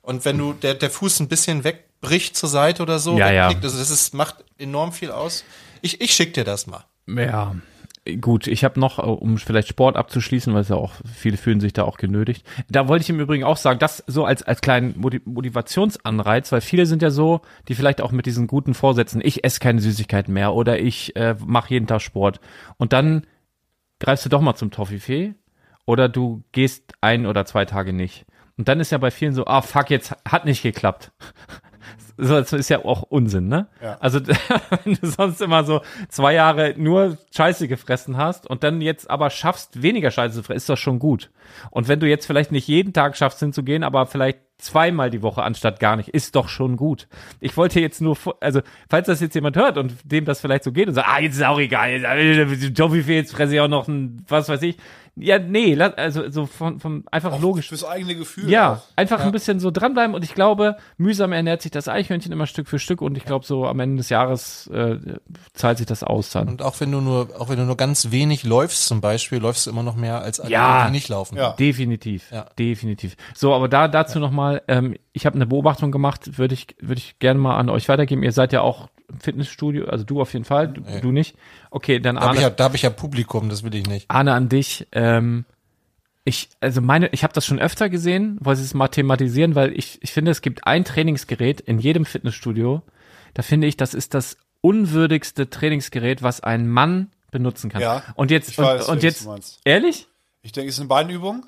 Speaker 4: Und wenn du der, der Fuß ein bisschen wegbricht zur Seite oder so,
Speaker 3: Ja, ja.
Speaker 4: wegknickt, also das ist, macht enorm viel aus. Ich, ich schick dir das mal.
Speaker 3: Ja, gut, ich habe noch, äh, um vielleicht Sport abzuschließen, weil es ja auch, viele fühlen sich da auch genötigt. Da wollte ich im Übrigen auch sagen, das so als, als kleinen Moti- Motivationsanreiz, weil viele sind ja so, die vielleicht auch mit diesen guten Vorsätzen, ich esse keine Süßigkeit mehr oder ich äh, mache jeden Tag Sport. Und dann greifst du doch mal zum Toffifee oder du gehst ein oder zwei Tage nicht. Und dann ist ja bei vielen so, ah fuck, jetzt hat nicht geklappt. So, das ist ja auch Unsinn, ne? Also, wenn du sonst immer so zwei Jahre nur Scheiße gefressen hast und dann jetzt aber schaffst, weniger Scheiße zu fressen, ist das schon gut. Und wenn du jetzt vielleicht nicht jeden Tag schaffst, hinzugehen, aber vielleicht zweimal die Woche anstatt gar nicht, ist doch schon gut. Ich wollte jetzt nur, vor- also, falls das jetzt jemand hört und dem das vielleicht so geht und sagt, ah, jetzt ist auch egal, jetzt, äh, Toffifee, jetzt fresse ich auch noch ein, was weiß ich. Ja, nee, la- also, so von, von einfach logisch.
Speaker 6: Fürs eigene Gefühl.
Speaker 3: Ja,
Speaker 6: auch.
Speaker 3: einfach ein bisschen so dranbleiben und ich glaube, mühsam ernährt sich das Eichhörnchen immer Stück für Stück und ich glaube, so am Ende des Jahres äh, zahlt sich das aus dann.
Speaker 4: Und auch wenn du nur, auch wenn du nur ganz wenig läufst zum Beispiel, läufst du immer noch mehr als alle,
Speaker 3: Ja.
Speaker 4: die nicht laufen.
Speaker 6: Ja.
Speaker 3: Definitiv,
Speaker 4: Ja.
Speaker 3: definitiv. So, aber da dazu nochmal, ähm, ich habe eine Beobachtung gemacht, würde ich, würde ich gerne mal an euch weitergeben. Ihr seid ja auch im Fitnessstudio, also du auf jeden Fall, du, du nicht. Okay, dann
Speaker 4: Da habe
Speaker 3: Arne,
Speaker 4: ich, ja, da hab ich ja Publikum, das will ich nicht.
Speaker 3: Arne an dich. Ähm, ich, also meine, ich habe das schon öfter gesehen, wollte es mal thematisieren, weil ich, ich finde, es gibt ein Trainingsgerät in jedem Fitnessstudio. Da finde ich, das ist das unwürdigste Trainingsgerät, was ein Mann benutzen kann.
Speaker 6: Ja,
Speaker 3: und jetzt,
Speaker 6: ich
Speaker 3: und,
Speaker 6: weiß,
Speaker 3: und
Speaker 6: welches
Speaker 3: jetzt,
Speaker 6: du meinst.
Speaker 3: ehrlich?
Speaker 6: Ich denke, es ist eine Beinübung.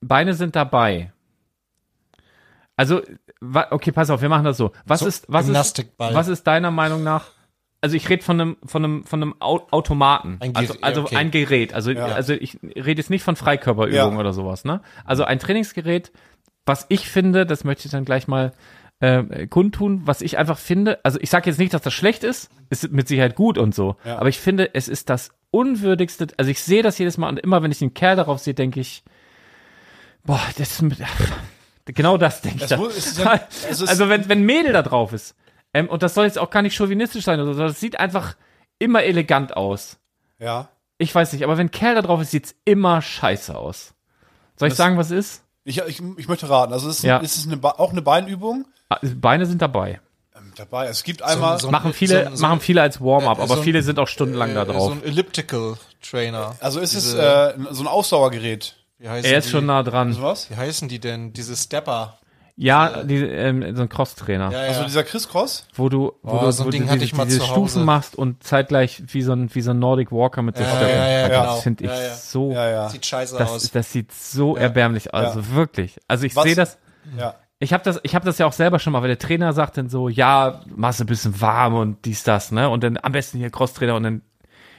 Speaker 3: Beine sind dabei. Also, wa- okay, pass auf, wir machen das so. Was
Speaker 4: So,
Speaker 3: ist, was ist,
Speaker 4: Gymnastikball.
Speaker 3: was ist deiner Meinung nach? Also ich rede von einem, von einem, von einem Au- Automaten.
Speaker 4: Ein Gerät,
Speaker 3: also also
Speaker 4: ja, okay.
Speaker 3: ein Gerät. Also, also ich rede jetzt nicht von Freikörperübungen
Speaker 6: Ja.
Speaker 3: oder sowas, ne? Also ein Trainingsgerät, was ich finde, das möchte ich dann gleich mal äh, kundtun, was ich einfach finde, also ich sage jetzt nicht, dass das schlecht ist, ist mit Sicherheit gut und so, aber ich finde, es ist das unwürdigste, also ich sehe das jedes Mal und immer, wenn ich einen Kerl darauf sehe, denke ich, boah, das ist, mit- genau das denke ich.
Speaker 6: Es
Speaker 3: da.
Speaker 6: muss- es ist ja- es ist-
Speaker 3: also wenn, wenn Mädel da drauf ist, ähm, und das soll jetzt auch gar nicht chauvinistisch sein, oder so, das sieht einfach immer elegant aus.
Speaker 6: Ja.
Speaker 3: Ich weiß nicht, aber wenn Kerl da drauf ist, sieht's immer scheiße aus. Soll ich sagen, was es ist?
Speaker 6: Ich, ich, ich möchte raten. Also es ist,
Speaker 3: Ja.
Speaker 6: es ist eine, Ba- auch eine Beinübung
Speaker 3: Ah, Beine sind dabei.
Speaker 6: ähm, dabei. Es gibt einmal.
Speaker 4: so-
Speaker 3: Machen viele,
Speaker 4: Äh, so- so-
Speaker 3: machen viele als Warm-up,
Speaker 4: äh,
Speaker 3: aber
Speaker 4: so ein-
Speaker 3: viele sind auch stundenlang da
Speaker 4: Äh,
Speaker 3: drauf.
Speaker 4: So ein Elliptical Trainer.
Speaker 6: also ist es
Speaker 4: Diese-
Speaker 6: äh, so ein Ausdauergerät.
Speaker 4: wie heißen
Speaker 3: er ist
Speaker 4: die?
Speaker 3: schon nah dran.
Speaker 6: Sowas?
Speaker 4: Wie heißen die denn? Diese Stepper.
Speaker 3: Ja, die, ähm, so ein Cross-Trainer,
Speaker 4: Ja, ja.
Speaker 6: Also dieser Chris Cross.
Speaker 3: wo du, wo
Speaker 4: Oh,
Speaker 3: du,
Speaker 4: so ein
Speaker 3: wo
Speaker 4: Ding
Speaker 3: du
Speaker 4: hatte
Speaker 3: diese,
Speaker 4: ich mal
Speaker 3: diese
Speaker 4: zu
Speaker 3: Stufen
Speaker 4: Hause.
Speaker 3: machst und zeitgleich wie so ein, wie so ein Nordic Walker mit so Stöcken.
Speaker 4: ja, ja,
Speaker 3: das
Speaker 4: genau.
Speaker 3: finde ich
Speaker 4: Ja, ja.
Speaker 3: so
Speaker 6: Ja, ja.
Speaker 4: sieht scheiße
Speaker 3: Das,
Speaker 4: aus.
Speaker 3: das sieht so erbärmlich aus, also wirklich. Also ich
Speaker 6: Was-
Speaker 3: sehe das,
Speaker 6: Ja.
Speaker 3: ich habe das, ich habe das ja auch selber schon mal, weil der Trainer sagt dann so, ja, machst ein bisschen warm und dies, das, ne? Und dann am besten hier Crosstrainer und dann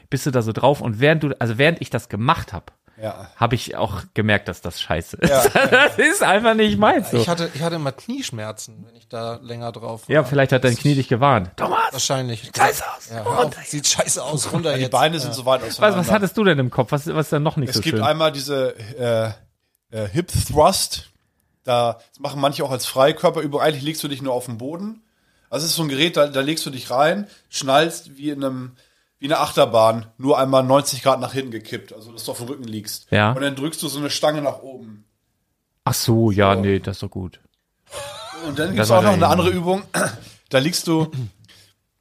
Speaker 3: bist du da so drauf. Und während du, also während ich das gemacht habe,
Speaker 6: Ja.
Speaker 3: habe ich auch gemerkt, dass das scheiße ist. das ist einfach nicht meins. So.
Speaker 4: Ich hatte, ich hatte immer Knieschmerzen, wenn ich da länger drauf war.
Speaker 3: Ja, vielleicht hat dein Knie dich gewarnt.
Speaker 4: Wahrscheinlich. Sieht scheiße aus. Ja, hör auf, sieht scheiße
Speaker 3: Also
Speaker 4: aus. Runter
Speaker 6: Die
Speaker 4: jetzt.
Speaker 6: Beine sind so weit
Speaker 3: Was,
Speaker 6: auseinander.
Speaker 3: was hattest du denn im Kopf? Was, was ist denn noch nicht
Speaker 6: es
Speaker 3: so
Speaker 6: gibt
Speaker 3: schön?
Speaker 6: einmal diese äh, äh, Hip Thrust. Da das machen manche auch als Freikörperübung. Eigentlich legst du dich nur auf den Boden. Also es ist so ein Gerät, da, da legst du dich rein, schnallst wie in einem wie eine Achterbahn, nur einmal 90 Grad nach hinten gekippt, also dass du auf dem Rücken liegst.
Speaker 3: Ja.
Speaker 6: Und dann drückst du so eine Stange nach oben.
Speaker 3: Ach so, ja, nee, das ist doch gut.
Speaker 6: Und dann gibt es
Speaker 3: war
Speaker 6: auch noch
Speaker 3: der
Speaker 6: eine andere Übung. Da liegst du,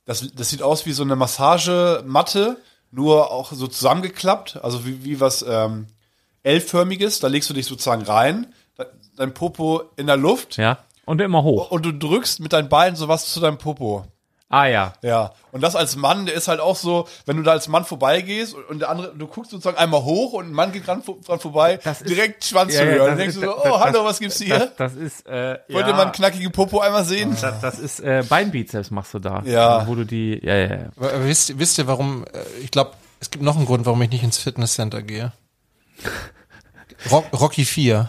Speaker 6: das, das sieht aus wie so eine Massagematte, nur auch so zusammengeklappt, also wie, wie was ähm, L-förmiges. Da legst du dich sozusagen rein, de- dein Popo in der Luft
Speaker 3: Ja. Und immer hoch.
Speaker 6: und du drückst mit deinen Beinen sowas zu deinem Popo.
Speaker 3: Ah ja.
Speaker 6: Ja, und das als Mann, der ist halt auch so, wenn du da als Mann vorbeigehst und, und der andere, du guckst sozusagen einmal hoch und ein Mann geht ran, vor- dran vorbei, direkt Schwanz zu hören.
Speaker 3: das
Speaker 6: Dann denkst
Speaker 3: ist-
Speaker 6: du so,
Speaker 3: das-
Speaker 6: oh,
Speaker 3: das-
Speaker 6: hallo, was gibt's hier?
Speaker 3: Das, das ist, äh,
Speaker 6: Wollte
Speaker 3: ja.
Speaker 6: man knackige Popo einmal sehen?
Speaker 3: Das, das ist äh, Beinbizeps machst du da. Also,
Speaker 6: Ja.
Speaker 3: Wo du die. Ja, ja, ja.
Speaker 4: Aber, aber wisst, wisst ihr, warum? äh, Ich glaube, es gibt noch einen Grund, warum ich nicht ins Fitnesscenter gehe. Rock, Rocky 4.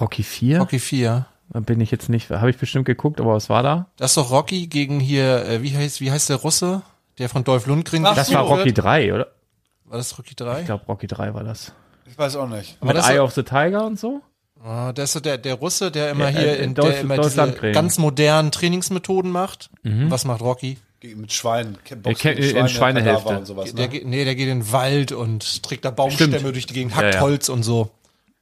Speaker 3: Rocky 4?
Speaker 4: Rocky 4.
Speaker 3: Bin ich jetzt nicht. Habe ich bestimmt geguckt, aber was war da?
Speaker 4: Das ist doch Rocky gegen hier, äh, wie heißt, wie heißt der Russe? Der von Dolph Lundgren
Speaker 6: Ach
Speaker 3: Das
Speaker 6: so.
Speaker 3: war Rocky 3, oder?
Speaker 4: War das Rocky
Speaker 3: Ich
Speaker 4: 3?
Speaker 3: glaube, Rocky 3 war das.
Speaker 6: Ich weiß auch nicht.
Speaker 4: Aber
Speaker 3: Mit
Speaker 4: das-
Speaker 3: Eye of the Tiger und so?
Speaker 4: Ah, das ist so der, der Russe, der immer
Speaker 3: Ja,
Speaker 4: hier
Speaker 3: äh,
Speaker 4: in,
Speaker 3: Dolph-
Speaker 4: der immer
Speaker 3: Dolph
Speaker 4: diese
Speaker 3: Lundgren. Mhm.
Speaker 4: ganz modernen Trainingsmethoden macht. Was macht Rocky?
Speaker 6: Ge- Mit Schweinen. Ke- Boxen
Speaker 3: Ke-
Speaker 6: mit
Speaker 3: in
Speaker 6: Schweinen-
Speaker 3: Schweinehälfte.
Speaker 6: Kadaver Und sowas,
Speaker 4: Der
Speaker 6: ne?
Speaker 4: geht, nee, der geht in den Wald und trägt da Baumstämme
Speaker 3: Stimmt.
Speaker 4: durch die Gegend,
Speaker 3: Ja,
Speaker 4: hackt
Speaker 3: ja.
Speaker 4: Holz und so.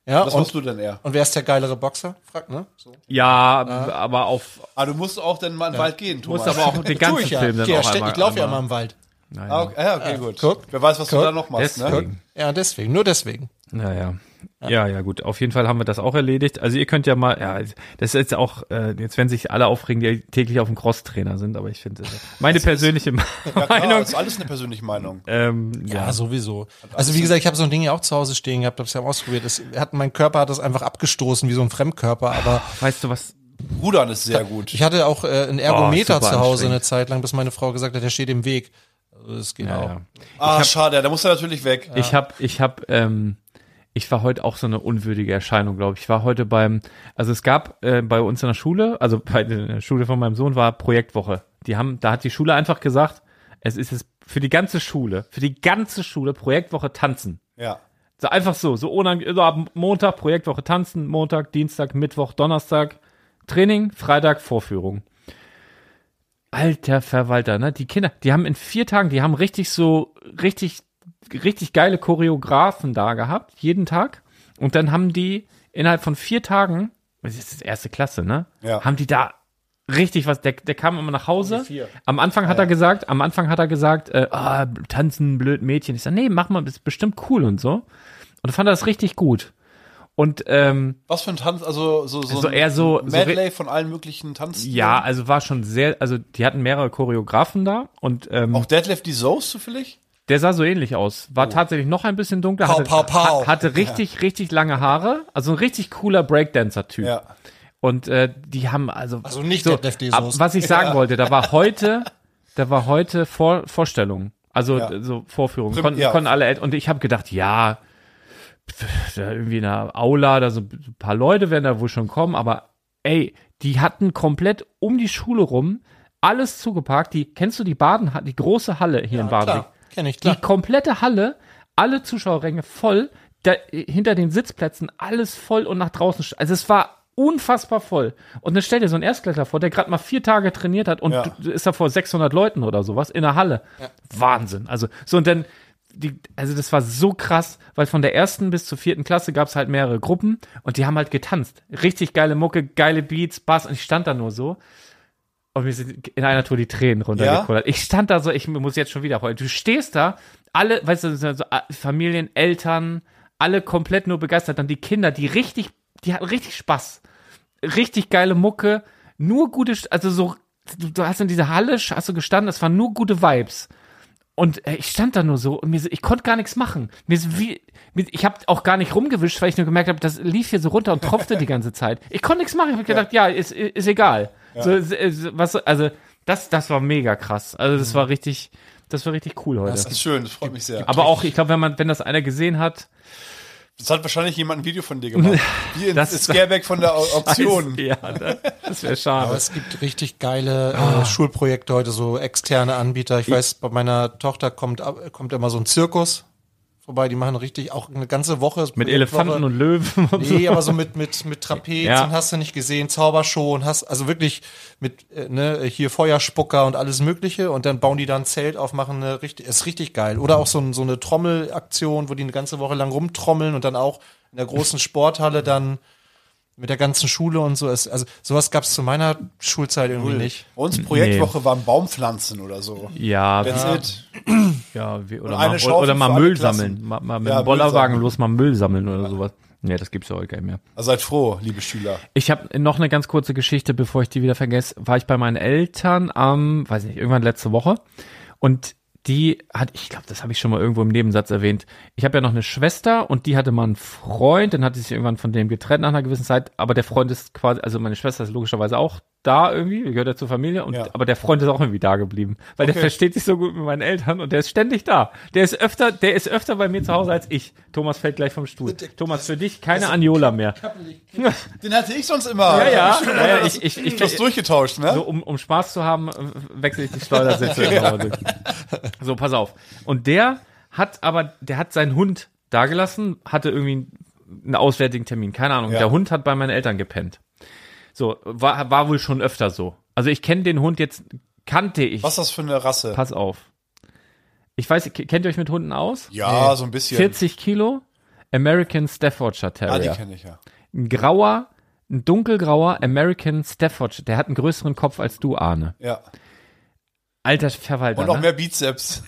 Speaker 4: Ja,
Speaker 6: Was
Speaker 4: und,
Speaker 6: machst du denn eher?
Speaker 4: und wer ist der geilere Boxer? Frag, ne? So.
Speaker 3: Ja, b- aber auf.
Speaker 6: Ah, du musst auch dann mal in den Wald gehen, Thomas.
Speaker 3: Musst aber auch den ganzen
Speaker 4: Tu ich ja.
Speaker 3: Film dann
Speaker 4: Geh ja
Speaker 3: auch
Speaker 4: ständig-
Speaker 3: einmal.
Speaker 4: ich laufe ja
Speaker 3: einmal-
Speaker 4: mal im Wald.
Speaker 3: Nein,
Speaker 6: Ah, okay, ah, okay gut.
Speaker 4: guck.
Speaker 6: Wer weiß, was du
Speaker 4: Guck.
Speaker 6: da noch machst, ne?
Speaker 3: Deswegen.
Speaker 4: Ja, deswegen, nur deswegen.
Speaker 3: Naja. Ja, ja, gut. Auf jeden Fall haben wir das auch erledigt. Also ihr könnt ja mal, ja, das ist jetzt auch, äh, jetzt werden sich alle aufregen, die täglich auf dem Crosstrainer sind, aber ich finde, äh, meine persönliche
Speaker 6: Ja, klar,
Speaker 3: Meinung,
Speaker 6: das ist alles eine persönliche Meinung.
Speaker 3: ähm,
Speaker 4: Ja,
Speaker 3: ja,
Speaker 4: sowieso. Also wie gesagt, ich habe so ein Ding ja auch zu Hause stehen gehabt, hab's ja ausprobiert. Es hat, mein Körper hat das einfach abgestoßen wie so ein Fremdkörper, aber
Speaker 3: weißt du was?
Speaker 6: Rudern ist sehr gut.
Speaker 4: ich hatte auch äh, einen Ergometer
Speaker 3: Oh, super
Speaker 4: zu Hause
Speaker 3: anstrengend.
Speaker 4: eine Zeit lang, bis meine Frau gesagt hat, der steht im Weg. Also, Das geht auch.
Speaker 3: Ja, ja.
Speaker 6: Ah, schade, da muss er natürlich weg.
Speaker 3: Ich hab, ich hab, ähm, ich war heute auch so eine unwürdige Erscheinung, glaube ich. Ich war heute beim, also es gab äh, bei uns in der Schule, also bei der Schule von meinem Sohn war Projektwoche. Die haben, da hat die Schule einfach gesagt, es ist es für die ganze Schule, für die ganze Schule Projektwoche tanzen.
Speaker 6: Ja.
Speaker 3: So einfach so, so unangenehm. So ab Montag, Projektwoche tanzen, Montag, Dienstag, Mittwoch, Donnerstag, Training, Freitag, Vorführung. Alter Verwalter, ne? Die Kinder, die haben in vier Tagen, die haben richtig so, richtig, richtig geile Choreografen da gehabt, jeden Tag. Und dann haben die innerhalb von vier Tagen, das ist erste Klasse, ne?
Speaker 6: Ja.
Speaker 3: Haben die da richtig was, der, der kam immer nach Hause. Am Anfang hat er gesagt, am Anfang hat er gesagt, äh, ah, tanzen, blöd Mädchen. Ich sage, nee, mach mal, ist bestimmt cool und so. Und fand das richtig gut. Und ähm,
Speaker 6: Was für ein Tanz, also so, so,
Speaker 3: So
Speaker 6: ein
Speaker 3: eher so- so
Speaker 6: Medley von allen möglichen Tanzen.
Speaker 3: ja, also war schon sehr, also die hatten mehrere Choreografen da und ähm,
Speaker 6: Auch Deadlift die Soos zufällig?
Speaker 3: der sah so ähnlich aus. War tatsächlich noch ein bisschen dunkler,
Speaker 4: Pow,
Speaker 3: hatte,
Speaker 4: pow, pow.
Speaker 3: ha- hatte richtig, richtig lange Haare. Also ein richtig cooler Breakdancer-Typ.
Speaker 6: Ja.
Speaker 3: Und äh, die haben also.
Speaker 4: Also nicht
Speaker 3: so,
Speaker 4: der Def D.
Speaker 3: ab,
Speaker 4: Soest.
Speaker 3: Was ich sagen wollte, da war heute, da war heute Vor Vorstellung. Also
Speaker 6: Ja.
Speaker 3: d- so Vorführung.
Speaker 6: Prim-
Speaker 3: Kon
Speaker 6: ja.
Speaker 3: Konnten alle El- und ich habe gedacht, ja, pf, da irgendwie in einer Aula, da so ein paar Leute werden da wohl schon kommen, aber ey, die hatten komplett um die Schule rum alles zugeparkt. Die, kennst du die Baden, die große Halle hier in Baden?
Speaker 4: Klar, kenne ich,
Speaker 3: Die
Speaker 4: klar.
Speaker 3: komplette Halle, alle Zuschauerränge voll, da, hinter den Sitzplätzen alles voll und nach draußen. sch- Also es war unfassbar voll. Und dann stell dir so einen Erstklässler vor, der gerade mal vier Tage trainiert hat und
Speaker 6: Ja.
Speaker 3: du- ist da vor 600 Leuten oder sowas in der Halle. Wahnsinn. Also so und dann die, also das war so krass, weil von der ersten bis zur vierten Klasse gab es halt mehrere Gruppen und die haben halt getanzt. Richtig geile Mucke, geile Beats, Bass und ich stand da nur so und mir sind in einer Tour die Tränen runtergekullert. Ich stand da so, ich muss jetzt schon wieder heulen. Du stehst da, alle, weißt du, so ah, Familien, Eltern, alle komplett nur begeistert. Dann die Kinder, die richtig, die hatten richtig Spaß. Richtig geile Mucke, nur gute, St- also so, du, du hast in dieser Halle, sch- hast du gestanden, es waren nur gute Vibes. Und äh, ich stand da nur so und mir, so- ich konnte gar nichts machen. Mir ist wie, mir, ich habe auch gar nicht rumgewischt, weil ich nur gemerkt habe, das lief hier so runter und tropfte die ganze Zeit. Ich konnte nichts machen. Ich habe gedacht, ja, ist, ist egal. So, ist, ist, was, also das, das war mega krass. Also das war richtig, das war richtig cool heute.
Speaker 6: Mhm. Das ist schön, das freut mich sehr.
Speaker 3: Aber auch, ich glaube, wenn man, wenn das einer gesehen hat,
Speaker 6: Das hat wahrscheinlich jemand ein Video von dir gemacht. Wie in
Speaker 3: Das-
Speaker 6: das Scareback von der Au- Auktion.
Speaker 3: ja, das, das wäre
Speaker 4: Aber
Speaker 3: schade.
Speaker 4: es gibt richtig geile äh, Schulprojekte heute, so externe Anbieter. Ich weiß, bei meiner Tochter kommt, ab- kommt immer so ein Zirkus vorbei, die machen richtig auch eine ganze Woche.
Speaker 3: Mit Elefanten und Löwen und so.
Speaker 4: Nee, aber so mit, mit, mit Trapez
Speaker 3: Ja.
Speaker 4: und hast du nicht gesehen, Zaubershow und hast, also wirklich mit, äh, ne, hier Feuerspucker und alles Mögliche und dann bauen die da ein Zelt auf, machen eine richtig, ist richtig geil. Oder auch so, ein, so eine Trommelaktion, wo die eine ganze Woche lang rumtrommeln und dann auch in der großen Sporthalle dann mit der ganzen Schule und so. Es- Also sowas gab's zu meiner Schulzeit irgendwie nicht.
Speaker 6: Bei uns Projektwoche waren Baumpflanzen oder so.
Speaker 3: Ja,
Speaker 6: That's
Speaker 3: ja,
Speaker 6: it.
Speaker 3: ja wir- oder,
Speaker 6: Und eine
Speaker 3: mal,
Speaker 6: Schaufel
Speaker 3: oder mal
Speaker 6: für alle
Speaker 3: Müll
Speaker 6: Klassen.
Speaker 3: sammeln. Mal, mal mit dem
Speaker 6: Ja, Müll
Speaker 3: Bollerwagen
Speaker 6: sammeln.
Speaker 3: los, mal Müll sammeln oder sowas. Nee, das gibt's ja heute gar nicht mehr.
Speaker 6: Also seid froh, liebe Schüler.
Speaker 3: Ich habe noch eine ganz kurze Geschichte, bevor ich die wieder vergesse. War ich bei meinen Eltern am, weiß nicht, irgendwann letzte Woche. Und die hat, ich glaube, das habe ich schon mal irgendwo im Nebensatz erwähnt. Ich habe ja noch eine Schwester und die hatte mal einen Freund, dann hat sie sich irgendwann von dem getrennt nach einer gewissen Zeit. Aber der Freund ist quasi, also meine Schwester ist logischerweise auch da irgendwie, gehört ja zur Familie. Und,
Speaker 6: Ja.
Speaker 3: Aber der Freund ist auch irgendwie da geblieben, weil der
Speaker 6: Okay.
Speaker 3: versteht sich so gut mit meinen Eltern und der ist ständig da. Der ist öfter, der ist öfter bei mir zu Hause als ich. Thomas fällt gleich vom Stuhl. Thomas, für dich keine Aniola mehr.
Speaker 6: Den hatte ich sonst immer.
Speaker 3: Ja, ja.
Speaker 6: Ich
Speaker 3: ja, ja
Speaker 6: das-
Speaker 3: ich, ich, ich,
Speaker 6: das durchgetauscht, ne?
Speaker 3: so, um, um Spaß zu haben, äh, wechsle ich die Schleudersitze. immer mal durch. So, pass auf. Und der hat aber, der hat seinen Hund dagelassen, hatte irgendwie einen auswärtigen Termin, keine Ahnung.
Speaker 6: Ja.
Speaker 3: Der Hund hat bei meinen Eltern gepennt. So, war, war wohl schon öfter so. Also ich kenne den Hund jetzt kannte ich.
Speaker 6: Was ist das für eine Rasse?
Speaker 3: Pass auf. Ich weiß, k- kennt ihr euch mit Hunden aus?
Speaker 6: Ja, so ein bisschen.
Speaker 3: 40 Kilo, American Staffordshire
Speaker 6: Ah, die
Speaker 3: Terrier.
Speaker 6: kenne ich ja.
Speaker 3: ein grauer, ein dunkelgrauer American Staffordshire. Der hat einen größeren Kopf als du, Arne.
Speaker 6: Ja.
Speaker 3: Alter Verwalter.
Speaker 6: Und auch
Speaker 3: ne?
Speaker 6: mehr Bizeps.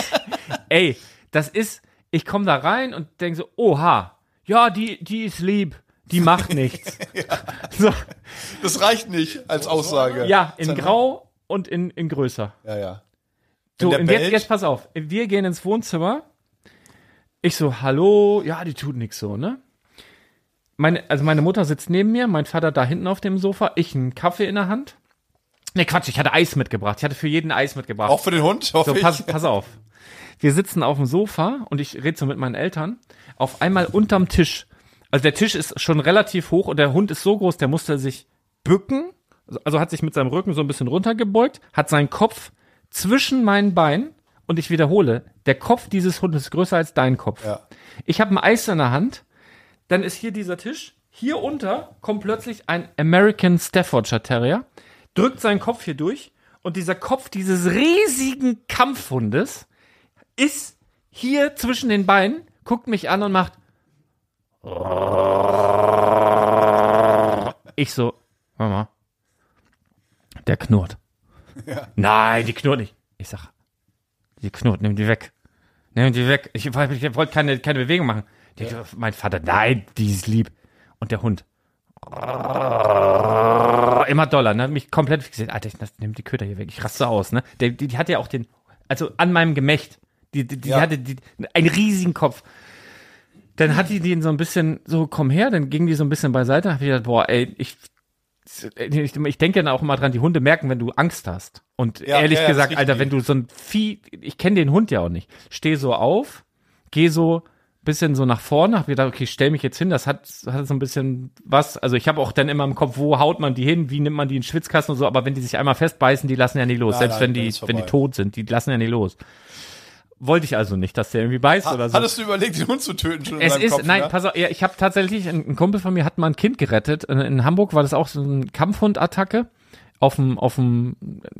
Speaker 3: Ey, das ist, ich komme da rein und denke so, oha, ja, die, die ist lieb, die macht nichts. so,
Speaker 6: Das reicht nicht als Aussage.
Speaker 3: ja, in
Speaker 6: Sein-
Speaker 3: grau und in, in größer.
Speaker 6: Ja, ja.
Speaker 3: So,
Speaker 6: der
Speaker 3: und jetzt,
Speaker 6: bellt?
Speaker 3: jetzt pass auf. Wir gehen ins Wohnzimmer. Ich so, hallo, ja, die tut nix so, ne? Meine, also meine Mutter sitzt neben mir, mein Vater da hinten auf dem Sofa, ich einen Kaffee in der Hand. Ne, Quatsch, ich hatte Eis mitgebracht. Ich hatte für jeden Eis mitgebracht.
Speaker 6: Auch für den Hund, hoffe
Speaker 3: So, pass,
Speaker 6: ich.
Speaker 3: pass auf. Wir sitzen auf dem Sofa und ich rede so mit meinen Eltern. Auf einmal unterm Tisch. Also der Tisch ist schon relativ hoch und der Hund ist so groß, der musste sich bücken. Also- Also hat sich mit seinem Rücken so ein bisschen runtergebeugt, hat seinen Kopf zwischen meinen Beinen und ich wiederhole, der Kopf dieses Hundes ist größer als dein Kopf.
Speaker 6: Ja.
Speaker 3: Ich habe ein Eis in der Hand, dann ist hier dieser Tisch, hier unter kommt plötzlich ein American Staffordshire Terrier, drückt seinen Kopf hier durch und dieser Kopf dieses riesigen Kampfhundes ist hier zwischen den Beinen, guckt mich an und macht Ich so, Mama, der knurrt. Nein, die knurrt nicht. Ich sag, die knurrt, nimm die weg. Nimm die weg. Ich, woll- ich wollte keine, keine Bewegung machen. Der, Mein Vater, nein, die ist lieb. Und der Hund. Immer doller, ne? Mich komplett fixiert. Alter, ich das- nimm die Köter hier weg. Ich raste aus, ne? Der, die, die hatte ja auch den, also an meinem Gemächt. Die, die, die
Speaker 6: Ja.
Speaker 3: hatte die, einen riesigen Kopf. Dann hat die den so ein bisschen so, komm her, dann ging die so ein bisschen beiseite. Hab ich gedacht, boah, ey, ich, ich, ich denke dann auch immer dran, die Hunde merken, wenn du Angst hast. Und
Speaker 6: Ja,
Speaker 3: ehrlich
Speaker 6: ja, ja,
Speaker 3: gesagt,
Speaker 6: das
Speaker 3: Alter,
Speaker 6: riechen
Speaker 3: wenn du so ein Vieh, ich kenne den Hund ja auch nicht, steh so auf, geh so bisschen so nach vorne, hab gedacht, okay, ich stell mich jetzt hin, das hat, hat so ein bisschen was, also ich habe auch dann immer im Kopf, wo haut man die hin, wie nimmt man die in den Schwitzkasten und so, aber wenn die sich einmal festbeißen, die lassen ja nicht los,
Speaker 6: Nein,
Speaker 3: selbst
Speaker 6: nein,
Speaker 3: wenn
Speaker 6: dann
Speaker 3: die,
Speaker 6: ist
Speaker 3: wenn die
Speaker 6: vorbei.
Speaker 3: tot sind, die lassen ja nicht los. Wollte ich also nicht, dass der irgendwie beißt
Speaker 6: Ha-
Speaker 3: oder so.
Speaker 6: Hattest du überlegt, den Hund zu töten schon in
Speaker 3: Es
Speaker 6: deinem
Speaker 3: ist,
Speaker 6: Kopf?
Speaker 3: nein,
Speaker 6: ne?
Speaker 3: pass auf, ja, ich habe tatsächlich, ein, ein Kumpel von mir hat mal ein Kind gerettet. In, in Hamburg war das auch so eine Kampfhund-Attacke. Auf dem, auf dem,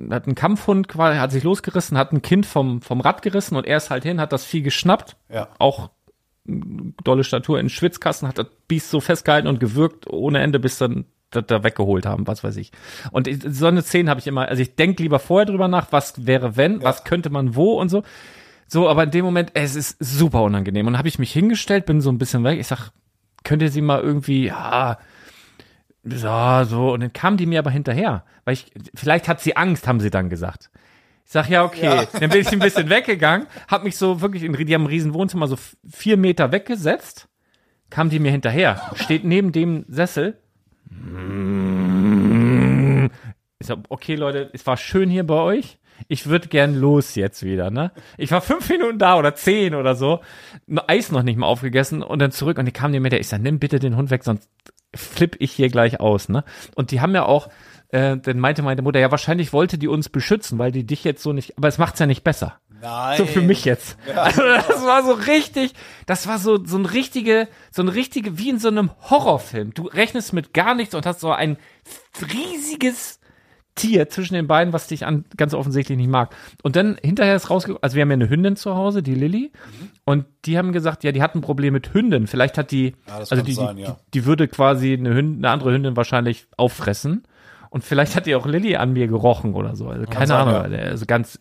Speaker 3: hat ein Kampfhund quasi, hat sich losgerissen, hat ein Kind vom, vom Rad gerissen und er ist halt hin, hat das Vieh geschnappt.
Speaker 6: Ja.
Speaker 3: Auch m, dolle Statur in den Schwitzkasten, hat das Biest so festgehalten und gewürgt ohne Ende, bis dann das da weggeholt haben, was weiß ich. Und ich- so eine Szene habe ich immer, also ich denke lieber vorher drüber nach, was wäre wenn, was könnte man wo und so. So, aber in dem Moment, es ist super unangenehm. Und habe ich mich hingestellt, bin so ein bisschen weg. Ich sag, könnt ihr sie mal irgendwie, ja, so, so. Und dann kam die mir aber hinterher. Weil ich, vielleicht hat sie Angst, haben sie dann gesagt. Ich sag, ja, okay. Dann bin ich ein bisschen weggegangen, hab mich so wirklich in, die haben ein riesen Wohnzimmer so f- vier Meter weggesetzt, kam die mir hinterher, steht neben dem Sessel. Ich sag, okay, Leute, es war schön hier bei euch. Ich würde gern los jetzt wieder, ne? Ich war fünf Minuten da oder zehn oder so, N- Eis noch nicht mal aufgegessen und dann zurück und die kamen mir mit der, ich sag, nimm bitte den Hund weg, sonst flipp ich hier gleich aus, ne? Und die haben ja auch, äh, dann meinte meine Mutter, ja, wahrscheinlich wollte die uns beschützen, weil die dich jetzt so nicht, aber es macht's ja nicht besser.
Speaker 6: Nein.
Speaker 3: So
Speaker 6: genau.
Speaker 3: für mich jetzt. Also das war so richtig, das war so, so ein richtige, so ein richtige, wie in so einem Horrorfilm. Du rechnest mit gar nichts und hast so ein riesiges Tier zwischen den beiden, was dich an, ganz offensichtlich nicht mag. Und dann hinterher ist rausgekommen, also wir haben ja eine Hündin zu Hause, die Lilly,
Speaker 6: Mhm.
Speaker 3: und die haben gesagt, ja, die hat ein Problem mit Hünden. Vielleicht hat die,
Speaker 6: das
Speaker 3: also
Speaker 6: kann
Speaker 3: die,
Speaker 6: sein,
Speaker 3: die,
Speaker 6: ja.
Speaker 3: die würde quasi eine, Hündin, eine andere Hündin wahrscheinlich auffressen. Und vielleicht hat die auch Lilly an mir gerochen oder so. Also keine
Speaker 6: sein,
Speaker 3: Ahnung.
Speaker 6: ja.
Speaker 3: Also ganz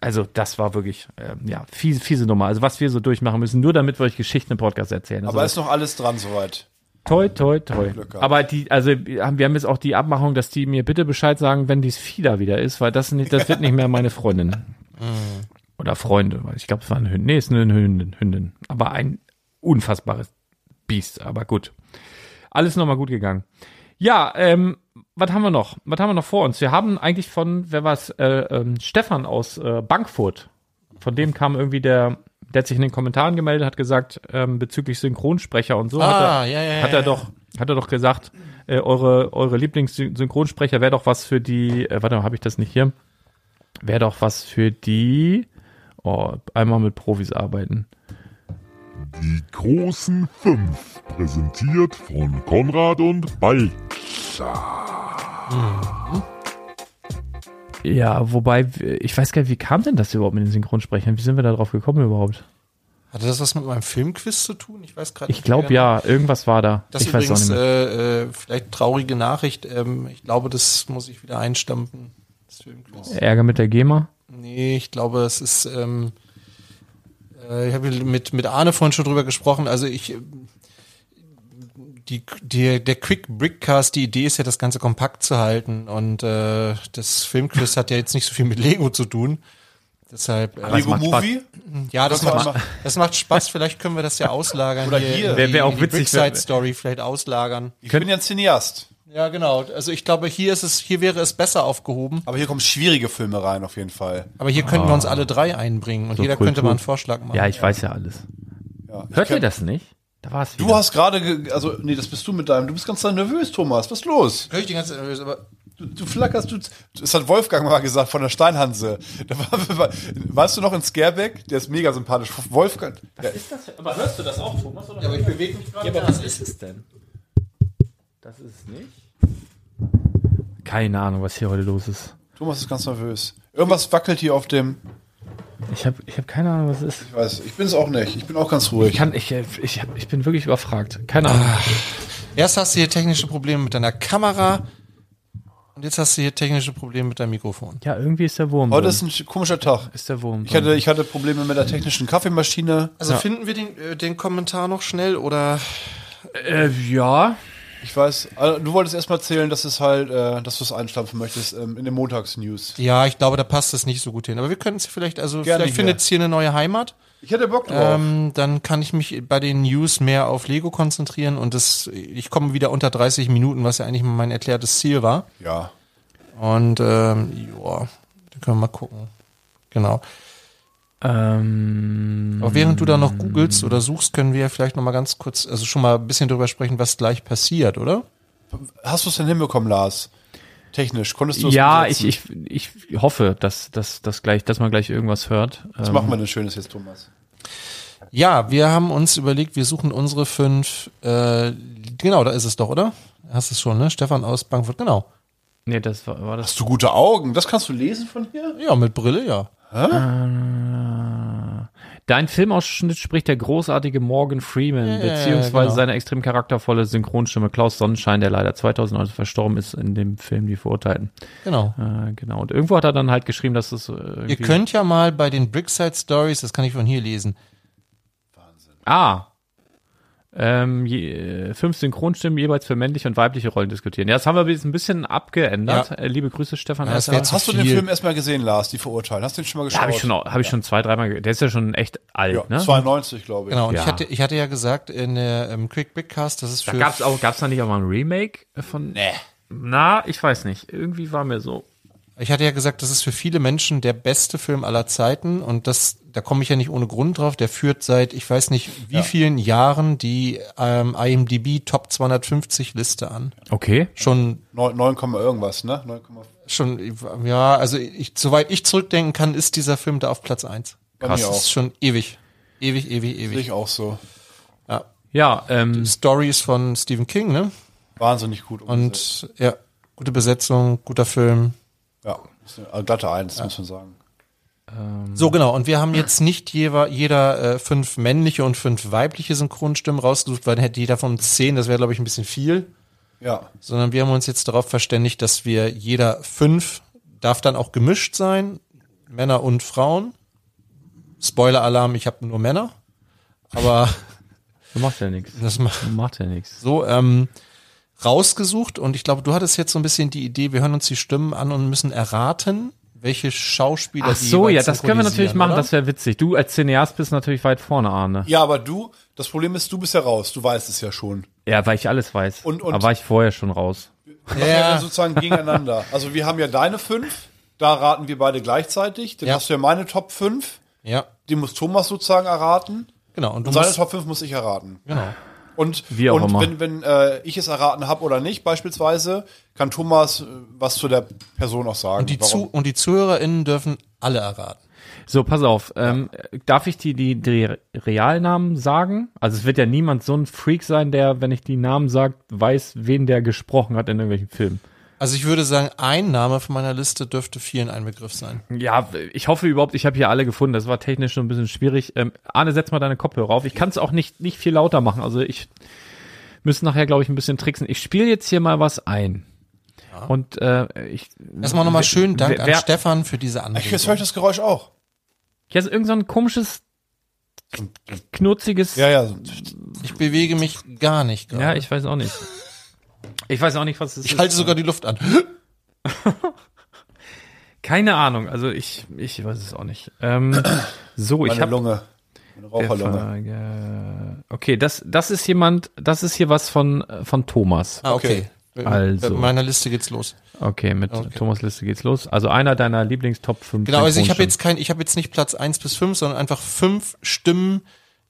Speaker 3: also das war wirklich ähm, ja fiese, fiese Nummer. Also was wir so durchmachen müssen, nur damit wir euch Geschichten im Podcast erzählen. Also,
Speaker 6: Aber ist noch alles dran soweit.
Speaker 3: toi, toi, toi.
Speaker 6: Glück gehabt.
Speaker 3: Aber die, also wir haben wir haben jetzt auch die Abmachung, dass die mir bitte Bescheid sagen, wenn dies Fieder wieder ist, weil das nicht, das wird nicht mehr meine Freundin oder Freunde. Weil ich glaube, es war eine Hündin. Nee, es ist eine Hündin, Hündin. Aber ein unfassbares Biest. Aber gut, alles nochmal gut gegangen. Ja, ähm, was haben wir noch? Was haben wir noch vor uns? Wir haben eigentlich von, wer war's, äh, ähm, Stefan aus äh, Bankfurt. Von dem kam irgendwie der, der hat sich in den Kommentaren gemeldet, hat gesagt, ähm, bezüglich Synchronsprecher und so.
Speaker 4: Ah,
Speaker 3: hat er,
Speaker 4: ja, ja,
Speaker 3: hat
Speaker 4: ja,
Speaker 3: er
Speaker 4: ja.
Speaker 3: doch, hat er doch gesagt, äh, eure, eure Lieblingssynchronsprecher wäre doch was für die, äh, warte mal, habe ich das nicht hier? Wäre doch was für die, oh, einmal mit Profis arbeiten.
Speaker 7: Die großen fünf, präsentiert von Konrad und Balzer.
Speaker 3: Ja, wobei, ich weiß gar nicht, wie kam denn das überhaupt mit den Synchronsprechern? Wie sind wir da drauf gekommen überhaupt?
Speaker 4: Hatte das was mit meinem Filmquiz zu tun? Ich weiß gerade
Speaker 3: Ich glaube ja, irgendwas war da.
Speaker 4: Das
Speaker 3: ich
Speaker 4: ist
Speaker 3: weiß auch
Speaker 4: übrigens
Speaker 3: nicht mehr.
Speaker 4: äh, äh, vielleicht traurige Nachricht. Ähm, ich glaube, das muss ich wieder einstampfen. Das Filmquiz.
Speaker 6: äh,
Speaker 3: Ärger mit der GEMA.
Speaker 4: Nee, ich glaube, es ist. Ähm, äh, ich habe mit, mit Arne vorhin schon drüber gesprochen. Also ich. äh, Die, die, der Quick Brickcast, die Idee ist ja, das Ganze kompakt zu halten. Und äh, das Filmquiz hat ja jetzt nicht so viel mit Lego zu tun. Deshalb. Äh,
Speaker 6: Lego
Speaker 3: macht Spaß.
Speaker 6: Movie?
Speaker 4: ja, das
Speaker 6: Das
Speaker 4: macht,
Speaker 6: macht-
Speaker 4: das macht Spaß. Vielleicht können wir das ja auslagern.
Speaker 6: Oder hier.
Speaker 4: Wär,
Speaker 3: Wär- wär auch
Speaker 4: die
Speaker 3: witzig, wenn-
Speaker 4: Brickside Story vielleicht auslagern.
Speaker 6: Ich bin ja ein Cineast.
Speaker 4: Ja, genau. Also ich glaube, hier ist es, hier wäre es besser aufgehoben.
Speaker 6: Aber hier kommen schwierige Filme rein, auf jeden Fall.
Speaker 4: Aber hier könnten wir
Speaker 6: Ah.
Speaker 4: uns alle drei einbringen und jeder könnte mal einen Vorschlag machen.
Speaker 3: Ja, ich weiß ja alles.
Speaker 6: Ja, ich
Speaker 3: Hört ihr
Speaker 6: kenn-
Speaker 3: das nicht? Da war es
Speaker 6: Du
Speaker 3: wieder.
Speaker 6: hast gerade, ge- also, nee, das bist du mit deinem, du bist ganz nervös, Thomas. Was ist los?
Speaker 4: Hör ich die ganze Zeit nervös, aber
Speaker 6: Du, du flackerst, du, das hat Wolfgang mal gesagt von der Steinhanse. Da war, war, warst du noch in Scareback? Der ist mega sympathisch. Wolfgang, ja,
Speaker 3: aber hörst du das auch, Thomas? Oder?
Speaker 4: ja, aber ich bewege mich gerade.
Speaker 3: aber was ist es denn? Das ist es nicht. Keine Ahnung, was hier heute los ist.
Speaker 6: Thomas ist ganz nervös. Irgendwas wackelt hier auf dem,
Speaker 3: Ich habe ich hab keine Ahnung, was es ist.
Speaker 6: ich weiß, ich bin es auch nicht. Ich bin auch ganz
Speaker 3: Ich,
Speaker 6: ruhig.
Speaker 3: kann, ich, ich, hab, ich bin wirklich überfragt. Keine Ahnung.
Speaker 4: Ah. Erst hast du hier technische Probleme mit deiner Kamera und jetzt hast du hier technische Probleme mit deinem Mikrofon.
Speaker 3: Ja, irgendwie ist der
Speaker 4: Oh,
Speaker 3: Wurm.
Speaker 6: Heute
Speaker 3: drin.
Speaker 6: ist ein komischer Tag.
Speaker 3: ist der Wurm.
Speaker 6: Ich hatte, ich hatte Probleme mit der technischen Kaffeemaschine.
Speaker 4: Also finden wir den, äh, den Kommentar noch schnell oder
Speaker 3: äh, ja.
Speaker 6: Ich weiß, also, du wolltest erstmal erzählen, dass es halt, äh, dass du es einstampfen möchtest ähm, in den Montagsnews.
Speaker 4: ja, ich glaube, da passt es nicht so gut hin. Aber wir können es vielleicht, also
Speaker 6: Gerne
Speaker 4: vielleicht
Speaker 6: hier. Oh.
Speaker 4: findet es hier eine neue Heimat.
Speaker 6: Ich hätte Bock drauf.
Speaker 4: Ähm, dann kann ich mich bei den News mehr auf Lego konzentrieren und das, ich komme wieder unter 30 Minuten, was ja eigentlich mal mein erklärtes Ziel war.
Speaker 6: ja.
Speaker 4: Und ähm, ja, dann können wir mal gucken. Genau.
Speaker 3: Ähm,
Speaker 4: Aber während du da noch googelst oder suchst, können wir ja vielleicht noch mal ganz kurz, also schon mal ein bisschen drüber sprechen, was gleich passiert, oder?
Speaker 6: Hast du es denn hinbekommen, Lars? Technisch, konntest du es
Speaker 3: ja, ich,
Speaker 6: umsetzen?
Speaker 3: ich, ich hoffe, dass, dass, dass, gleich, dass man gleich irgendwas hört.
Speaker 6: Was
Speaker 3: Ähm,
Speaker 6: machen wir denn Schönes jetzt, Thomas?
Speaker 4: Ja, wir haben uns überlegt, wir suchen unsere fünf, äh, genau, da ist es doch, oder? Hast es schon, ne? Stefan aus Frankfurt, genau.
Speaker 3: Nee, das war, war das.
Speaker 6: Hast du gute Augen? Das kannst du lesen von hier?
Speaker 4: Ja, mit Brille, ja.
Speaker 3: Dein Filmausschnitt spricht der großartige Morgan Freeman, beziehungsweise
Speaker 4: ja, genau.
Speaker 3: seine extrem charaktervolle Synchronstimme Klaus Sonnenschein, der leider 2009 verstorben ist in dem Film Die Verurteilten.
Speaker 4: Genau.
Speaker 3: Äh, genau. Und irgendwo hat er dann halt geschrieben, dass es. Äh, irgendwie-
Speaker 4: Ihr könnt ja mal bei den Brickside Stories, das kann ich von hier lesen.
Speaker 3: Ah. Ähm, je, äh, fünf Synchronstimmen jeweils für männliche und weibliche Rollen diskutieren. Ja, das haben wir jetzt ein bisschen abgeändert.
Speaker 4: Ja.
Speaker 3: Äh, Liebe Grüße, Stefan.
Speaker 4: Ja, das
Speaker 3: Esser.
Speaker 4: wär zu
Speaker 6: Hast du den
Speaker 4: viel.
Speaker 6: Film erstmal gesehen, Lars, die verurteilen? Hast du den schon mal geschaut?
Speaker 3: Ja, habe ich schon, habe ich schon zwei, dreimal. ge- Der ist ja schon echt alt,
Speaker 6: Ja,
Speaker 3: ne?
Speaker 6: 92, glaube ich.
Speaker 4: Genau, und
Speaker 3: Ja.
Speaker 4: ich, hatte, ich hatte ja gesagt in der ähm, Quick Brickcast, das ist
Speaker 3: Da
Speaker 4: für
Speaker 3: gab's auch, gab's da nicht auch mal ein Remake von? Nee. Na, ich weiß nicht. Irgendwie war mir so.
Speaker 4: Ich hatte ja gesagt, das ist für viele Menschen der beste Film aller Zeiten und das, da komme ich ja nicht ohne Grund drauf. Der führt seit ich weiß nicht wie vielen Jahren die ähm, IMDb Top 250 Liste an.
Speaker 3: Okay.
Speaker 4: Schon,
Speaker 6: Neun- 9, Komma irgendwas, ne? 9,
Speaker 4: schon, ja, also ich, soweit ich zurückdenken kann, ist dieser Film da auf Platz eins.
Speaker 6: Krass.
Speaker 4: Das ist schon ewig, ewig, ewig,
Speaker 6: Sehe
Speaker 4: ewig.
Speaker 6: ich auch so.
Speaker 3: Ja, ähm,
Speaker 4: Stories von Stephen King, ne?
Speaker 6: Wahnsinnig gut. umgesetzt.
Speaker 4: Und ja, gute Besetzung, guter Film.
Speaker 6: ja, ist eine also glatte Eins, muss man sagen.
Speaker 4: So genau, und wir haben jetzt nicht jeweil- jeder äh, fünf männliche und fünf weibliche Synchronstimmen rausgesucht, weil dann hätte jeder von uns zehn, das wäre glaube ich ein bisschen viel,
Speaker 6: Ja.
Speaker 4: sondern wir haben uns jetzt darauf verständigt, dass wir jeder fünf, darf dann auch gemischt sein, Männer und Frauen. Spoiler-Alarm, ich habe nur Männer, aber
Speaker 3: du machst ja nichts.
Speaker 4: das macht
Speaker 3: Du machst ja nichts.
Speaker 4: so ähm, rausgesucht und ich glaube, du hattest jetzt so ein bisschen die Idee, wir hören uns die Stimmen an und müssen erraten, welche Schauspieler
Speaker 3: Ach
Speaker 4: die
Speaker 3: so, ja,
Speaker 4: jeweils
Speaker 3: das können wir natürlich
Speaker 4: synchronisieren,
Speaker 3: machen.
Speaker 4: oder?
Speaker 3: Das wäre witzig. Du als Cineast bist natürlich weit vorne, Arne.
Speaker 6: Ja, aber du, das Problem ist, du bist ja raus. Du weißt es ja schon.
Speaker 3: Ja, weil ich alles weiß.
Speaker 6: Und- und-
Speaker 3: Aber war ich vorher schon raus.
Speaker 6: Wir machen ja. dann sozusagen gegeneinander. Also wir haben ja deine fünf, da raten wir beide gleichzeitig. Dann
Speaker 4: Ja.
Speaker 6: hast du ja meine Top 5,
Speaker 4: ja,
Speaker 6: die muss Thomas sozusagen erraten.
Speaker 4: genau. Und du
Speaker 6: Und seine
Speaker 4: musst-
Speaker 6: Top 5 muss ich erraten.
Speaker 4: Genau.
Speaker 6: Und,
Speaker 3: Wie auch
Speaker 6: und
Speaker 3: immer.
Speaker 6: wenn, wenn äh, ich es erraten habe oder nicht, beispielsweise, kann Thomas äh, was zu der Person auch sagen.
Speaker 4: Und die,
Speaker 6: Warum?
Speaker 4: Zu und die ZuhörerInnen dürfen alle erraten.
Speaker 3: So, pass auf. Ähm, darf ich die, die, die Realnamen sagen? Also es wird ja niemand so ein Freak sein, der, wenn ich die Namen sage, weiß, wen der gesprochen hat in irgendwelchen Filmen.
Speaker 4: Also ich würde sagen, ein Name von meiner Liste dürfte vielen ein Begriff sein.
Speaker 3: Ja, ich hoffe überhaupt, ich habe hier alle gefunden. Das war technisch schon ein bisschen schwierig. Ähm, Arne, setz mal deine Kopfhörer auf. Ich kann es auch nicht, nicht viel lauter machen. Also ich müsste nachher, glaube ich, ein bisschen tricksen. Ich spiele jetzt hier mal was ein. Und äh, ich.
Speaker 4: Erstmal nochmal schönen Dank
Speaker 3: wer,
Speaker 4: an
Speaker 3: wer,
Speaker 4: Stefan für diese
Speaker 6: Ich,
Speaker 4: Anregung.
Speaker 6: jetzt höre ich das Geräusch auch.
Speaker 3: Jetzt irgend so ein komisches, knurziges.
Speaker 6: Ja, ja. so-
Speaker 3: Oh,
Speaker 4: Ich bewege mich gar nicht gerade.
Speaker 3: Ja, ich weiß auch nicht. Ich weiß auch nicht, was es
Speaker 4: ich
Speaker 3: ist.
Speaker 4: halte sogar die Luft an.
Speaker 3: Keine Ahnung. Also ich, ich weiß es auch nicht. Ähm, so, ich
Speaker 6: Meine
Speaker 3: habe
Speaker 6: Lunge. Meine Raucherlunge.
Speaker 3: Frage. Okay, das, das ist jemand, das ist hier was von, äh, von Thomas.
Speaker 4: Ah, okay.
Speaker 3: Also.
Speaker 4: Mit meiner Liste geht's los.
Speaker 3: Okay, mit Thomas Liste geht's los. Also einer deiner Lieblingstop 5.
Speaker 4: Genau, also ich habe jetzt kein, ich habe jetzt nicht Platz eins bis fünf, sondern einfach fünf Stimmen,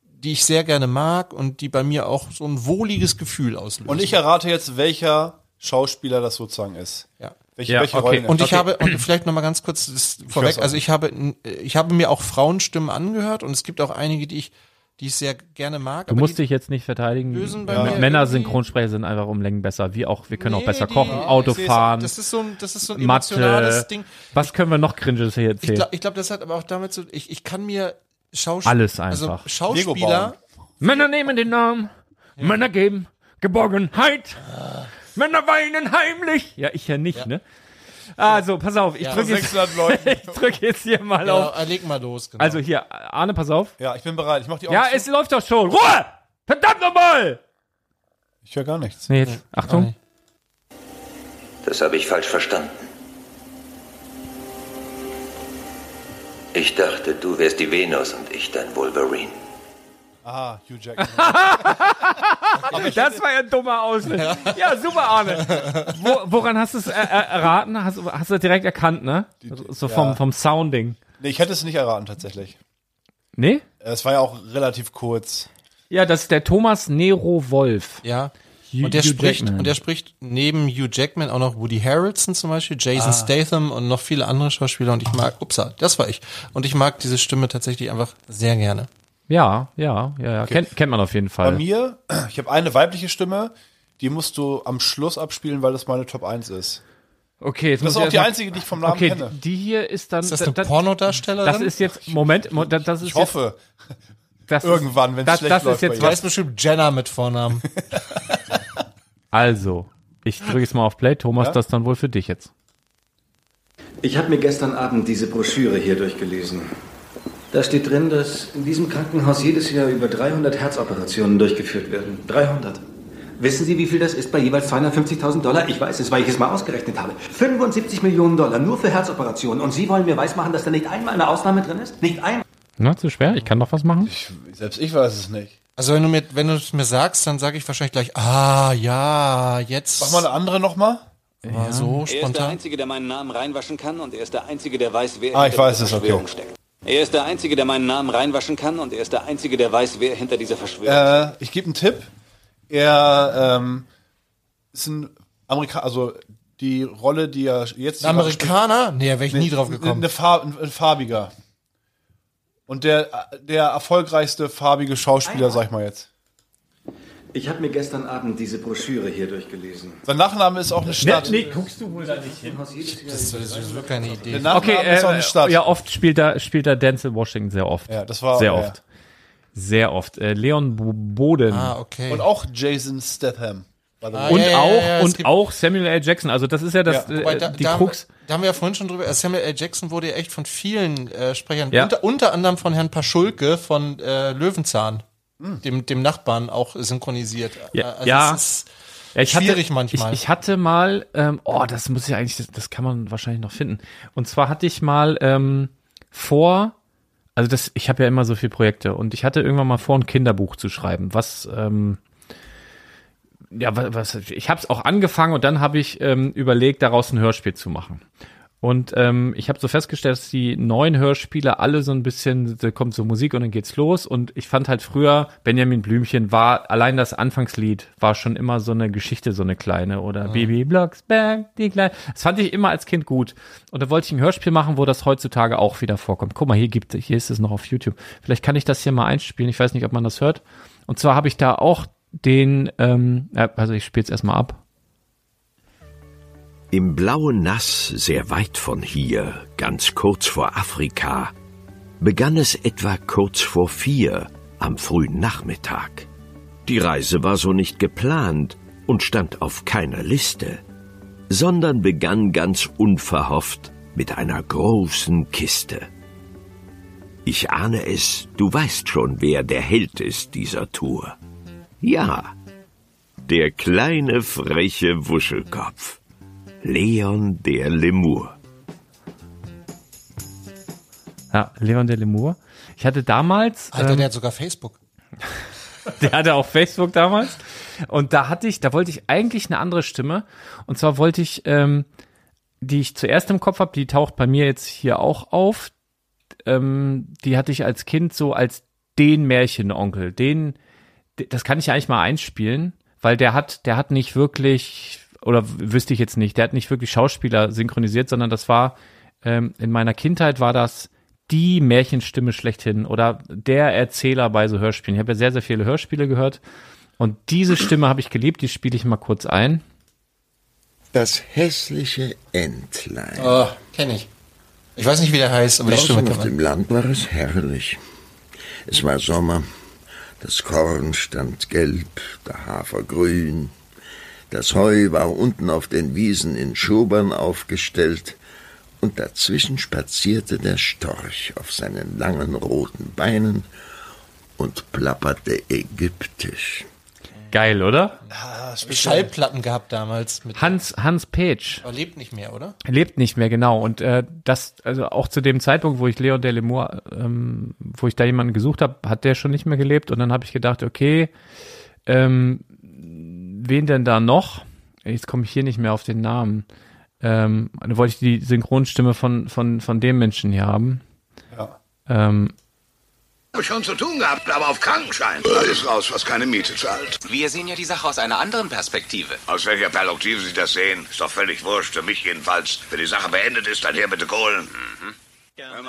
Speaker 4: die ich sehr gerne mag und die bei mir auch so ein wohliges Gefühl auslösen.
Speaker 6: Und ich errate jetzt, welcher Schauspieler das sozusagen ist.
Speaker 4: ja.
Speaker 6: Welche,
Speaker 3: Ja,
Speaker 6: welche
Speaker 3: okay.
Speaker 6: Rollen er-
Speaker 4: Und ich
Speaker 6: Okay.
Speaker 4: habe, und vielleicht nochmal ganz kurz das vorweg,
Speaker 6: auch.
Speaker 4: also ich habe, ich habe mir auch Frauenstimmen angehört und es gibt auch einige, die ich, die ich sehr gerne mag.
Speaker 3: Du
Speaker 4: aber
Speaker 3: musst
Speaker 4: die
Speaker 3: dich jetzt nicht verteidigen.
Speaker 4: lösen bei mir
Speaker 3: Mit Männer
Speaker 4: irgendwie-
Speaker 3: Synchronsprecher sind einfach um Längen besser. Wir auch, wir können auch
Speaker 4: Nee,
Speaker 3: besser
Speaker 4: die-
Speaker 3: kochen,
Speaker 4: ja,
Speaker 3: Auto
Speaker 4: ich seh's.
Speaker 3: fahren,
Speaker 4: Das ist so ein, das ist so ein emotionales
Speaker 3: Mathe.
Speaker 4: Ding.
Speaker 3: Was können wir noch Cringes hier
Speaker 4: Ich
Speaker 3: erzählen?
Speaker 4: glaube, ich glaub, das hat aber auch damit zu, ich, ich kann mir Schauspieler,
Speaker 3: Alles
Speaker 4: also
Speaker 3: einfach.
Speaker 6: Lego
Speaker 4: Schauspieler,
Speaker 6: bauen.
Speaker 3: Männer nehmen den Namen, Männer geben Geborgenheit, Männer weinen heimlich. Ah. Ja, ich ja nicht, ne? Also, pass auf, ich drücke jetzt,
Speaker 6: 600 Leute.
Speaker 3: ich drück jetzt hier mal
Speaker 4: genau,
Speaker 3: auf.
Speaker 4: äh, leg mal los, genau.
Speaker 3: Also hier, Arne, pass auf.
Speaker 6: Ja, ich bin bereit. Ich mach die Augen
Speaker 3: Ja,
Speaker 6: zu.
Speaker 3: es läuft doch schon. Ruhe! Verdammt nochmal!
Speaker 6: Ich höre gar nichts.
Speaker 3: Nee, jetzt, Achtung.
Speaker 10: Das habe ich falsch verstanden. Ich dachte, du wärst die Venus und ich dein Wolverine.
Speaker 6: Ah, Hugh Jackman.
Speaker 3: Das war ja ein dummer Auslöser. Ja, super, Arne. Wo, woran hast du es äh, äh, erraten? Hast, du- hast du direkt erkannt, ne? So vom,
Speaker 6: ja.
Speaker 3: vom Sounding.
Speaker 6: nee, ich hätte es nicht erraten tatsächlich.
Speaker 3: Nee?
Speaker 6: Es war ja auch relativ kurz.
Speaker 3: Ja, das ist der Thomas Nero Wolf.
Speaker 4: ja.
Speaker 3: Hugh-
Speaker 4: Und der
Speaker 3: Hugh
Speaker 4: spricht,
Speaker 3: Jackman.
Speaker 4: und der spricht neben Hugh Jackman auch noch Woody Harrelson zum Beispiel,
Speaker 3: Ah.
Speaker 4: Jason Statham und noch viele andere Schauspieler und ich mag, upsa, das war ich. Und ich mag diese Stimme tatsächlich einfach sehr gerne.
Speaker 3: Ja, ja, ja, ja. Kennt, kennt man auf jeden
Speaker 6: Bei
Speaker 3: Fall.
Speaker 6: mir, ich habe eine weibliche Stimme, die musst du am Schluss abspielen, weil das meine Top 1 ist.
Speaker 3: Okay, jetzt
Speaker 6: Das ist
Speaker 3: muss ich
Speaker 6: auch die
Speaker 3: erst mal-
Speaker 6: einzige, die ich vom Namen
Speaker 3: Okay,
Speaker 6: kenne.
Speaker 3: die hier ist dann.
Speaker 4: Ist das eine
Speaker 3: da- da-
Speaker 4: Pornodarstellerin?
Speaker 3: Das ist jetzt, Moment, mo- da- das ist
Speaker 6: Ich hoffe.
Speaker 3: jetzt, das ist-
Speaker 6: irgendwann, wenn's
Speaker 3: das,
Speaker 6: schlecht
Speaker 3: das
Speaker 6: läuft
Speaker 3: ist jetzt
Speaker 6: bei ihr.
Speaker 4: Da
Speaker 3: was.
Speaker 4: ist bestimmt Jenna mit Vornamen.
Speaker 3: Also, ich drücke jetzt mal auf Play, Thomas,
Speaker 6: Ja?
Speaker 3: das dann wohl für dich jetzt.
Speaker 10: Ich habe mir gestern Abend diese Broschüre hier durchgelesen. Da steht drin, dass in diesem Krankenhaus jedes Jahr über 300 Herzoperationen durchgeführt werden. 300. Wissen Sie, wie viel das ist bei jeweils 250.000 Dollar? Ich weiß es, weil ich es mal ausgerechnet habe. 75 Millionen Dollar nur für Herzoperationen. Und Sie wollen mir weismachen, dass da nicht einmal eine Ausnahme drin ist? Nicht einmal?
Speaker 3: Na, zu schwer? Ich kann doch was machen?
Speaker 6: Ich, selbst ich weiß es nicht.
Speaker 4: Also wenn du mir, wenn du es mir sagst, dann sage ich wahrscheinlich gleich, ah ja, jetzt
Speaker 6: Mach mal eine andere nochmal.
Speaker 4: war so spontan.
Speaker 10: Einzige, der meinen Namen reinwaschen kann und er ist der Einzige, der weiß, wer
Speaker 6: Ah, ich weiß es, okay.
Speaker 10: steckt. Er ist der Einzige, der meinen Namen reinwaschen kann und er ist der Einzige, der weiß, wer hinter dieser Verschwörung
Speaker 6: Äh, ich gebe einen Tipp. Er ähm, ist ein Amerikaner, also die Rolle, die er jetzt.
Speaker 4: Ein Amerikaner? Nee, da wäre ich nie drauf gekommen.
Speaker 6: Eine Far ein farbiger. Und der, der erfolgreichste farbige
Speaker 3: Ah,
Speaker 6: Schauspieler, sag ich mal jetzt.
Speaker 10: Ich habe mir gestern Abend diese Broschüre hier durchgelesen.
Speaker 6: Sein Nachname ist auch eine Stadt.
Speaker 3: guckst du wohl da nicht hin.
Speaker 4: Das ist sowieso keine
Speaker 6: Der
Speaker 4: Idee.
Speaker 6: Nachname
Speaker 3: Okay,
Speaker 6: ist auch eine
Speaker 3: äh,
Speaker 6: Stadt.
Speaker 3: ja, oft spielt da, spielt da Denzel Washington sehr oft.
Speaker 6: Ja, das war-
Speaker 3: Sehr
Speaker 6: ja.
Speaker 3: oft. Sehr oft. Äh, Leon Bo- Boden.
Speaker 4: Ah, okay.
Speaker 6: Und auch Jason Statham. By the way.
Speaker 3: Und
Speaker 4: Ja, ja, ja,
Speaker 3: auch,
Speaker 4: ja, es
Speaker 3: und
Speaker 4: gibt-
Speaker 3: auch Samuel L. Jackson. Also, das ist ja das,
Speaker 6: Ja,
Speaker 3: äh,
Speaker 4: Wobei, da,
Speaker 3: die
Speaker 4: da,
Speaker 3: Krux.
Speaker 4: da haben wir ja vorhin schon drüber, also Samuel L. Jackson wurde ja echt von vielen äh, Sprechern,
Speaker 3: Ja.
Speaker 4: unter, unter anderem von Herrn Paschulke von äh, Löwenzahn, dem, dem Nachbarn auch synchronisiert.
Speaker 3: Ja,
Speaker 4: Äh, also
Speaker 3: ja.
Speaker 4: es ist-
Speaker 3: Ja, ich
Speaker 4: Schwierig
Speaker 3: hatte,
Speaker 4: manchmal.
Speaker 3: Ich, ich hatte mal, ähm, oh, das muss ich eigentlich, das, das kann man wahrscheinlich noch finden. Und zwar hatte ich mal ähm, vor, also das, ich habe ja immer so viele Projekte und ich hatte irgendwann mal vor, ein Kinderbuch zu schreiben, was, ähm, ja, wa- was, ich habe es auch angefangen und dann habe ich ähm, überlegt, daraus ein Hörspiel zu machen. Und ähm, ich habe so festgestellt, dass die neuen Hörspiele alle so ein bisschen, da kommt so Musik und dann geht's los. Und ich fand halt früher, Benjamin Blümchen war, allein das Anfangslied war schon immer so eine Geschichte, so eine kleine. Oder Baby Blocksberg, die kleine. Das fand ich immer als Kind gut. Und da wollte ich ein Hörspiel machen, wo das heutzutage auch wieder vorkommt. Guck mal, hier gibt hier ist es noch auf YouTube. Vielleicht kann ich das hier mal einspielen. Ich weiß nicht, ob man das hört. Und zwar habe ich da auch den, ähm, äh, also ich spiele es erstmal ab.
Speaker 11: Im blauen Nass, sehr weit von hier, ganz kurz vor Afrika, begann es etwa kurz vor vier am frühen Nachmittag. Die Reise war so nicht geplant und stand auf keiner Liste, sondern begann ganz unverhofft mit einer großen Kiste. Ich ahne es, du weißt schon, wer der Held ist dieser Tour. Ja, der kleine freche Wuschelkopf. Leon der Lemur.
Speaker 3: Ja, Leon der Lemur. Ich hatte damals.
Speaker 4: Alter, der hat sogar Facebook.
Speaker 3: der hatte auch Facebook damals. Und da hatte ich, da wollte ich eigentlich eine andere Stimme. Und zwar wollte ich, ähm, die ich zuerst im Kopf habe, die taucht bei mir jetzt hier auch auf. Ähm, die hatte ich als Kind so als den Märchenonkel. Den, das kann ich ja eigentlich mal einspielen, weil der hat, der hat nicht wirklich, oder wüsste ich jetzt nicht, der hat nicht wirklich Schauspieler synchronisiert, sondern das war, ähm, in meiner Kindheit war das die Märchenstimme schlechthin oder der Erzähler bei so Hörspielen. Ich habe ja sehr, sehr viele Hörspiele gehört. Und diese Stimme habe ich geliebt, die spiele ich mal kurz ein.
Speaker 12: Das hässliche Entlein.
Speaker 4: Oh, kenne ich. Ich weiß nicht, wie der heißt, aber die Stimme
Speaker 12: Draußen
Speaker 4: kennt
Speaker 12: auf dem
Speaker 4: man.
Speaker 12: Land war es herrlich. Es war Sommer, das Korn stand gelb, der Hafer grün. Das Heu war unten auf den Wiesen in Schobern aufgestellt und dazwischen spazierte der Storch auf seinen langen roten Beinen und plapperte ägyptisch.
Speaker 3: Geil, oder?
Speaker 4: Ah, Schallplatten gehabt damals. Mit
Speaker 3: Hans, Hans Page.
Speaker 4: aber lebt nicht mehr, oder?
Speaker 3: Er lebt nicht mehr, genau. Und äh, das, also auch zu dem Zeitpunkt, wo ich Leon de Lemur, ähm, wo ich da jemanden gesucht habe, hat der schon nicht mehr gelebt. Und dann habe ich gedacht, okay, ähm, wen denn da noch? Jetzt komme ich hier nicht mehr auf den Namen. Ähm, dann wollte ich die Synchronstimme von, von, von dem Menschen hier haben.
Speaker 6: Ja.
Speaker 3: Ähm,
Speaker 13: Hab schon zu tun gehabt, aber auf Krankenschein. Alles raus, was keine Miete zahlt.
Speaker 14: Wir sehen ja die Sache aus einer anderen Perspektive.
Speaker 13: Aus welcher Perspektive Sie das sehen, ist doch völlig wurscht, für mich jedenfalls. Wenn die Sache beendet ist, dann her bitte Kohlen. Mhm.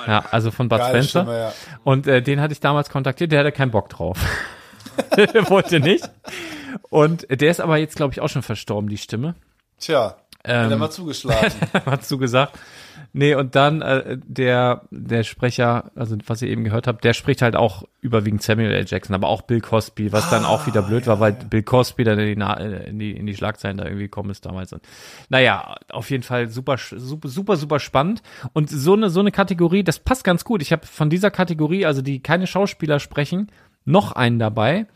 Speaker 3: Ja, also von Bud
Speaker 13: Geile
Speaker 3: Spencer.
Speaker 13: Stimme, ja.
Speaker 3: Und äh, den hatte ich damals kontaktiert, der hatte keinen Bock drauf. der wollte nicht. Und der ist aber jetzt, glaube ich, auch schon verstorben, die Stimme.
Speaker 6: Tja,
Speaker 4: Ähm,
Speaker 6: hat er mal zugeschlagen.
Speaker 3: hat zugesagt. Nee, und dann äh, der, der Sprecher, also was ihr eben gehört habt, der spricht halt auch überwiegend Samuel L. Jackson, aber auch Bill Cosby, was dann auch wieder blöd war, weil Bill Cosby dann in die, Na- äh, in die, in die Schlagzeilen da irgendwie gekommen ist damals. Und, naja, auf jeden Fall super, sch- super, super, super spannend. Und so eine, so eine Kategorie, das passt ganz gut. Ich habe von dieser Kategorie, also die keine Schauspieler sprechen, noch einen dabei.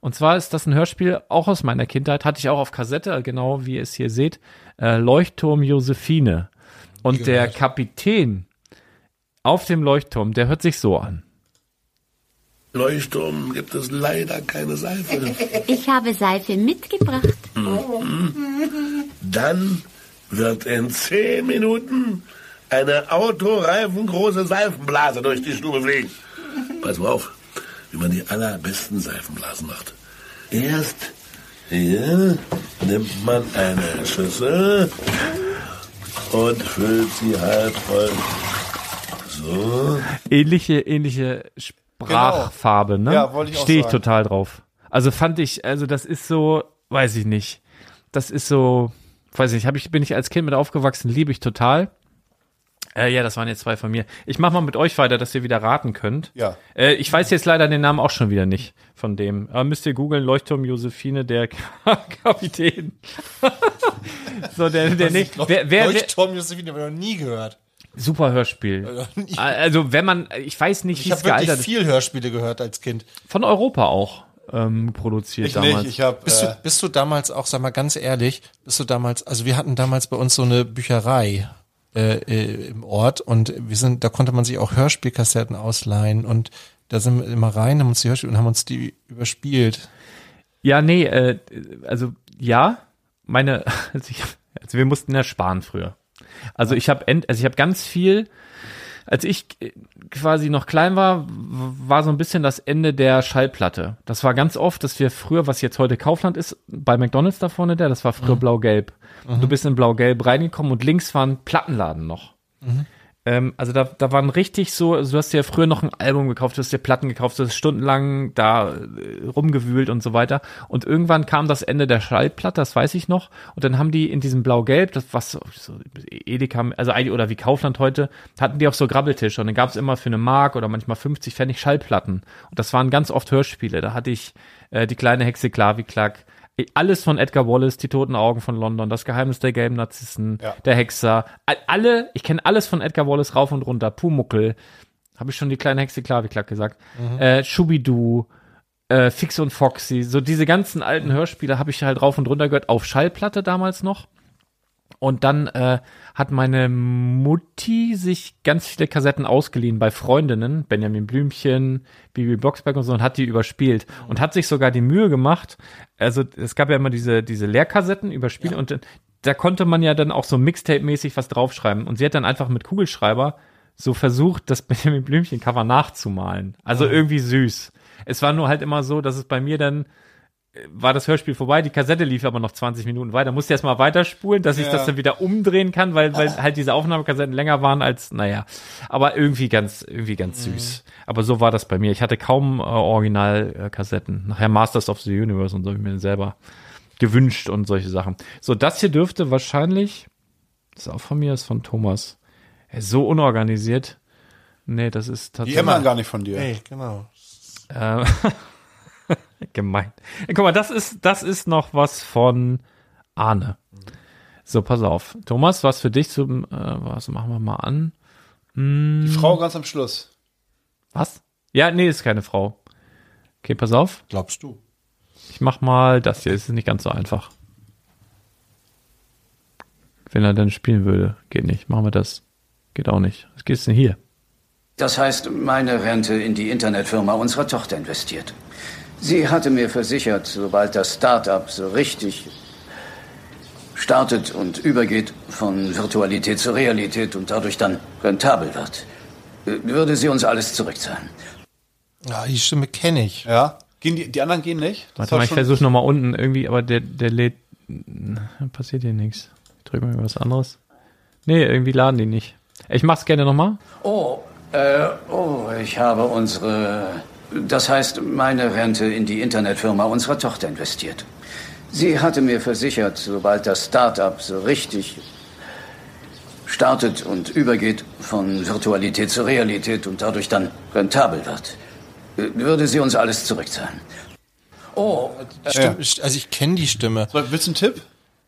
Speaker 3: Und zwar ist das ein Hörspiel auch aus meiner Kindheit, hatte ich auch auf Kassette, genau wie ihr es hier seht, äh, Leuchtturm Josephine. Und der Kapitän auf dem Leuchtturm, der hört sich so an.
Speaker 15: Leuchtturm gibt es leider keine Seife.
Speaker 8: Ich habe Seife mitgebracht.
Speaker 15: Dann wird in zehn Minuten eine autoreifengroße Seifenblase durch die Stube fliegen. Pass mal auf, wie man die allerbesten Seifenblasen macht. Erst hier nimmt man eine Schüssel und füllt sie halb voll. So.
Speaker 3: Ähnliche, ähnliche Sprachfarbe, ne?
Speaker 6: Genau. Ja, wollte ich auch
Speaker 3: Stehe ich
Speaker 6: sagen.
Speaker 3: total drauf. Also fand ich, also das ist so, weiß ich nicht. Das ist so, weiß ich nicht, hab ich, bin ich als Kind mit aufgewachsen, liebe ich total. Äh, ja, das waren jetzt zwei von mir. Ich mach mal mit euch weiter, dass ihr wieder raten könnt.
Speaker 6: Ja.
Speaker 3: Äh, ich weiß jetzt leider den Namen auch schon wieder nicht von dem. Aber müsst ihr googeln, Leuchtturm Josephine, der Kapitän. so, der, der
Speaker 4: Weiß ich
Speaker 3: nicht.
Speaker 4: noch.
Speaker 3: Wer, wer, wer,
Speaker 4: Leuchtturm Josephine habe ich noch nie gehört.
Speaker 3: Super Hörspiel. Also wenn man, ich weiß nicht,
Speaker 4: Ich
Speaker 3: wie
Speaker 4: habe
Speaker 3: es
Speaker 4: wirklich
Speaker 3: gealtert ist.
Speaker 4: viel Hörspiele gehört als Kind.
Speaker 3: Von Europa auch ähm, produziert damals.
Speaker 4: bist,
Speaker 6: äh,
Speaker 4: du, bist du damals auch, sag mal ganz ehrlich, bist du damals, also wir hatten damals bei uns so eine Bücherei äh, äh, im Ort und wir sind, da konnte man sich auch Hörspielkassetten ausleihen und da sind wir immer rein, haben uns die Hörspiele und haben uns die überspielt.
Speaker 3: Ja, nee, äh, also ja, meine, also, ich, also wir mussten ja sparen früher. Also ich habe also ich habe ganz viel, als ich äh, quasi noch klein war, w- war so ein bisschen das Ende der Schallplatte. Das war ganz oft, dass wir früher, was jetzt heute Kaufland ist, bei McDonalds da vorne der, das war früher blau-gelb. Du bist in blau-gelb reingekommen und links war ein Plattenladen noch. Ähm, also da, da waren richtig so, also du hast dir ja früher noch ein Album gekauft, du hast dir Platten gekauft, du hast stundenlang da äh, rumgewühlt und so weiter. Und irgendwann kam das Ende der Schallplatte, das weiß ich noch. Und dann haben die in diesem Blau-Gelb, das was so, so Edeka, also eigentlich- oder wie Kaufland heute, hatten die auch so Grabbeltische. Und dann gab es immer für eine Mark oder manchmal 50 Pfennig Schallplatten. Und das waren ganz oft Hörspiele. Da hatte ich äh, die kleine Hexe Klaviklack, alles von Edgar Wallace, die toten Augen von London, das Geheimnis der gelben Narzissen, der Hexer, all- alle, ich kenne alles von Edgar Wallace rauf und runter, Pumuckel, habe ich schon die kleine Hexe Klaviklack gesagt,
Speaker 16: Mhm.
Speaker 3: äh, Schubidu, äh, Fix und Foxy, so diese ganzen alten Hörspiele habe ich halt rauf und runter gehört, auf Schallplatte damals noch. Und dann äh, hat meine Mutti sich ganz viele Kassetten ausgeliehen bei Freundinnen, Benjamin Blümchen, Bibi Blocksberg und so, und hat die überspielt. Und hat sich sogar die Mühe gemacht, also es gab ja immer diese, diese Leerkassetten überspielt und äh, da konnte man ja dann auch so Mixtape-mäßig was draufschreiben. Und sie hat dann einfach mit Kugelschreiber so versucht, das Benjamin Blümchen-Cover nachzumalen. Also
Speaker 16: Mhm.
Speaker 3: irgendwie süß. Es war nur halt immer so, dass es bei mir dann äh, war das Hörspiel vorbei, die Kassette lief aber noch 20 Minuten weiter. Musste erst mal weiterspulen, dass ich
Speaker 16: Ja.
Speaker 3: das dann wieder umdrehen kann, weil, weil halt diese Aufnahmekassetten länger waren als, naja. Aber irgendwie ganz, irgendwie ganz süß. Aber so war das bei mir. Ich hatte kaum äh, Originalkassetten. Nachher Masters of the Universe und so hab ich mir selber gewünscht und solche Sachen. So, das hier dürfte wahrscheinlich, das ist auch von mir, ist von Thomas. Er ist so unorganisiert. Nee, das ist
Speaker 6: Die
Speaker 3: tatsächlich.
Speaker 6: hämmern gar nicht von dir.
Speaker 4: Nee, genau.
Speaker 3: Ähm, gemein. Guck mal, das ist, das ist noch was von Arne. So, pass auf. Thomas, was für dich zum, äh, was machen wir mal an? Hm,
Speaker 6: Die Frau ganz am Schluss.
Speaker 3: Was? Ja, nee, ist keine Frau. Okay, pass auf.
Speaker 4: Glaubst du?
Speaker 3: Ich mach mal das hier, es ist nicht ganz so einfach. Wenn er dann spielen würde, geht nicht. Machen wir das. Geht auch nicht. Was geht's denn hier?
Speaker 17: Das heißt, meine Rente in die Internetfirma unserer Tochter investiert. Sie hatte mir versichert, sobald das Start-up so richtig startet und übergeht von Virtualität zur Realität und dadurch dann rentabel wird, äh, würde sie uns alles zurückzahlen.
Speaker 4: Ja, die Stimme kenne ich.
Speaker 6: Ja. Gehen die, die anderen gehen nicht? Das
Speaker 3: Warte
Speaker 6: war
Speaker 3: mal, ich
Speaker 6: schon-
Speaker 3: versuche nochmal unten irgendwie, aber der, der lädt. Passiert hier nichts. Ich drücke mal was anderes. Nee, irgendwie laden die nicht. Ich mach's gerne nochmal.
Speaker 17: Oh, äh, oh, ich habe unsere, das heißt, meine Rente in die Internetfirma unserer Tochter investiert. Sie hatte mir versichert, sobald das Start-up so richtig startet und übergeht von Virtualität zur Realität und dadurch dann rentabel wird, äh, würde sie uns alles zurückzahlen. Oh,
Speaker 4: Stimme, Also ich kenne die Stimme.
Speaker 6: willst du einen Tipp?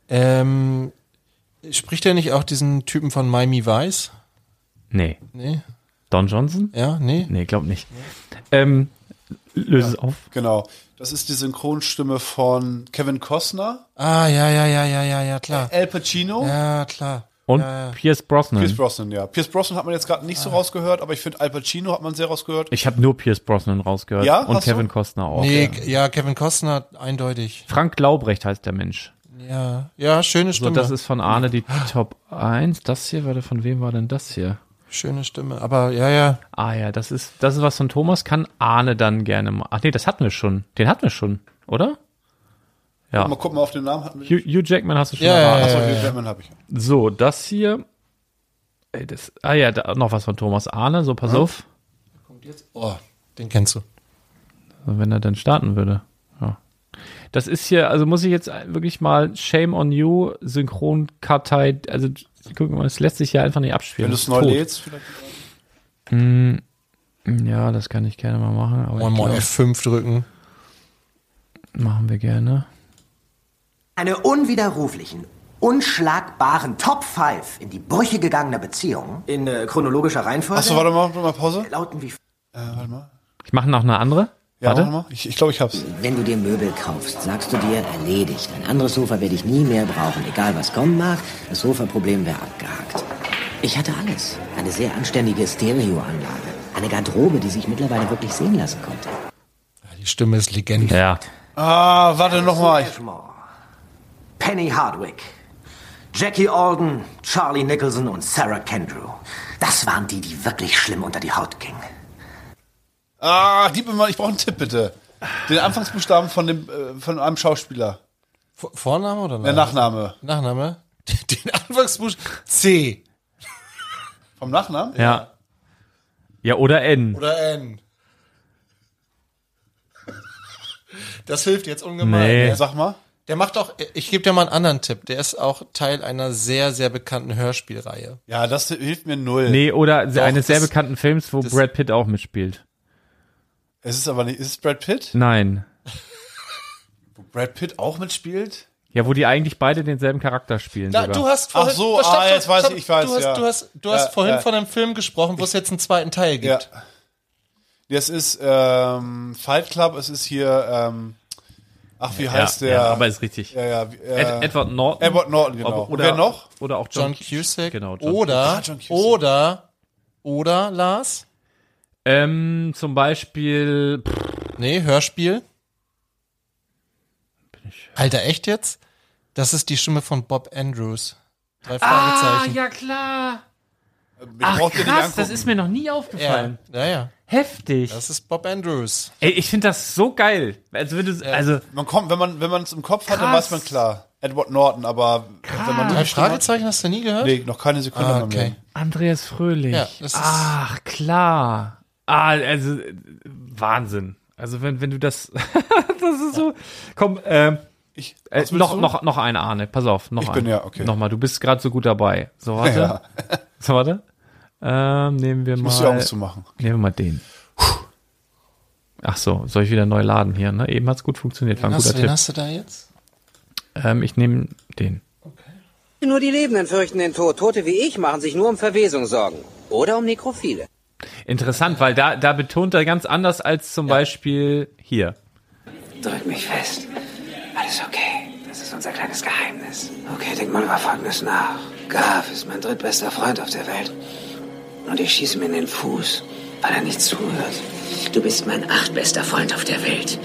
Speaker 4: Ähm, spricht er nicht auch diesen Typen von Miami Vice?
Speaker 3: Nee.
Speaker 4: Nee.
Speaker 3: Don Johnson?
Speaker 4: Ja, nee.
Speaker 3: Nee, glaub nicht. Ähm, löse es auf.
Speaker 6: Genau. Das ist die Synchronstimme von Kevin Costner,
Speaker 4: Ah, ja, ja, ja, ja, ja, ja, klar.
Speaker 6: Al Pacino.
Speaker 4: Ja, klar.
Speaker 3: Und
Speaker 4: ja, ja.
Speaker 3: Pierce Brosnan.
Speaker 6: Pierce Brosnan, ja. Pierce Brosnan hat man jetzt gerade nicht so rausgehört, aber ich finde Al Pacino hat man sehr rausgehört.
Speaker 3: Ich habe nur Pierce Brosnan rausgehört.
Speaker 6: Ja,
Speaker 3: Und
Speaker 6: hast du?
Speaker 3: Kevin Costner auch.
Speaker 4: Nee, ja, Kevin Costner eindeutig.
Speaker 3: Frank Laubrecht heißt der Mensch.
Speaker 4: Ja, ja, schöne Stimme.
Speaker 3: So, Also das ist von Arne die Top 1. Das hier, warte, von wem war denn das hier?
Speaker 4: Schöne Stimme, aber ja, ja.
Speaker 3: Ah ja, das ist, das ist was von Thomas. Kann Arne dann gerne mal. Ach nee, das hatten wir schon. Den hatten wir schon, oder? Ja.
Speaker 6: Mal gucken, mal auf den Namen hatten wir.
Speaker 3: Hugh, Hugh Jackman hast du schon
Speaker 6: Ja,
Speaker 3: erraten.
Speaker 6: ja, ja, Achso, Hugh ja. Jackman hab ich.
Speaker 3: So, das hier. Ey, das, ah ja, da, noch was von Thomas Arne. So, pass
Speaker 4: Hm?
Speaker 3: auf.
Speaker 4: Oh, den kennst du.
Speaker 3: Also, Wenn er dann starten würde. Ja. Das ist hier, also muss ich jetzt wirklich mal Shame on You, Synchronkartei, also guck mal, es lässt sich ja einfach nicht abspielen.
Speaker 6: Wenn du
Speaker 3: Ist
Speaker 6: es neu
Speaker 3: tot.
Speaker 6: lädst, vielleicht.
Speaker 3: Mm, ja, das kann ich gerne mal machen. Aber
Speaker 4: Wollen
Speaker 3: ich
Speaker 4: wir
Speaker 3: glaub,
Speaker 4: F5 drücken?
Speaker 3: machen wir gerne.
Speaker 18: Eine unwiderruflichen, unschlagbaren Top 5 in die Brüche gegangener Beziehungen. In äh, chronologischer Reihenfolge.
Speaker 6: Achso, warte mal, warte mal Pause.
Speaker 18: Lauten wie.
Speaker 6: warte mal.
Speaker 3: Ich mache noch eine andere.
Speaker 6: Ja,
Speaker 3: Warte.
Speaker 6: warte mal. Ich, ich glaube, ich hab's.
Speaker 19: Wenn du dir Möbel kaufst, sagst du dir, erledigt. Ein anderes Sofa werde ich nie mehr brauchen, egal was kommen mag. Das Sofaproblem wäre abgehakt. Ich hatte alles. Eine sehr anständige Stereoanlage. Eine Garderobe, die sich mittlerweile wirklich sehen lassen konnte.
Speaker 4: Die Stimme ist Legende.
Speaker 3: Ja.
Speaker 6: Ah, warte nochmal.
Speaker 18: Penny Hardwick, Jackie Alden, Charlie Nicholson und Sarah Kendrew. Das waren die, die wirklich schlimm unter die Haut gingen.
Speaker 6: Ah, gib mir mal, ich brauche einen Tipp bitte. Den Anfangsbuchstaben von, dem, äh, von einem Schauspieler.
Speaker 4: V Vorname oder
Speaker 6: Der Nachname.
Speaker 4: Nachname? Den Anfangsbuchstaben C.
Speaker 6: Vom Nachnamen?
Speaker 3: Ja. Ja, oder N.
Speaker 6: Oder N.
Speaker 4: Das hilft jetzt ungemein.
Speaker 3: Nee.
Speaker 4: Ja, sag mal. Der macht auch, ich gebe dir mal einen anderen Tipp. Der ist auch Teil einer sehr, sehr bekannten Hörspielreihe.
Speaker 6: Ja, das hilft mir null.
Speaker 3: Nee, oder
Speaker 6: Doch,
Speaker 3: eines sehr
Speaker 6: das-
Speaker 3: bekannten Films, wo Brad Pitt auch mitspielt.
Speaker 6: Es ist aber nicht. Ist es Brad Pitt?
Speaker 3: Nein.
Speaker 6: Wo Brad Pitt auch mitspielt?
Speaker 3: Ja, wo die eigentlich beide denselben Charakter spielen.
Speaker 4: Da,
Speaker 3: sogar.
Speaker 4: du hast
Speaker 6: Ach
Speaker 4: vorhin,
Speaker 6: so,
Speaker 4: stopp,
Speaker 6: ah,
Speaker 4: stopp,
Speaker 6: jetzt weiß
Speaker 4: stopp,
Speaker 6: ich, ich weiß,
Speaker 4: du hast,
Speaker 6: ja.
Speaker 4: du hast, du
Speaker 6: Ja,
Speaker 4: hast vorhin
Speaker 6: ja.
Speaker 4: von einem Film gesprochen, wo es jetzt einen zweiten Teil gibt.
Speaker 6: Das ist ähm, Fight Club. Es ist hier. Ähm, ach, wie
Speaker 3: Ja,
Speaker 6: heißt der?
Speaker 3: ja, aber ist richtig.
Speaker 6: Ja, ja, wie- äh,
Speaker 3: Ed Edward Norton.
Speaker 6: Edward Norton, genau.
Speaker 3: Ob- Oder,
Speaker 6: Wer noch?
Speaker 3: Oder auch John,
Speaker 4: John Cusack.
Speaker 3: Genau, John
Speaker 6: Ah,
Speaker 4: oder, oder, oder, Lars?
Speaker 3: Ähm, zum Beispiel.
Speaker 4: Nee, Hörspiel. Alter, echt jetzt? Das ist die Stimme von Bob Andrews.
Speaker 6: Ah,
Speaker 4: Drei Fragezeichen.
Speaker 3: ja klar.
Speaker 4: Ach, braucht ihr nicht krass, das
Speaker 3: das
Speaker 4: angucken.
Speaker 3: ist
Speaker 4: ist
Speaker 3: mir
Speaker 4: mir
Speaker 3: noch nie aufgefallen.
Speaker 4: Ja, ja.
Speaker 3: Heftig.
Speaker 4: Das ist Bob Andrews.
Speaker 3: Ey, ich finde das so geil. Also, wenn du, also
Speaker 6: man kommt, wenn man, wenn man es im Kopf hat, dann
Speaker 3: Krass.
Speaker 6: weiß man klar. Edward Norton, aber wenn man
Speaker 4: Drei
Speaker 6: die Stimme
Speaker 4: Fragezeichen hast du nie
Speaker 6: hat,
Speaker 4: gehört?
Speaker 6: nee, noch keine Sekunde
Speaker 4: Ah,
Speaker 6: mehr
Speaker 4: okay.
Speaker 6: mehr.
Speaker 3: Andreas Fröhlich.
Speaker 4: Ja, das ist-
Speaker 3: Ach, klar. Ah, also äh, Wahnsinn. Also wenn, wenn du das. das ist so. Komm, ähm. äh,
Speaker 6: was willst
Speaker 3: noch,
Speaker 6: du?
Speaker 3: noch, noch eine Ahne, pass auf. Noch
Speaker 6: Ich bin
Speaker 3: eine.
Speaker 6: ja, okay.
Speaker 3: Nochmal, du bist gerade so gut dabei. So, warte.
Speaker 6: Ja.
Speaker 3: So, warte. Ähm, nehmen wir mal.
Speaker 6: muss die Augen zumachen.
Speaker 3: Nehmen wir mal den. Ach so, soll ich wieder neu laden hier, ne? Eben hat's gut funktioniert, war
Speaker 4: Wen
Speaker 3: ein
Speaker 4: hast,
Speaker 3: guter
Speaker 4: du- wen
Speaker 3: Tipp.
Speaker 4: hast du da jetzt?
Speaker 3: Ähm, ich nehme den.
Speaker 16: Nur die Lebenden fürchten den Tod. Tote wie ich machen sich nur um Verwesung Sorgen. Oder um Nekrophile.
Speaker 3: Interessant, weil da, da betont er ganz anders als zum Beispiel hier.
Speaker 16: Drück mich fest. Alles okay. Das ist unser kleines Geheimnis. Okay, denk mal über Folgendes nach. Graf ist mein drittbester Freund auf der Welt. Und ich schieße mir in den Fuß, weil er nicht zuhört. Du bist mein achtbester Freund auf der Welt.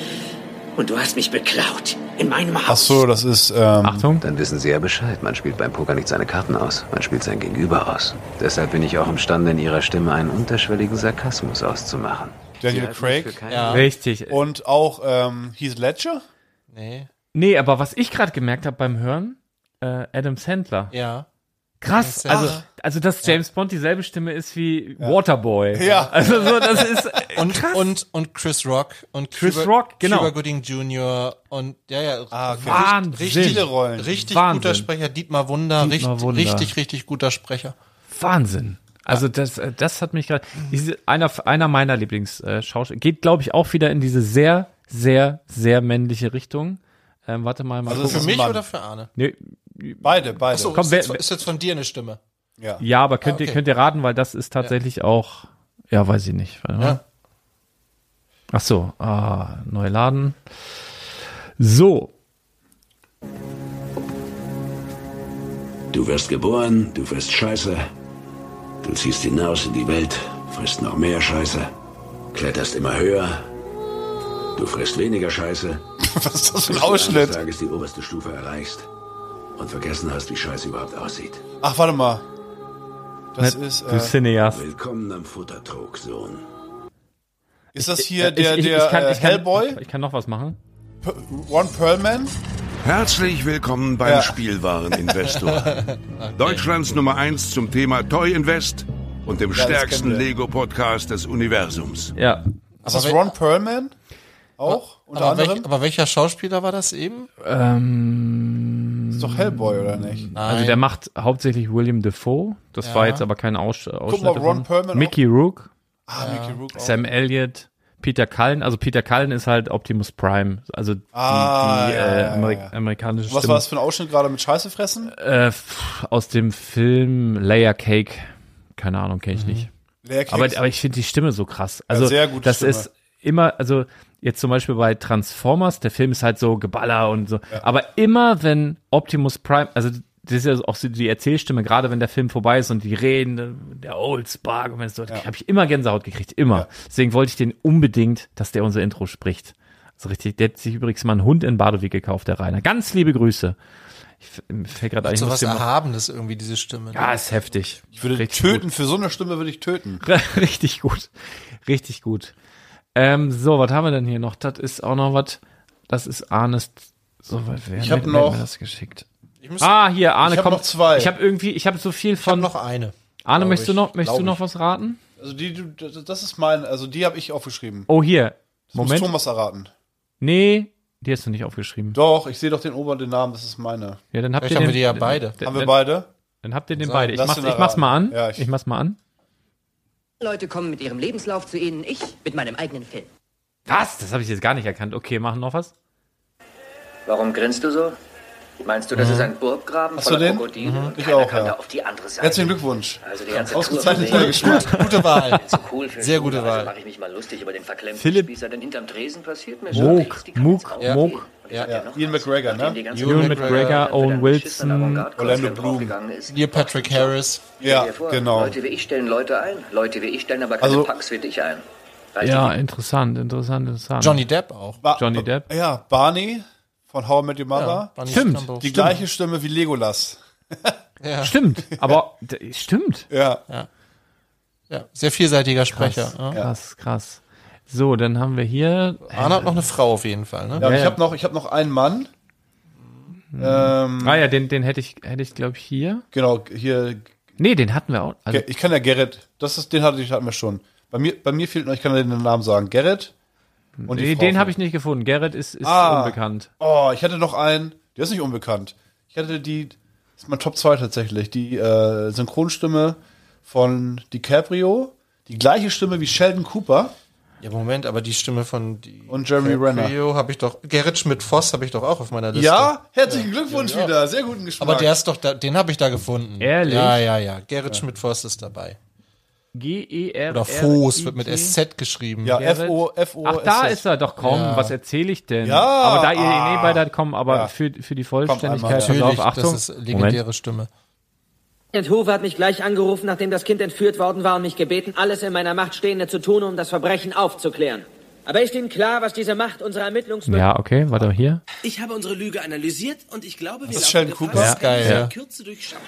Speaker 16: Und du hast mich beklaut. In meinem
Speaker 6: Ach so, das ist. Ähm,
Speaker 3: Achtung.
Speaker 20: Dann wissen Sie ja Bescheid. Man spielt beim Poker nicht seine Karten aus. Man spielt sein Gegenüber aus. Deshalb bin ich auch imstande, in Ihrer Stimme einen unterschwelligen Sarkasmus auszumachen.
Speaker 6: Daniel
Speaker 20: Sie halten mich für
Speaker 6: Craig.
Speaker 20: keinen-
Speaker 3: Richtig.
Speaker 6: Und auch ähm, Heath Ledger?
Speaker 4: Nee.
Speaker 3: Nee, aber was ich gerade gemerkt habe beim Hören, äh, Adam Sandler.
Speaker 4: Ja.
Speaker 3: Krass,
Speaker 4: Adam Sandler.
Speaker 3: also, also dass James Bond dieselbe Stimme ist wie Waterboy.
Speaker 4: Ja.
Speaker 3: Also so, das ist
Speaker 4: und,
Speaker 3: krass.
Speaker 4: Und, und Chris Rock. Und
Speaker 3: Chris
Speaker 4: Cuba,
Speaker 3: Rock, genau.
Speaker 4: Cuba Gooding Jr. Und, ja, ja. Ah,
Speaker 3: okay. Wahnsinn.
Speaker 4: Richtig,
Speaker 3: Viele Rollen.
Speaker 4: richtig
Speaker 3: Wahnsinn.
Speaker 4: guter Sprecher. Dietmar Wunder.
Speaker 3: Dietmar
Speaker 4: richtig,
Speaker 3: Wunder.
Speaker 4: richtig, richtig guter Sprecher.
Speaker 3: Wahnsinn. Also das, äh, das hat mich gerade. diese- Einer, einer meiner Lieblingsschauspieler geht, glaube ich, auch wieder in diese sehr, sehr, sehr männliche Richtung. Ähm, warte mal, mal.
Speaker 4: Also
Speaker 3: gucken.
Speaker 4: für mich oder für Arne?
Speaker 3: Nee,
Speaker 6: Beide, beide.
Speaker 4: Achso,
Speaker 3: Komm,
Speaker 4: ist,
Speaker 3: wer-
Speaker 4: jetzt- ist jetzt von dir eine Stimme.
Speaker 6: Ja.
Speaker 3: ja, aber könnt,
Speaker 4: Ah,
Speaker 3: ihr,
Speaker 4: okay.
Speaker 3: könnt ihr raten, weil das ist tatsächlich auch. Ja, weiß ich nicht. Warte mal.
Speaker 4: Ja.
Speaker 3: Ach so, ah, neu laden. So,
Speaker 21: Du wirst geboren, du wirst scheiße. Du ziehst hinaus in die Welt, frisst noch mehr Scheiße, kletterst immer höher. Du frisst weniger Scheiße.
Speaker 6: Was ist das
Speaker 21: für ein Ausschnitt? Bis du eines Tages die oberste Stufe erreichst und vergessen hast, wie Scheiße überhaupt aussieht.
Speaker 6: Ach, warte mal. Das
Speaker 3: Ne,
Speaker 6: ist. äh,
Speaker 3: du Cineast.
Speaker 21: Willkommen am Futtertrog, Sohn.
Speaker 6: Ist das hier
Speaker 3: Ich-
Speaker 6: der,
Speaker 3: ich- ich
Speaker 6: der
Speaker 3: kann-
Speaker 6: äh,
Speaker 3: ich kann-
Speaker 6: Hellboy?
Speaker 3: ich kann noch was machen.
Speaker 6: P Ron Perlman?
Speaker 22: Herzlich willkommen beim
Speaker 6: Ja.
Speaker 22: Spielwareninvestor. Deutschlands Nummer 1 zum Thema Toy Invest und dem
Speaker 6: Ja, das
Speaker 22: stärksten
Speaker 6: kennen wir.
Speaker 22: Lego-Podcast des Universums.
Speaker 3: Ja.
Speaker 6: Ist das Ron Perlman? Auch? Unter
Speaker 4: aber,
Speaker 6: anderem?
Speaker 4: welch, aber welcher Schauspieler war das eben?
Speaker 3: Ähm,
Speaker 6: ist doch Hellboy, oder nicht?
Speaker 3: Also der macht hauptsächlich William Defoe. Das
Speaker 6: Ja.
Speaker 3: war jetzt aber kein Aus Ausschnitt.
Speaker 6: mal, Ron
Speaker 3: davon.
Speaker 6: Perlman
Speaker 3: Mickey Rook.
Speaker 6: Ah, Mickey Rook auch.
Speaker 3: Sam Elliott. Peter Cullen. Also Peter Cullen ist halt Optimus Prime. Also die,
Speaker 6: Ah,
Speaker 3: die
Speaker 6: ja, ja,
Speaker 3: äh,
Speaker 6: ja,
Speaker 3: Ameri
Speaker 6: ja.
Speaker 3: amerikanische
Speaker 6: Was
Speaker 3: Stimme.
Speaker 6: war das für ein Ausschnitt gerade mit Scheiße fressen?
Speaker 3: Äh, pff, aus dem Film Layer Cake. Keine Ahnung, kenne ich nicht.
Speaker 6: Layer Cake
Speaker 3: aber,
Speaker 6: ist-
Speaker 3: aber ich finde die Stimme so krass. Also
Speaker 6: Mhm. sehr gute
Speaker 3: das
Speaker 6: Stimme.
Speaker 3: ist immer, also jetzt zum Beispiel bei Transformers, der Film ist halt so Geballer und so. Aber immer wenn Optimus Prime, also das ist ja auch so die Erzählstimme, gerade wenn der Film vorbei ist und die reden, dann der Old Spark und wenn es so, habe ich immer Gänsehaut gekriegt, immer. Deswegen wollte ich den unbedingt, dass der unser Intro spricht. Also richtig, der hat sich übrigens mal einen Hund in Badewig gekauft, der Rainer. Ganz liebe Grüße. Ich f- mir fällt gerade ein,
Speaker 4: Hat
Speaker 3: ich
Speaker 4: so
Speaker 3: muss
Speaker 4: was
Speaker 3: den mal-
Speaker 4: Erhabenes irgendwie, diese Stimme.
Speaker 3: Ja, Ah, ist heftig.
Speaker 6: Ich würde
Speaker 3: Richtig
Speaker 6: töten,
Speaker 3: gut.
Speaker 6: für so eine Stimme würde ich töten.
Speaker 3: Richtig gut. Richtig gut. Ähm, so, was haben wir denn hier noch? Das ist auch noch was. Das ist Arnes. So, wer- wer
Speaker 6: Ich hab
Speaker 3: wer hat
Speaker 6: noch-
Speaker 3: mir das geschickt?
Speaker 6: Ich muss-
Speaker 3: ah, hier, Arne,
Speaker 6: ich hab
Speaker 3: komm.
Speaker 6: noch zwei.
Speaker 3: Ich habe irgendwie, ich habe so viel von.
Speaker 4: noch eine.
Speaker 3: Arne,
Speaker 6: Glaub
Speaker 3: möchtest du
Speaker 6: ich,
Speaker 3: noch, möchtest
Speaker 6: glaub
Speaker 3: du noch
Speaker 6: ich.
Speaker 3: was raten?
Speaker 6: Also die, du- das das ist mein, also die habe ich aufgeschrieben.
Speaker 3: Oh, hier.
Speaker 6: Das
Speaker 3: Moment.
Speaker 6: muss Thomas erraten.
Speaker 3: Nee, die hast du nicht aufgeschrieben.
Speaker 6: Doch, ich sehe doch den oberen den Namen, das ist meine.
Speaker 3: Ja, dann habt ihr
Speaker 4: haben
Speaker 3: den,
Speaker 4: wir die ja beide.
Speaker 3: Dann,
Speaker 6: Haben wir beide?
Speaker 3: Dann habt ihr den
Speaker 6: So,
Speaker 3: beide. Ich,
Speaker 6: lass
Speaker 3: mach's,
Speaker 6: ihn
Speaker 3: ich mach's mal an.
Speaker 6: erraten. Ja, ich-
Speaker 3: ich mach's mal an.
Speaker 1: Leute kommen mit ihrem Lebenslauf zu Ihnen, ich mit meinem eigenen Film.
Speaker 3: Was? Das habe ich jetzt gar nicht erkannt. Okay, machen noch was.
Speaker 2: Warum grinst du so? Meinst du, das
Speaker 3: Mhm.
Speaker 2: ist ein Burggraben
Speaker 3: Hast
Speaker 2: voller
Speaker 3: du den?
Speaker 2: Krokodile
Speaker 3: Mhm.
Speaker 2: und
Speaker 3: Ich
Speaker 2: keiner
Speaker 3: auch,
Speaker 2: kann
Speaker 3: ja.
Speaker 2: da auf die andere Seite?
Speaker 6: Herzlichen Glückwunsch.
Speaker 2: Also die ganze
Speaker 6: Ausgezeichnet
Speaker 2: Tour von wegen-
Speaker 6: hergeschmackt. Gute Wahl.
Speaker 2: Zu cool für
Speaker 6: Sehr gute
Speaker 2: Schule, also
Speaker 6: Wahl.
Speaker 2: mache ich mich mal lustig über den verklemmten
Speaker 3: Philipp-
Speaker 2: Spießer, denn hinterm Tresen passiert mir schon nichts.
Speaker 3: Moog,
Speaker 2: Die
Speaker 3: Moog, Moog.
Speaker 6: Ja, Ian McGregor, ne?
Speaker 3: Ewan McGregor, Owen Wilson.
Speaker 6: Orlando Bloom.
Speaker 4: Neil Patrick Harris.
Speaker 6: Ja,
Speaker 2: Stell dir vor,
Speaker 6: genau.
Speaker 2: Leute wie ich stellen Leute ein. Leute wie ich stellen aber keine
Speaker 6: Also-
Speaker 2: Punks wie dich ein.
Speaker 3: Oh. Ja, interessant, interessant, interessant.
Speaker 6: Johnny
Speaker 4: Depp auch.
Speaker 3: Johnny Depp.
Speaker 6: Ja, Barney von How I Met Your Mother.
Speaker 3: Ja, Barney Stimmt. Stinson.
Speaker 6: Die
Speaker 3: Stimmt.
Speaker 6: gleiche Stimme wie Legolas.
Speaker 3: Stimmt, aber d- stimmt.
Speaker 6: Ja.
Speaker 4: ja. Ja, sehr vielseitiger Sprecher.
Speaker 3: Krass,
Speaker 4: ja.
Speaker 3: krass, krass. So, dann haben wir hier.
Speaker 4: Arne hat noch eine Frau auf jeden Fall, ne?
Speaker 6: Ja, und ich habe noch, ich hab noch einen Mann. Ähm,
Speaker 3: ah ja, den, den hätte ich, hätte ich glaube ich hier.
Speaker 6: Genau, hier.
Speaker 3: Nee, den hatten wir auch. Also,
Speaker 6: Ge- ich kann ja Gerrit. Das ist, den hatte ich, hatten wir schon. Bei mir, bei mir fehlt noch, ich kann ja den Namen sagen. Gerrit. Und
Speaker 3: nee,
Speaker 6: die Frau
Speaker 3: den
Speaker 6: von-
Speaker 3: habe ich nicht gefunden. Gerrit ist, ist unbekannt.
Speaker 6: Oh, ich hatte noch einen. Der ist nicht unbekannt. Ich hatte die, das ist mein Top 2 tatsächlich, die äh, Synchronstimme von DiCaprio. Die gleiche Stimme wie Sheldon Cooper.
Speaker 4: Ja, Moment, aber die Stimme von die
Speaker 6: Und Jeremy Renner.
Speaker 4: habe ich doch Gerrit Schmidt Voss habe ich doch auch auf meiner Liste.
Speaker 6: Ja, herzlichen Glückwunsch wieder. Sehr guten Geschmack.
Speaker 4: aber der ist doch da, den habe ich da gefunden.
Speaker 3: Ehrlich?
Speaker 4: Ja, ja, ja. Gerrit Schmidt Voss ist dabei.
Speaker 3: G-E-R.
Speaker 4: Oder Voss wird mit SZ geschrieben.
Speaker 6: Ja, F-O- F-O-S-S.
Speaker 3: Ach, da ist er doch kaum.
Speaker 4: Ja.
Speaker 3: Was erzähle ich denn?
Speaker 4: Ja,
Speaker 3: Aber da ihr
Speaker 4: ah.
Speaker 3: eh nee, bei der kommen, aber
Speaker 4: Ja.
Speaker 3: für, für die
Speaker 4: einmal,
Speaker 3: Vollständigkeit,
Speaker 4: ja.
Speaker 3: pass auf,
Speaker 4: Natürlich, das
Speaker 3: Achtung.
Speaker 4: ist legendäre Stimme.
Speaker 1: Agent Hoover hat mich gleich angerufen, nachdem das Kind entführt worden war und mich gebeten, alles in meiner Macht Stehende zu tun, um das Verbrechen aufzuklären. Aber ist Ihnen klar, was diese Macht unserer Ermittlungsmöglichkeiten...
Speaker 3: Ja, okay, warte mal hier.
Speaker 23: Ich habe unsere Lüge analysiert und ich glaube, wir
Speaker 3: Das ist
Speaker 23: laufen
Speaker 3: Sheldon
Speaker 23: Gefahr,
Speaker 3: Cooper.
Speaker 23: dass
Speaker 3: Ja, geil,
Speaker 23: wir in
Speaker 3: ja.
Speaker 23: Kürze durchschaut.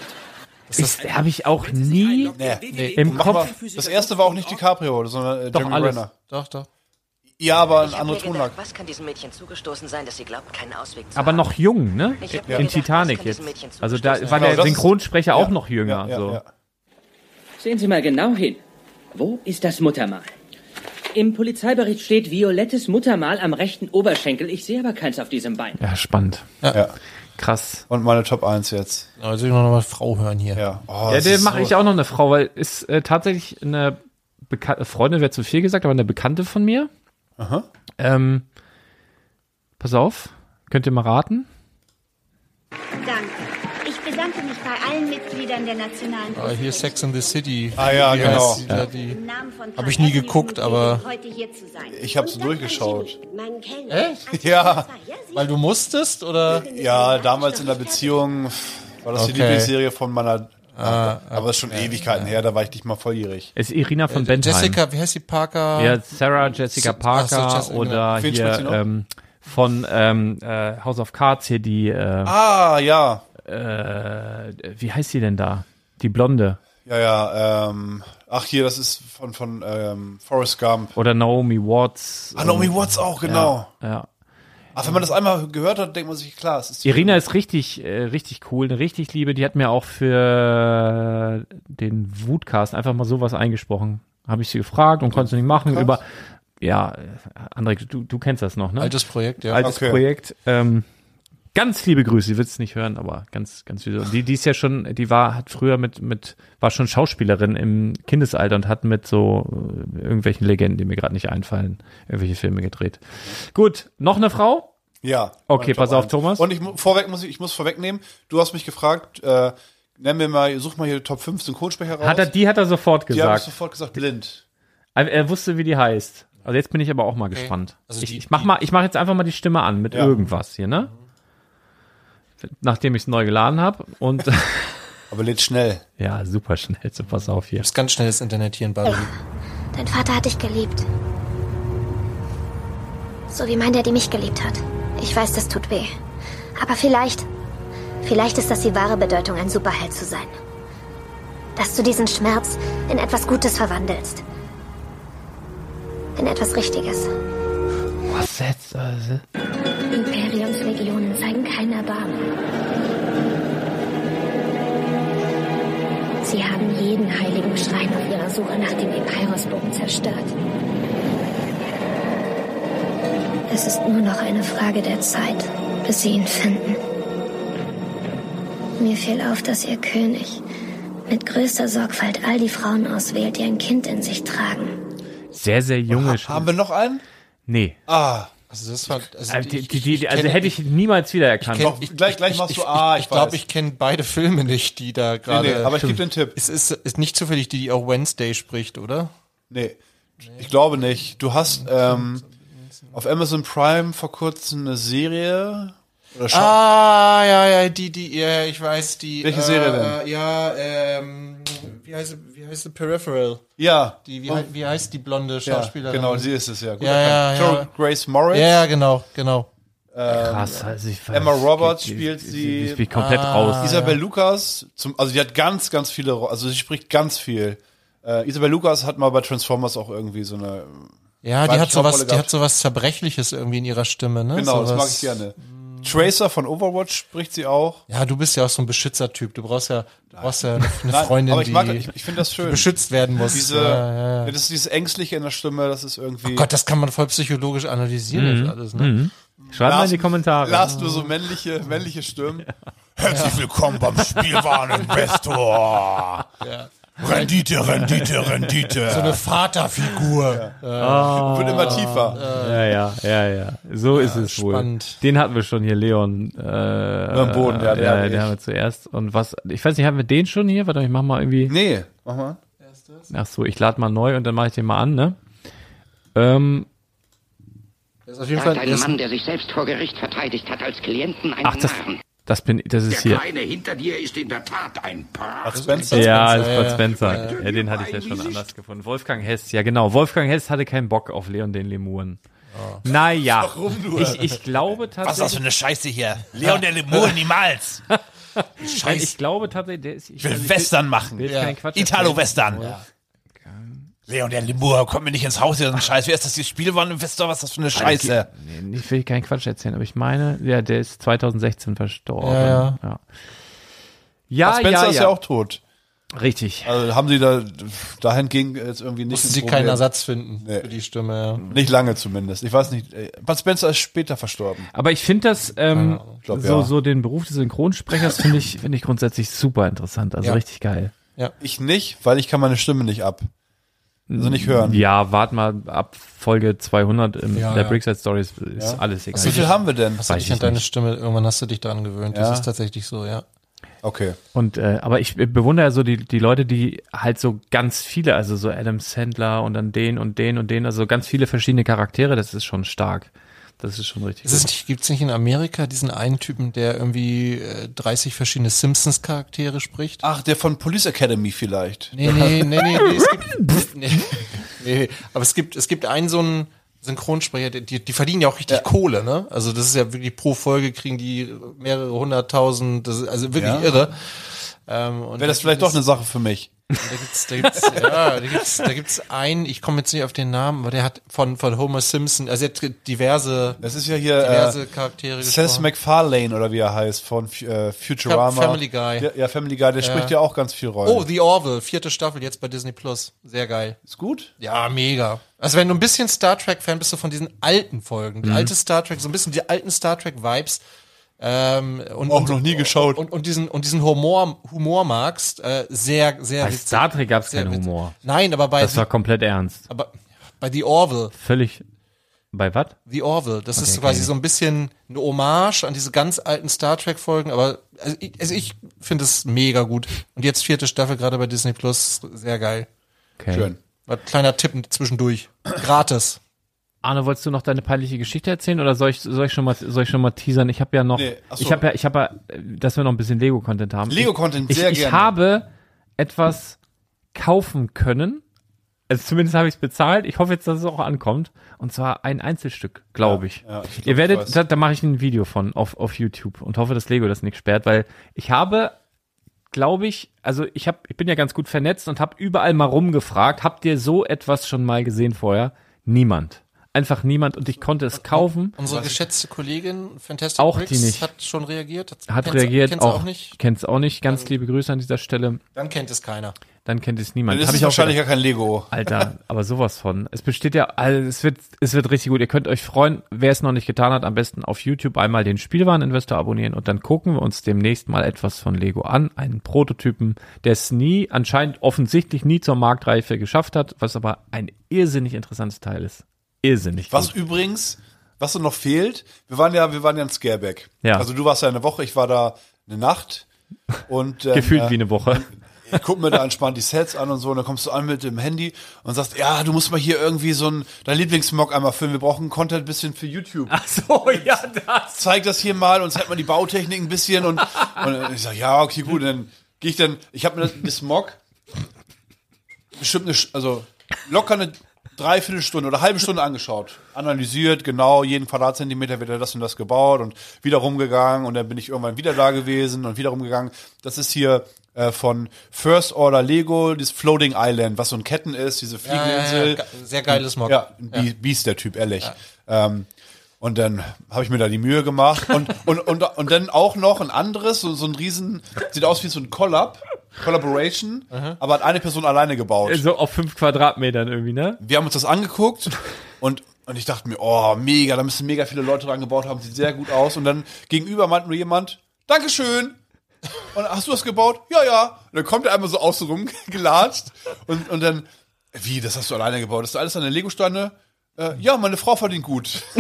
Speaker 3: Ist, habe ich auch nie im
Speaker 6: Mach mal-
Speaker 3: Kopf.
Speaker 6: Das erste war auch nicht DiCaprio, sondern äh,
Speaker 3: Doch,
Speaker 6: Jeremy
Speaker 3: alles.
Speaker 6: Renner.
Speaker 4: Doch, doch.
Speaker 6: Ja, aber ein
Speaker 2: Ich hab
Speaker 6: anderer
Speaker 2: mir gedacht,
Speaker 6: Tonlage.
Speaker 2: Was kann diesem Mädchen zugestoßen sein, dass sie glaubt, keinen Ausweg zu
Speaker 3: Aber
Speaker 2: haben?
Speaker 3: noch jung, ne?
Speaker 2: Ich hab mir
Speaker 3: In
Speaker 2: gedacht,
Speaker 3: Titanic
Speaker 2: was kann diesem
Speaker 3: jetzt.
Speaker 2: Mädchen
Speaker 3: Also da
Speaker 2: zugestoßen sein?
Speaker 3: war der
Speaker 2: Genau, das-
Speaker 3: Synchronsprecher auch
Speaker 2: ja,
Speaker 3: noch jünger. so.
Speaker 1: Sehen Sie mal genau hin. Wo ist das Muttermal? Im Polizeibericht steht violettes Muttermal am rechten Oberschenkel. Ich sehe aber keins auf diesem Bein.
Speaker 3: Ja, spannend.
Speaker 6: Ja.
Speaker 3: Krass.
Speaker 6: Und meine Top 1 jetzt.
Speaker 4: Also ich noch mal Frau hören hier.
Speaker 6: Ja, oh,
Speaker 3: ja,
Speaker 6: das
Speaker 3: den
Speaker 6: ist
Speaker 3: mache
Speaker 6: so-
Speaker 3: ich auch noch eine Frau, weil ist äh, tatsächlich eine Beka Freundin wäre zu viel gesagt, aber eine Bekannte von mir.
Speaker 6: Aha.
Speaker 3: Ähm, pass auf, könnt ihr mal raten?
Speaker 8: Danke. Ich bedanke mich bei allen Mitgliedern der Nationalen
Speaker 4: Ah, hier Sex in the City.
Speaker 6: Ah, ja,
Speaker 4: Wie
Speaker 6: genau.
Speaker 4: heißt die da,
Speaker 6: Ja.
Speaker 4: die-
Speaker 8: Im Namen von
Speaker 4: Hab ich nie geguckt, aber
Speaker 8: heute hier zu sein.
Speaker 6: Ich hab's durchgeschaut.
Speaker 8: Mein Kellner.
Speaker 6: Echt? Ja.
Speaker 4: Weil du musstest, oder?
Speaker 6: Ja, damals in der Beziehung pff, war das die
Speaker 4: Okay.
Speaker 6: Lieblingsserie von meiner.
Speaker 4: Ah,
Speaker 6: aber das ist schon Ewigkeiten her, da war ich nicht mal volljährig.
Speaker 3: Ist Irina von
Speaker 4: Äh,
Speaker 3: Bentheim.
Speaker 4: Jessica, wie heißt die Parker?
Speaker 3: Ja, Sarah Jessica
Speaker 4: S- ach so,
Speaker 3: Parker
Speaker 4: Jessica,
Speaker 3: oder
Speaker 4: genau. Wen
Speaker 3: hier
Speaker 4: spricht sie noch?
Speaker 3: ähm, von ähm, äh, House of Cards hier die. Äh,
Speaker 6: Ah, ja.
Speaker 3: Äh, wie heißt sie denn da? Die Blonde
Speaker 6: Ja, ja. Ähm, ach, hier, das ist von, von ähm, Forrest Gump.
Speaker 3: oder Naomi Watts.
Speaker 6: Ah, Naomi
Speaker 3: Und-
Speaker 6: Watts auch, genau.
Speaker 3: Ja. ja.
Speaker 6: Ach, wenn man das einmal gehört hat, denkt man sich, klar, es ist.
Speaker 3: Irina ist richtig, äh, richtig cool, eine richtig Liebe. Die hat mir auch für den Wutcast einfach mal sowas eingesprochen. Habe ich sie gefragt und konnte sie nicht machen. Über, ja, äh, André, du, du kennst das noch, ne?
Speaker 4: Altes Projekt, ja.
Speaker 3: Altes
Speaker 4: Okay.
Speaker 3: Projekt. Ähm, ganz liebe Grüße, die wird es nicht hören, aber ganz, ganz süß. Und Die, die ist ja schon, die war, hat früher mit, mit, war schon Schauspielerin im Kindesalter und hat mit so äh, irgendwelchen Legenden, die mir gerade nicht einfallen, irgendwelche Filme gedreht. Gut, noch eine Frau?
Speaker 6: Ja.
Speaker 3: Okay,
Speaker 6: Meine
Speaker 3: pass
Speaker 6: Top
Speaker 3: auf,
Speaker 6: eins.
Speaker 3: Thomas.
Speaker 6: Und ich mu- vorweg muss ich, ich muss vorwegnehmen, du hast mich gefragt, äh, nenn mir mal, such mal hier Top 5 Synchronsprecher raus.
Speaker 3: Hat er, die hat er sofort
Speaker 6: Die habe ich
Speaker 3: gesagt.
Speaker 6: sofort gesagt, blind.
Speaker 3: Er, er wusste, wie die heißt. Also jetzt bin ich aber auch mal gespannt.
Speaker 6: Also
Speaker 3: ich,
Speaker 6: die-
Speaker 3: ich mach mal, ich mach jetzt einfach mal die Stimme an mit
Speaker 6: Ja.
Speaker 3: irgendwas hier, ne? Nachdem ich es neu geladen habe und
Speaker 6: Aber lädt schnell.
Speaker 3: Ja, super schnell. So pass auf hier.
Speaker 4: Ist ganz schnelles Internet hier in Baden.
Speaker 6: Oh,
Speaker 8: Dein Vater hat dich geliebt. So wie mein Daddy mich geliebt hat. Ich weiß, das tut weh. Aber vielleicht, vielleicht ist das die wahre Bedeutung, ein Superheld zu sein. Dass du diesen Schmerz in etwas Gutes verwandelst. In etwas Richtiges.
Speaker 3: Was jetzt? Also?
Speaker 8: Imperiumslegionen zeigen kein Erbarmen. Sie haben jeden jeden heiligen Schrein auf ihrer Suche nach dem Epeirosbogen zerstört. Es ist nur noch eine Frage der Zeit, bis sie ihn finden. Mir fiel auf, dass ihr König mit größter Sorgfalt all die Frauen auswählt, die ein Kind in sich tragen.
Speaker 3: Sehr, sehr junge. haben
Speaker 6: wir noch einen?
Speaker 3: Nee.
Speaker 6: Ah.
Speaker 4: Also, das war, also,
Speaker 3: Also, die, die, die, also hätte ich niemals wiedererkannt.
Speaker 4: kenn- ich-
Speaker 6: gleich, gleich
Speaker 4: ich-
Speaker 6: machst
Speaker 4: ich-
Speaker 6: du A. Ich,
Speaker 4: Ich glaube,
Speaker 6: weiß.
Speaker 4: ich kenne beide Filme nicht, die da gerade.
Speaker 6: nee, aber ich geb dir einen Tipp.
Speaker 4: Es ist, ist nicht zufällig die, die auch Wednesday spricht, oder?
Speaker 6: Nee, ich glaube nicht. Du hast ähm, auf Amazon Prime vor kurzem eine Serie. Oder Schau-
Speaker 4: Ah, ja, ja, die, die, ja, ich weiß, die.
Speaker 6: Welche
Speaker 4: äh,
Speaker 6: Serie denn?
Speaker 4: äh, Ja, ähm, wie heißt, wie heißt sie? Peripheral?
Speaker 6: Ja.
Speaker 4: Die, wie, hei- wie heißt die blonde
Speaker 6: Oh. Ja,
Speaker 4: Schauspielerin?
Speaker 6: genau, sie ist es, ja. Gut
Speaker 4: ja, ja,
Speaker 6: erkannt.
Speaker 4: ja.
Speaker 6: Cheryl Grace Moritz.
Speaker 4: Ja, genau, genau.
Speaker 6: Ähm,
Speaker 3: Krass, also ich weiß-
Speaker 6: Emma Roberts
Speaker 3: ich- ich-
Speaker 6: spielt
Speaker 3: ich-
Speaker 6: sie.
Speaker 3: ich bin komplett Ah, raus.
Speaker 6: Isabel
Speaker 3: ja.
Speaker 6: Lucas, zum, also die hat ganz, ganz viele, Ro- also sie spricht ganz viel. Äh, Isabel Lucas hat mal bei Transformers auch irgendwie so eine.
Speaker 4: Ja, die
Speaker 6: weibliche
Speaker 4: hat sowas,
Speaker 6: Hauptrolle
Speaker 4: die
Speaker 6: gehabt.
Speaker 4: hat sowas Zerbrechliches irgendwie in ihrer Stimme, ne?
Speaker 6: Genau,
Speaker 4: sowas.
Speaker 6: das mag ich gerne. Tracer von Overwatch spricht sie auch.
Speaker 4: Ja, du bist ja auch so ein Beschützertyp. Du brauchst ja, du brauchst ja eine, eine
Speaker 6: Nein,
Speaker 4: Freundin,
Speaker 6: aber ich mag-
Speaker 4: die,
Speaker 6: ich- ich finde das schön.
Speaker 4: die beschützt werden muss.
Speaker 6: Diese,
Speaker 4: ja, ja, ja.
Speaker 6: Das ist dieses Ängstliche in der Stimme, das ist irgendwie.
Speaker 4: Oh Gott, das kann man voll psychologisch analysieren,
Speaker 3: Mhm.
Speaker 4: das alles, ne?
Speaker 3: Mhm. Schreibt mal in die Kommentare.
Speaker 6: Lars, nur so männliche, männliche Stimmen.
Speaker 5: Herzlich willkommen beim Spielwareninvestor.
Speaker 4: Ja.
Speaker 5: Rendite, Rendite, Rendite.
Speaker 4: So eine Vaterfigur.
Speaker 3: Ah.
Speaker 6: Wird immer tiefer.
Speaker 3: Ja, ja, ja, ja. So ist es
Speaker 4: spannend.
Speaker 3: wohl. Den hatten wir schon hier, Leon. Äh, Am
Speaker 6: Boden, ja, den
Speaker 3: den, ja,
Speaker 6: hatte
Speaker 3: den
Speaker 6: ich.
Speaker 3: haben wir zuerst. Und was, ich weiß nicht, haben wir den schon hier? Warte, ich mach mal irgendwie.
Speaker 6: Nee, mach mal.
Speaker 3: Ach so, ich lade mal neu und dann mache ich den mal an, ne? Ähm,
Speaker 4: Das ist auf
Speaker 7: Jagt einen Mann, der sich selbst vor Gericht verteidigt hat, als Klienten einen
Speaker 3: ach, das,
Speaker 7: Narren.
Speaker 3: das bin, das ist hier.
Speaker 7: hinter dir ist in der Tat ein Paar.
Speaker 3: Ja, das ist Bud Spencer. Ja, den hatte ich ja schon anders gefunden. Wolfgang Hess, ja genau. Wolfgang Hess hatte keinen Bock auf Leon den Lemuren. Naja,
Speaker 5: Warum nur?
Speaker 3: ich, ich glaube tatsächlich.
Speaker 5: Was ist das für eine Scheiße hier? Leon der Lemur niemals.
Speaker 3: Nein, ich glaube tatsächlich, der ist.
Speaker 5: Ich will Western machen.
Speaker 3: Will
Speaker 5: Ja.
Speaker 3: keinen Quatsch
Speaker 5: Italo-Western.
Speaker 3: erzählen.
Speaker 5: Ja. Leon der Lemur, kommt mir nicht ins Haus, hier so ein Scheiß. Wer ist das hier? Spielwareninvestor, was ist das für eine Scheiße?
Speaker 3: Nee, ich will keinen Quatsch erzählen, aber ich meine, ja, der ist 2016 verstorben.
Speaker 6: Ja, ja.
Speaker 3: ja. Ja,
Speaker 6: Bud Spencer
Speaker 3: ja,
Speaker 6: ist
Speaker 3: ja.
Speaker 6: ja auch tot.
Speaker 3: Richtig.
Speaker 6: Also haben sie da dahingegen jetzt irgendwie nicht.
Speaker 4: Mussten
Speaker 6: ein
Speaker 4: sie
Speaker 6: Problem.
Speaker 4: keinen Ersatz finden
Speaker 6: Nee.
Speaker 4: für die Stimme, ja.
Speaker 3: Hm.
Speaker 6: Nicht lange zumindest. Ich weiß nicht. äh, Bud Spencer ist später verstorben.
Speaker 3: Aber ich finde das ähm,
Speaker 6: glaub,
Speaker 3: so,
Speaker 6: ja.
Speaker 3: so den Beruf des Synchronsprechers finde ich, finde ich grundsätzlich super interessant, also
Speaker 6: Ja.
Speaker 3: richtig geil.
Speaker 6: Ich nicht, weil ich kann meine Stimme nicht ab. Also nicht hören.
Speaker 3: Ja, wart mal ab Folge 200 im,
Speaker 4: Ja,
Speaker 3: der
Speaker 4: ja.
Speaker 3: Brickside Stories ist
Speaker 6: Ja.
Speaker 3: alles egal.
Speaker 6: Wie viel haben wir denn?
Speaker 4: Hast du
Speaker 3: Weiß
Speaker 4: dich
Speaker 3: ich
Speaker 4: an deine
Speaker 3: nicht.
Speaker 4: Stimme, irgendwann hast du dich daran gewöhnt.
Speaker 3: Ja.
Speaker 4: Das ist tatsächlich so, ja.
Speaker 6: Okay.
Speaker 3: Und äh, aber ich bewundere so die, die Leute, die halt so ganz viele, also so Adam Sandler und dann den und den und den, also ganz viele verschiedene Charaktere, das ist schon stark. Das ist schon richtig.
Speaker 4: Ist es
Speaker 3: gut.
Speaker 4: nicht, gibt's nicht in Amerika diesen einen Typen, der irgendwie äh, 30 verschiedene Simpsons-Charaktere spricht?
Speaker 6: Ach, der von Police Academy vielleicht.
Speaker 4: Nee, nee, nee, nee, nee, es gibt, nee, nee. Aber es gibt, es gibt einen so einen Synchronsprecher, die- die, die verdienen ja auch richtig Kohle, ne? Also das ist ja wirklich pro Folge kriegen die mehrere hunderttausend, das ist also wirklich
Speaker 6: Ja.
Speaker 4: irre. Ähm, und
Speaker 6: Wäre das
Speaker 4: da
Speaker 6: vielleicht
Speaker 4: gibt
Speaker 6: doch
Speaker 4: es-
Speaker 6: eine Sache für mich.
Speaker 4: Da gibt's, da gibt's, ja, da gibt's, da gibt's einen, ich komme jetzt nicht auf den Namen, aber der hat von, von Homer Simpson, also er hat diverse,
Speaker 6: Das ist ja hier
Speaker 4: diverse
Speaker 6: äh,
Speaker 4: Charaktere
Speaker 6: Seth
Speaker 4: gesprochen.
Speaker 6: MacFarlane oder wie er heißt von äh, Futurama.
Speaker 4: Fa- Family Guy.
Speaker 6: Der, ja, Family Guy, der spricht ja auch ganz viel Rollen.
Speaker 4: Oh, The Orville, vierte Staffel jetzt bei Disney Plus. Sehr geil.
Speaker 6: Ist gut?
Speaker 4: Ja, mega. Also wenn du ein bisschen Star Trek-Fan bist, so von diesen alten Folgen, die
Speaker 6: Mhm.
Speaker 4: alte Star Trek, so ein bisschen die alten Star Trek-Vibes. Ähm, und,
Speaker 6: Auch
Speaker 4: und,
Speaker 6: noch nie geschaut.
Speaker 4: Und, und diesen, und diesen Humor, Humor magst, äh, sehr, sehr
Speaker 3: Bei
Speaker 4: witzig.
Speaker 3: Star Trek gab es
Speaker 4: Sehr
Speaker 3: keinen
Speaker 4: witzig.
Speaker 3: Humor.
Speaker 4: Nein, aber bei,
Speaker 3: Das war
Speaker 4: The,
Speaker 3: komplett ernst.
Speaker 4: aber bei The Orville.
Speaker 3: Völlig. Bei was?
Speaker 4: The Orville. Das
Speaker 3: Okay,
Speaker 4: ist quasi
Speaker 3: okay.
Speaker 4: so ein bisschen eine Hommage an diese ganz alten Star Trek Folgen, aber also ich, also ich finde es mega gut. Und jetzt vierte Staffel gerade bei Disney Plus, sehr geil.
Speaker 3: Okay.
Speaker 6: Schön.
Speaker 4: War ein kleiner Tipp zwischendurch. Gratis.
Speaker 3: Arne, wolltest du noch deine peinliche Geschichte erzählen oder soll ich, soll ich schon mal soll ich schon mal teasern? Ich habe ja noch
Speaker 6: Nee, ach so.
Speaker 3: ich habe ja ich habe ja, äh, dass wir noch ein bisschen Lego Content haben.
Speaker 6: Lego
Speaker 3: Ich-
Speaker 6: Content,
Speaker 3: ich,
Speaker 6: sehr
Speaker 3: ich
Speaker 6: gerne.
Speaker 3: habe etwas kaufen können. Also zumindest habe ich es bezahlt. Ich hoffe jetzt, dass es auch ankommt und zwar ein Einzelstück, glaube ich.
Speaker 6: ja, ich glaub,
Speaker 3: Ihr
Speaker 6: ich weiß.
Speaker 3: werdet da, da mache ich ein Video von auf auf YouTube und hoffe, dass Lego das nicht sperrt, weil ich habe glaube ich, also ich habe, ich bin ja ganz gut vernetzt und habe überall mal rumgefragt, habt ihr so etwas schon mal gesehen vorher? Niemand. einfach niemand und ich konnte es kaufen.
Speaker 4: Unsere geschätzte Kollegin Fantastic
Speaker 3: Auch
Speaker 4: Bricks
Speaker 3: die nicht.
Speaker 4: hat schon reagiert.
Speaker 3: hat
Speaker 4: Kennt's-
Speaker 3: reagiert
Speaker 4: kennt's
Speaker 3: auch,
Speaker 4: auch nicht.
Speaker 3: Kennt es auch nicht. Ganz liebe Grüße an dieser Stelle.
Speaker 4: Dann kennt es keiner.
Speaker 3: Dann kennt es niemand.
Speaker 6: Dann ist
Speaker 3: Hab
Speaker 6: es
Speaker 3: auch
Speaker 6: wahrscheinlich
Speaker 3: gedacht.
Speaker 6: ja kein Lego.
Speaker 3: Alter, aber sowas von. Es besteht ja, also es wird, es wird richtig gut. Ihr könnt euch freuen, wer es noch nicht getan hat, am besten auf YouTube einmal den Spielwareninvestor abonnieren und dann gucken wir uns demnächst mal etwas von Lego an. Einen Prototypen, der es nie, anscheinend offensichtlich nie zur Marktreife geschafft hat, was aber ein irrsinnig interessantes Teil ist. Irrsinnig.
Speaker 6: Was
Speaker 3: gut.
Speaker 6: übrigens, was so noch fehlt, wir waren ja, wir waren ja in Scareback.
Speaker 3: Ja.
Speaker 6: Also du warst ja eine Woche, ich war da eine Nacht und ähm,
Speaker 3: Gefühlt wie eine Woche.
Speaker 6: Ich guck mir da entspannt die Sets an und so, und dann kommst du an mit dem Handy und sagst, ja, du musst mal hier irgendwie so ein, dein Lieblingsmog einmal filmen, wir brauchen Content ein bisschen für YouTube. Ach
Speaker 3: so, ja, das.
Speaker 6: Zeig das hier mal und zeig mal die Bautechnik ein bisschen und, und ich sag, ja, okay, gut, dann gehe ich dann, ich habe mir das, das Mock bestimmt eine, Sch- also locker eine Dreiviertelstunde oder halbe Stunde angeschaut. Analysiert, genau, jeden Quadratzentimeter wird er das und das gebaut und wieder rumgegangen und dann bin ich irgendwann wieder da gewesen und wieder rumgegangen. Das ist hier äh, von First Order Lego, dieses Floating Island, was so ein Ketten ist, diese
Speaker 4: Ja, ja, ja,
Speaker 6: Fliegeninsel.
Speaker 4: ge- sehr geiles Mock.
Speaker 6: Ja, ein Bi- Biest der Typ, ehrlich. Ähm, und dann habe ich mir da die Mühe gemacht und, und, und, und dann auch noch ein anderes, so, so ein riesen, sieht aus wie so ein Collab, Collaboration, aber hat eine Person alleine gebaut.
Speaker 3: So auf fünf Quadratmetern irgendwie, ne?
Speaker 6: Wir haben uns das angeguckt und, und ich dachte mir, oh, mega, da müssen mega viele Leute dran gebaut haben, sieht sehr gut aus. Und dann gegenüber meint nur jemand, Dankeschön. Und hast du das gebaut? Ja, ja. Und dann kommt er einmal so außen rum gelatscht und, und dann, wie, das hast du alleine gebaut? Hast du alles an der Lego-Steine? Äh, ja, meine Frau verdient gut.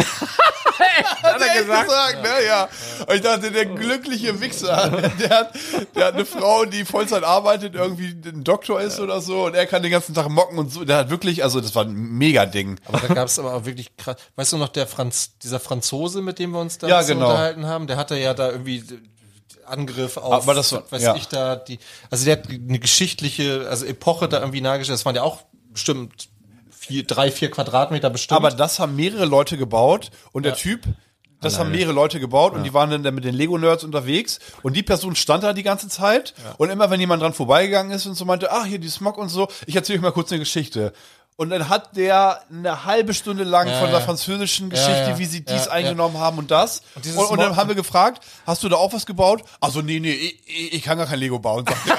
Speaker 6: hat er echt gesagt, ne? Ja. Und ich dachte, der glückliche Wichser, der hat, der hat eine Frau, die Vollzeit arbeitet, irgendwie ein Doktor ist oder so, und er kann den ganzen Tag mocken und so. Der hat wirklich, also das war ein mega Ding.
Speaker 4: Aber da gab es aber auch wirklich krass. Weißt du noch, der Franz, dieser Franzose, mit dem wir uns da
Speaker 6: Ja,
Speaker 4: ein bisschen
Speaker 6: genau.
Speaker 4: unterhalten haben, der hatte ja da irgendwie Angriff auf,
Speaker 6: Aber das war-
Speaker 4: weiß
Speaker 6: ja.
Speaker 4: ich da, die, also der hat eine geschichtliche, also Epoche da irgendwie nahegestellt. Das waren ja auch bestimmt vier, drei, vier Quadratmeter bestimmt.
Speaker 6: Aber das haben mehrere Leute gebaut und der Typ, das haben
Speaker 4: Alleine.
Speaker 6: mehrere Leute gebaut
Speaker 4: Ja.
Speaker 6: und die waren dann mit den Lego-Nerds unterwegs und die Person stand da die ganze Zeit und immer wenn jemand dran vorbeigegangen ist und so meinte, ach hier die Smog und so, ich erzähle euch mal kurz eine Geschichte. Und dann hat der eine halbe Stunde lang
Speaker 4: Ja,
Speaker 6: von der
Speaker 4: ja.
Speaker 6: französischen
Speaker 4: Ja,
Speaker 6: Geschichte,
Speaker 4: ja.
Speaker 6: wie sie
Speaker 4: Ja,
Speaker 6: dies
Speaker 4: ja.
Speaker 6: eingenommen haben und das. Und,
Speaker 4: dieses
Speaker 6: und, dann
Speaker 4: Smog-
Speaker 6: haben wir gefragt, hast du da auch was gebaut? Also nee, nee, ich- ich, ich kann gar kein Lego bauen. sagt er.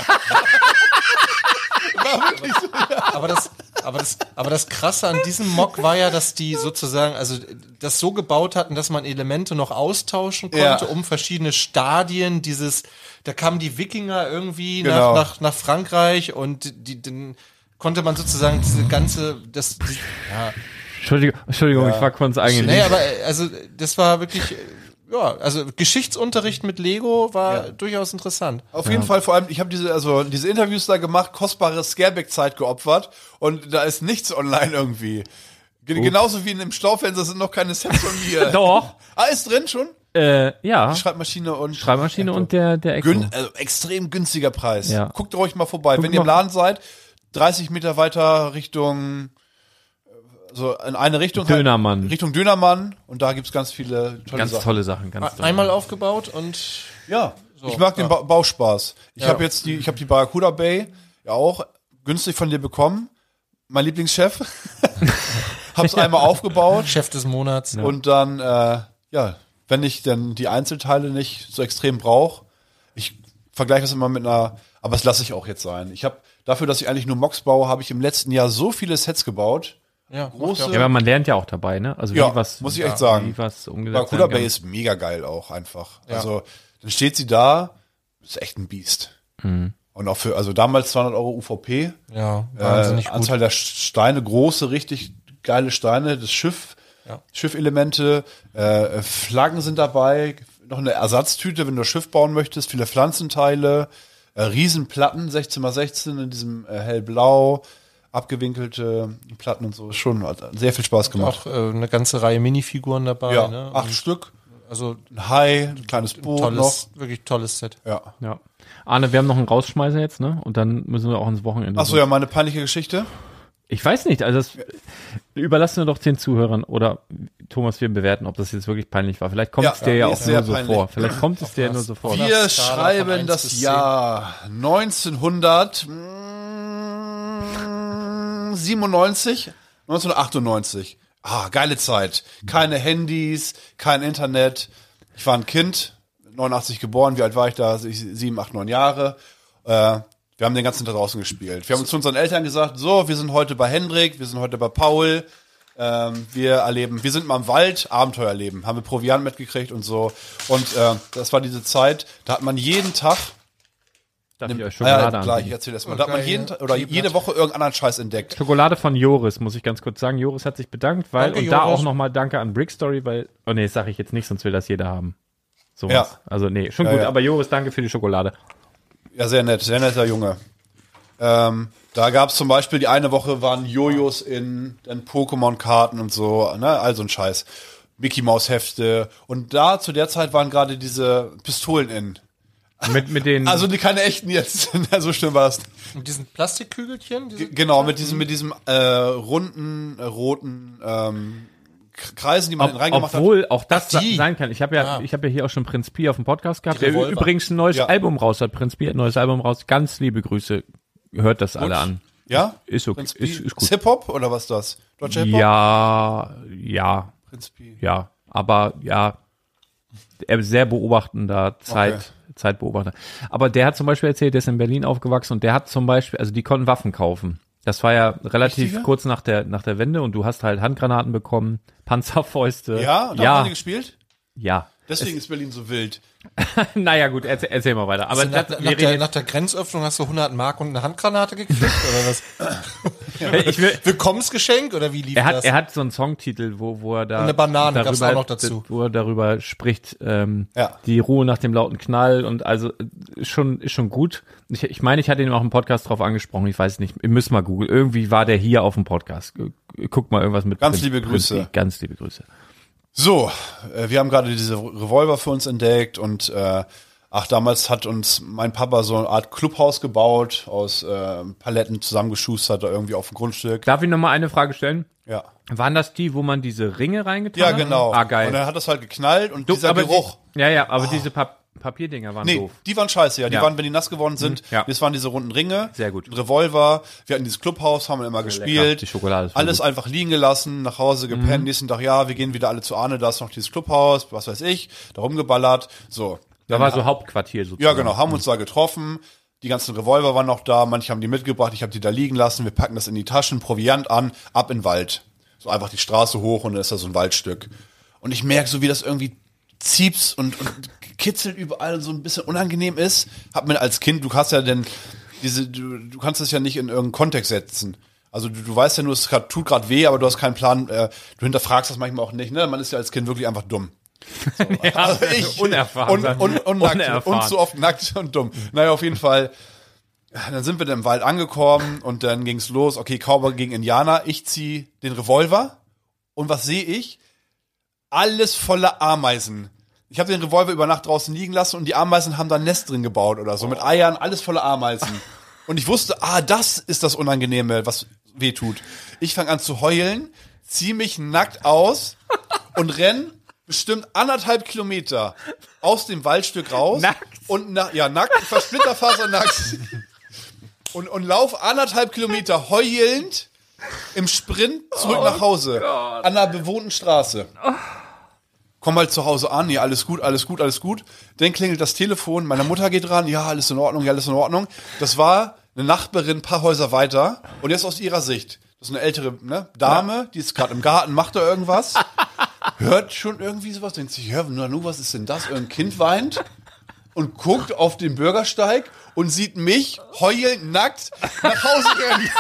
Speaker 6: War wirklich so.
Speaker 4: aber das, aber das, aber das Krasse an diesem Mock war ja, dass die sozusagen, also das so gebaut hatten, dass man Elemente noch austauschen konnte,
Speaker 6: Ja.
Speaker 4: um verschiedene Stadien dieses, da kamen die Wikinger irgendwie nach,
Speaker 6: Genau.
Speaker 4: nach, nach Frankreich und die, den konnte man sozusagen diese ganze, das, die, ja.
Speaker 3: Entschuldigung, Entschuldigung ich war kurz eingenickt.
Speaker 4: Nee, aber äh, also das war wirklich, äh, ja, also Geschichtsunterricht mit Lego war durchaus interessant.
Speaker 6: Auf jeden Fall, vor allem, ich habe diese, also diese Interviews da gemacht, kostbare Scareback-Zeit geopfert und da ist nichts online irgendwie. Ge
Speaker 3: Ups.
Speaker 6: Genauso wie in dem Staufenster sind noch keine Sets von mir.
Speaker 3: Doch.
Speaker 6: Ah, ist drin schon?
Speaker 3: Äh, ja.
Speaker 6: Die Schreibmaschine und
Speaker 3: Schreibmaschine und der, der Echo.
Speaker 6: Gün also extrem günstiger Preis.
Speaker 3: Ja.
Speaker 6: Guckt ruhig mal vorbei.
Speaker 3: Guck
Speaker 6: Wenn ihr im
Speaker 3: mal.
Speaker 6: Laden seid, 30 Meter weiter Richtung so in eine Richtung. halt,
Speaker 3: Dönermann.
Speaker 6: Richtung Dönermann und da gibt's ganz viele tolle
Speaker 3: Ganz
Speaker 6: Sachen.
Speaker 3: tolle Sachen, ganz tolle
Speaker 4: Einmal aufgebaut und
Speaker 6: Ja,
Speaker 4: So,
Speaker 6: ich mag
Speaker 4: ja.
Speaker 6: den ba Bauspaß. Ich
Speaker 4: Ja.
Speaker 6: habe jetzt die, ich habe die Barracuda Bay ja auch günstig von dir bekommen. Mein Lieblingschef. hab's einmal aufgebaut.
Speaker 4: Chef des Monats.
Speaker 6: Und dann, äh, ja, wenn ich dann die Einzelteile nicht so extrem brauche, ich vergleiche das immer mit einer, aber das lasse ich auch jetzt sein. Ich habe dafür, dass ich eigentlich nur Mox baue, habe ich im letzten Jahr so viele Sets gebaut.
Speaker 4: Ja,
Speaker 6: große.
Speaker 3: Ja, aber man lernt ja auch dabei, ne? Also wie
Speaker 6: ja,
Speaker 3: was,
Speaker 6: muss ich echt sagen.
Speaker 3: Wie was umgesetzt
Speaker 6: Barracuda
Speaker 3: werden kann.
Speaker 6: Bay ist mega geil auch einfach.
Speaker 4: Ja.
Speaker 6: Also dann steht sie da, ist echt ein Biest.
Speaker 3: Mhm.
Speaker 6: Und auch für, also damals 200 Euro UVP.
Speaker 4: Ja, wahnsinnig
Speaker 6: äh,
Speaker 4: gut.
Speaker 6: Anzahl der Steine, große, richtig geile Steine, das Schiff, Schiffelemente, äh, Flaggen sind dabei, noch eine Ersatztüte, wenn du das Schiff bauen möchtest, viele Pflanzenteile, äh, Riesenplatten, 16x16 in diesem äh, hellblau, abgewinkelte Platten und so. Schon hat sehr viel Spaß gemacht.
Speaker 4: Auch äh, eine ganze Reihe Minifiguren dabei.
Speaker 6: Ja,
Speaker 4: ne?
Speaker 6: acht
Speaker 4: Und
Speaker 6: Stück.
Speaker 4: Also
Speaker 6: ein Hai, ein kleines Boot
Speaker 4: tolles, wirklich tolles Set.
Speaker 6: Ja.
Speaker 3: Ja. Arne, wir haben noch einen Rausschmeißer jetzt, ne? Und dann müssen wir auch ins Wochenende.
Speaker 6: Achso, ja, meine peinliche Geschichte.
Speaker 3: Ich weiß nicht, also das überlassen wir doch den Zuhörern oder Thomas, wir bewerten, ob das jetzt wirklich peinlich war. Vielleicht kommt
Speaker 6: Ja,
Speaker 3: es dir
Speaker 6: ja,
Speaker 3: ja
Speaker 6: ist
Speaker 3: auch
Speaker 6: sehr
Speaker 3: nur so
Speaker 6: peinlich.
Speaker 3: vor. Vielleicht kommt es dir ja nur so vor.
Speaker 6: Wir
Speaker 4: Skala von
Speaker 6: schreiben
Speaker 4: 1
Speaker 6: das
Speaker 4: bis 10.
Speaker 6: Jahr 1997, 1998. mm, Ah, geile Zeit. Keine Handys, kein Internet. Ich war ein Kind, 89 geboren. Wie alt war ich da? Ich- Sieben, acht, neun Jahre. Äh, wir haben den ganzen Tag draußen gespielt. Wir haben zu unseren Eltern gesagt, so, wir sind heute bei Hendrik, wir sind heute bei Paul. Ähm, wir erleben, wir sind mal im Wald, Abenteuerleben. Haben wir Proviant mitgekriegt und so. Und äh, das war diese Zeit, da hat man jeden Tag Ah
Speaker 3: Darf ich euch
Speaker 6: ja,
Speaker 3: Schokolade
Speaker 6: klar, ich
Speaker 3: anbieten?
Speaker 6: erzähl das mal. Da hat man
Speaker 3: Okay,
Speaker 6: jeden,
Speaker 3: ja.
Speaker 6: Ta- oder
Speaker 3: Gib
Speaker 6: jede Woche irgendeinen anderen Scheiß entdeckt.
Speaker 3: Schokolade von Joris, muss ich ganz kurz sagen. Joris hat sich bedankt, weil
Speaker 6: Danke,
Speaker 3: und da
Speaker 6: Joris.
Speaker 3: auch nochmal Danke an Brick Story, weil oh nee, das sage ich jetzt nicht, sonst will das jeder haben. So
Speaker 6: Ja.
Speaker 3: Also nee, schon
Speaker 6: Ja,
Speaker 3: gut,
Speaker 6: ja.
Speaker 3: aber Joris, danke für die Schokolade.
Speaker 6: Ja, sehr nett, sehr netter Junge. Ähm, da gab es zum Beispiel die eine Woche waren Jojos in, in Pokémon-Karten und so, ne, all so ein Scheiß. Mickey Maus-Hefte. Und da zu der Zeit waren gerade diese Pistolen in.
Speaker 3: Mit, mit den.
Speaker 6: Also die keine echten jetzt. Na, so schlimm war es.
Speaker 4: Mit diesen Plastikkügelchen? Diese
Speaker 6: G- Genau, mit diesem, mit diesem äh, runden, äh, roten ähm, K- Kreisen, die man
Speaker 3: Ob-
Speaker 6: Ob, reingemacht
Speaker 3: obwohl
Speaker 6: hat.
Speaker 3: auch das
Speaker 6: Ach,
Speaker 3: sa-
Speaker 6: die.
Speaker 3: sein kann. Ich habe ja,
Speaker 6: Ah.
Speaker 3: ich habe ja hier auch schon Prinz Pi auf dem Podcast gehabt,
Speaker 6: Die
Speaker 3: der ü-
Speaker 6: Revolver.
Speaker 3: übrigens ein neues
Speaker 6: Ja.
Speaker 3: Album raus hat. Prinz Pi hat ein neues Album raus. Ganz liebe Grüße. Hört das alle
Speaker 6: Gut.
Speaker 3: an.
Speaker 6: Ja?
Speaker 3: Ist okay.
Speaker 6: Prinz Pi.
Speaker 3: Ist, ist
Speaker 6: Ist
Speaker 3: gut.
Speaker 6: Hip-Hop oder was ist das? Deutscher Hip-Hop?
Speaker 3: Ja, ja.
Speaker 6: Prinz Pi.
Speaker 3: Ja, aber ja, er ist sehr beobachtender Zeit. Zeitbeobachter. Aber der hat zum Beispiel erzählt, der ist in Berlin aufgewachsen und der hat zum Beispiel, also die konnten Waffen kaufen. Das war ja relativ
Speaker 6: Richtige?
Speaker 3: kurz nach der, nach der Wende und du hast halt Handgranaten bekommen, Panzerfäuste.
Speaker 6: Ja? Da haben
Speaker 3: ja.
Speaker 6: die gespielt?
Speaker 3: Ja.
Speaker 6: Deswegen ist Berlin so wild.
Speaker 3: Es, naja, gut, erzähl, erzähl mal weiter. Aber
Speaker 4: Also nach,
Speaker 3: das-
Speaker 4: nach,
Speaker 3: wir reden
Speaker 4: der, nach der Grenzöffnung hast du 100 Mark und eine Handgranate gekriegt oder was?
Speaker 3: Ich will-
Speaker 4: Willkommensgeschenk oder wie lief
Speaker 3: er hat,
Speaker 4: das?
Speaker 3: Er hat so einen Songtitel, wo, wo er da.
Speaker 4: Und eine Banane gab's auch noch dazu.
Speaker 3: Wo er darüber spricht, ähm,
Speaker 4: Ja.
Speaker 3: die Ruhe nach dem lauten Knall und also äh, schon, ist schon gut. Ich, ich meine, ich hatte ihn auch im Podcast drauf angesprochen, ich weiß nicht, ihr müsst mal googeln. Irgendwie war der hier auf dem Podcast. Guck mal irgendwas mit.
Speaker 6: Ganz liebe Grüße.
Speaker 3: Pi. ganz liebe Grüße.
Speaker 6: So, äh, wir haben gerade diese Revolver für uns entdeckt und äh, ach, damals hat uns mein Papa so eine Art Clubhaus gebaut, aus äh, Paletten zusammengeschustert, da irgendwie auf dem Grundstück.
Speaker 3: Darf ich nochmal eine Frage stellen?
Speaker 6: Ja.
Speaker 3: Waren das die, wo man diese Ringe reingetan
Speaker 6: Ja,
Speaker 3: hat?
Speaker 6: genau.
Speaker 3: Ah, geil.
Speaker 6: Und dann hat das halt geknallt und dieser
Speaker 3: aber die-
Speaker 6: Geruch. Ah.
Speaker 3: ja, ja, aber diese Pap Papierdinger waren
Speaker 6: nee,
Speaker 3: doof.
Speaker 6: die waren scheiße, ja. Die
Speaker 3: Ja. Mhm,
Speaker 6: waren, wenn die nass geworden sind, das waren diese runden Ringe. Sehr gut. Revolver, wir hatten dieses Clubhaus, haben immer
Speaker 3: lecker.
Speaker 6: gespielt.
Speaker 3: Die Schokolade ist voll
Speaker 6: Alles
Speaker 3: gut. Mhm.
Speaker 6: einfach liegen gelassen, nach Hause gepennt, nächsten Tag, ja, wir gehen wieder alle zu Arne, da ist noch dieses Clubhaus, was weiß ich, da rumgeballert.
Speaker 3: Da
Speaker 6: So. Dann
Speaker 3: war so
Speaker 6: ha-
Speaker 3: Hauptquartier sozusagen.
Speaker 6: Ja, genau, haben uns da getroffen. Die ganzen Revolver waren noch da, manche haben die mitgebracht, ich habe die da liegen lassen, wir packen das in die Taschen, Proviant an, ab in den Wald. So einfach die Straße hoch und dann ist da so ein Waldstück. Und ich merke so, wie das irgendwie zieps und, und kitzelt überall und so ein bisschen unangenehm ist. Hab mir als Kind, du hast ja denn diese, du, du kannst das ja nicht in irgendeinen Kontext setzen. Also du, du weißt ja nur, es grad, tut gerade weh, aber du hast keinen Plan, äh, du hinterfragst das manchmal auch nicht, ne? Man ist ja als Kind wirklich einfach dumm. Also ich,
Speaker 3: unerfahren
Speaker 6: Und,
Speaker 3: sein.
Speaker 6: und, und, nackt,
Speaker 3: Unerfahren.
Speaker 6: und zu oft nackt und dumm. Naja, auf jeden Fall. Dann sind wir dann im Wald angekommen und dann ging's los. Okay, Cowboy gegen Indianer. Ich zieh den Revolver. Und was sehe ich? Alles voller Ameisen. Ich habe den Revolver über Nacht draußen liegen lassen und die Ameisen haben da ein Nest drin gebaut oder so. Mit Eiern, alles voller Ameisen. Und ich wusste, ah, das ist das Unangenehme, was weh tut. Ich fange an zu heulen, zieh mich nackt aus und renn bestimmt anderthalb Kilometer aus dem Waldstück raus. Nackt? Und na, ja, nackt, versplitterfasernackt. und, und lauf anderthalb Kilometer heulend im Sprint zurück nach Hause. An einer bewohnten Straße. Komm mal zu Hause an, ja, alles gut, alles gut, alles gut. Dann klingelt das Telefon, meine Mutter geht ran, ja, alles in Ordnung, ja, alles in Ordnung. Das war eine Nachbarin ein paar Häuser weiter und jetzt aus ihrer Sicht. Das ist eine ältere ne, Dame, die ist gerade im Garten, macht da irgendwas, hört schon irgendwie sowas, denkt sich, ja, na, nu, was ist denn das? Irgendein Kind weint und guckt auf den Bürgersteig und sieht mich heulend nackt nach Hause rennen.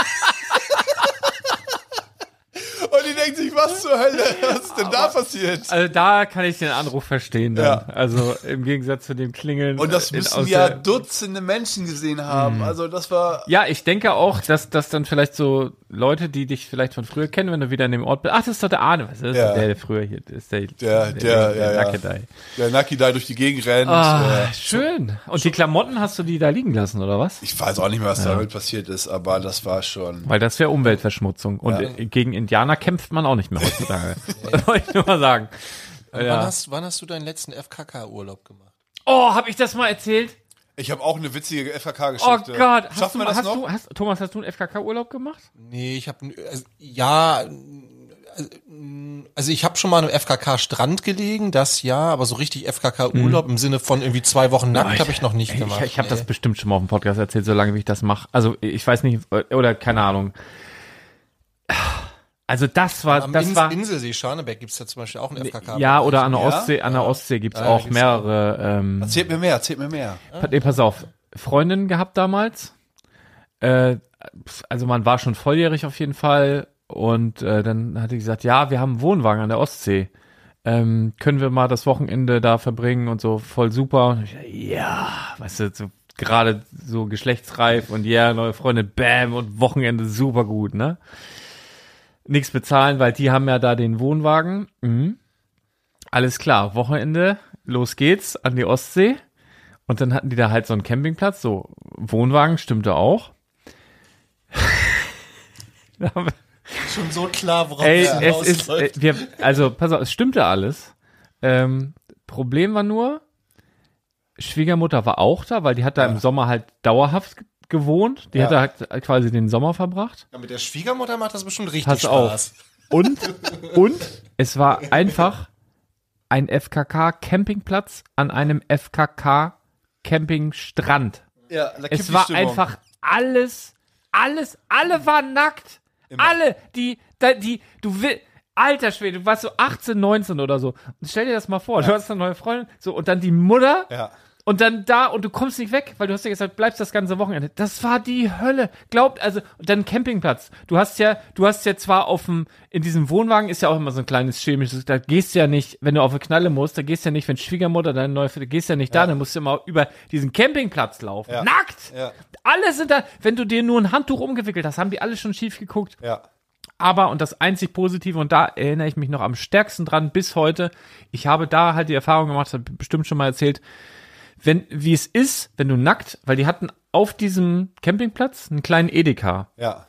Speaker 6: Und die denkt sich, was zur Hölle? Was ist denn da passiert?
Speaker 3: Also da kann ich den Anruf verstehen dann.
Speaker 6: Ja.
Speaker 3: Also im Gegensatz zu dem Klingeln.
Speaker 6: Und das
Speaker 3: äh, in-
Speaker 6: müssen
Speaker 3: aus
Speaker 6: ja
Speaker 3: der-
Speaker 6: Dutzende Menschen gesehen haben. Also das war.
Speaker 3: Ja, ich denke auch, dass dass dann vielleicht so Leute, die dich vielleicht von früher kennen, wenn du wieder in dem Ort bist. Ach, das ist doch der Arne. Was ist das?
Speaker 6: Ja.
Speaker 3: Der, der früher hier ist. Der,
Speaker 6: Der, der,
Speaker 3: der
Speaker 6: ja, ja.
Speaker 3: Nackedei.
Speaker 6: Der Nackidai durch die Gegend rennt.
Speaker 3: Ah,
Speaker 6: Äh,
Speaker 3: schön. Und die Klamotten hast du die da liegen lassen, oder was?
Speaker 6: Ich weiß auch nicht mehr, was
Speaker 3: Ja.
Speaker 6: damit passiert ist, aber das war schon.
Speaker 3: Weil das wäre Umweltverschmutzung. Und
Speaker 6: Ja.
Speaker 3: äh, gegen Indianer kämpft man auch nicht mehr heutzutage. Wollte ich nur mal sagen.
Speaker 4: Wann,
Speaker 3: Ja.
Speaker 4: hast, wann hast du deinen letzten FKK-Urlaub gemacht?
Speaker 3: Oh, hab ich das mal erzählt?
Speaker 6: Ich habe auch eine witzige
Speaker 3: Oh
Speaker 6: FKK-Geschichte.
Speaker 3: Gott. Hast
Speaker 6: Schaffen
Speaker 3: du,
Speaker 6: wir das
Speaker 3: hast
Speaker 6: noch?
Speaker 3: Du, hast, Thomas, hast du einen FKK-Urlaub gemacht?
Speaker 4: Nee, ich habe also, ja, Also ich habe schon mal im FKK Strand gelegen, das ja, aber so richtig FKK Urlaub im Sinne von irgendwie zwei Wochen nackt habe Hm. ich noch nicht
Speaker 3: Ey,
Speaker 4: gemacht.
Speaker 3: Ich, ich habe das bestimmt schon mal auf dem Podcast erzählt, so lange wie ich das mache. Also ich weiß nicht, oder keine Ahnung. Also das war,
Speaker 4: Am
Speaker 3: das
Speaker 4: Ins
Speaker 3: war,
Speaker 4: Inselsee Scharnebeck gibt's ja zum Beispiel auch einen FKK.
Speaker 3: ja, oder an der
Speaker 4: Ja?
Speaker 3: Ostsee, an der Ostsee gibt's
Speaker 4: Ja,
Speaker 3: auch
Speaker 4: gibt's
Speaker 3: mehrere, ähm,
Speaker 6: Erzählt mir mehr, erzählt mir mehr.
Speaker 3: Pa- Nee, pass auf, Freundin gehabt damals. Äh, pf, also man war schon volljährig auf jeden Fall. Und äh, dann hat die gesagt, ja, wir haben einen Wohnwagen an der Ostsee. Ähm, können wir mal das Wochenende da verbringen und so voll super. Und ich, dachte, ja, weißt du, so, gerade so geschlechtsreif und ja, neue Freundin, bam, und Wochenende super gut, ne? Nichts bezahlen, weil die haben ja da den Wohnwagen. Mhm. Alles klar, Wochenende, los geht's an die Ostsee. Und dann hatten die da halt so einen Campingplatz, so Wohnwagen stimmte auch. Da haben wir-
Speaker 4: Schon so klar, worauf
Speaker 3: Ey,
Speaker 4: es
Speaker 3: es ist, äh,
Speaker 4: hinausläuft.
Speaker 3: wir, also pass auf, es stimmte alles. Ähm, Problem war nur, Schwiegermutter war auch da, weil die hat da im Sommer halt dauerhaft ge- gewohnt. Die
Speaker 4: Ja.
Speaker 3: hat da halt quasi den Sommer verbracht.
Speaker 4: Ja, mit der Schwiegermutter macht das bestimmt richtig
Speaker 3: Pass
Speaker 4: Spaß.
Speaker 3: auf. Und, und es war einfach ein FKK-Campingplatz an einem FKK-Campingstrand.
Speaker 6: Ja, da kippt
Speaker 3: es
Speaker 6: die
Speaker 3: war
Speaker 6: Stimmung.
Speaker 3: einfach alles, alles, alle waren nackt. Alle, die, da- die, du will, alter Schwede, du warst so 18, 19 oder so. Und stell dir das mal vor, du hast eine neue Freundin, so, und dann die Mutter.
Speaker 6: Ja.
Speaker 3: Und dann da, und du kommst nicht weg, weil du hast ja gesagt, bleibst das ganze Wochenende. Das war die Hölle. Glaubt, also, und dann Campingplatz. Du hast ja, du hast ja zwar auf dem, in diesem Wohnwagen ist ja auch immer so ein kleines chemisches, da gehst du ja nicht, wenn du auf eine Knalle musst, da gehst du ja nicht, wenn Schwiegermutter deine neue, da gehst du ja nicht da, dann musst du immer über diesen Campingplatz laufen.
Speaker 6: Ja.
Speaker 3: Nackt!
Speaker 6: Ja.
Speaker 3: Alle sind da, wenn du dir nur ein Handtuch umgewickelt hast, haben die alle schon schief geguckt.
Speaker 6: Ja.
Speaker 3: Aber, und das einzig Positive, und da erinnere ich mich noch am stärksten dran bis heute, ich habe da halt die Erfahrung gemacht, habe bestimmt schon mal erzählt, wenn, wie es ist, wenn du nackt, weil die hatten auf diesem Campingplatz einen kleinen Edeka.
Speaker 6: Ja.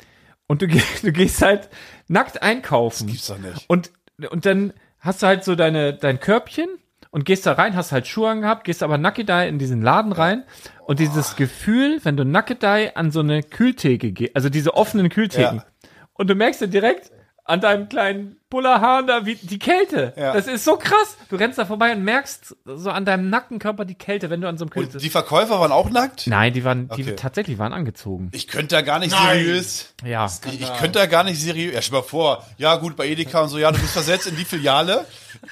Speaker 3: Und du, geh- du gehst halt nackt einkaufen. Das gibt's
Speaker 6: doch nicht.
Speaker 3: Und, und dann hast du halt so deine, dein Körbchen und gehst da rein, hast halt Schuhe angehabt, gehst aber nackig da in diesen Laden rein. Und dieses Gefühl, wenn du nackig da an so eine Kühltheke gehst, also diese offenen Kühltheken.
Speaker 6: Ja.
Speaker 3: Und du merkst ja direkt an deinem kleinen Bullerhahn da, wie die Kälte.
Speaker 6: Ja.
Speaker 3: Das ist so krass. Du rennst da vorbei und merkst so an deinem Nackenkörper die Kälte, wenn du an so einem Kühltisch.
Speaker 6: Und die Verkäufer waren auch nackt?
Speaker 3: Nein, die waren, die
Speaker 6: Okay.
Speaker 3: tatsächlich waren angezogen.
Speaker 6: Ich könnte da gar nicht
Speaker 3: Nein.
Speaker 6: seriös.
Speaker 3: Ja.
Speaker 6: Ich, ich könnte da gar nicht seriös. Ja, stell mal vor. Ja, gut, bei Edeka und so, ja, du bist versetzt in die Filiale.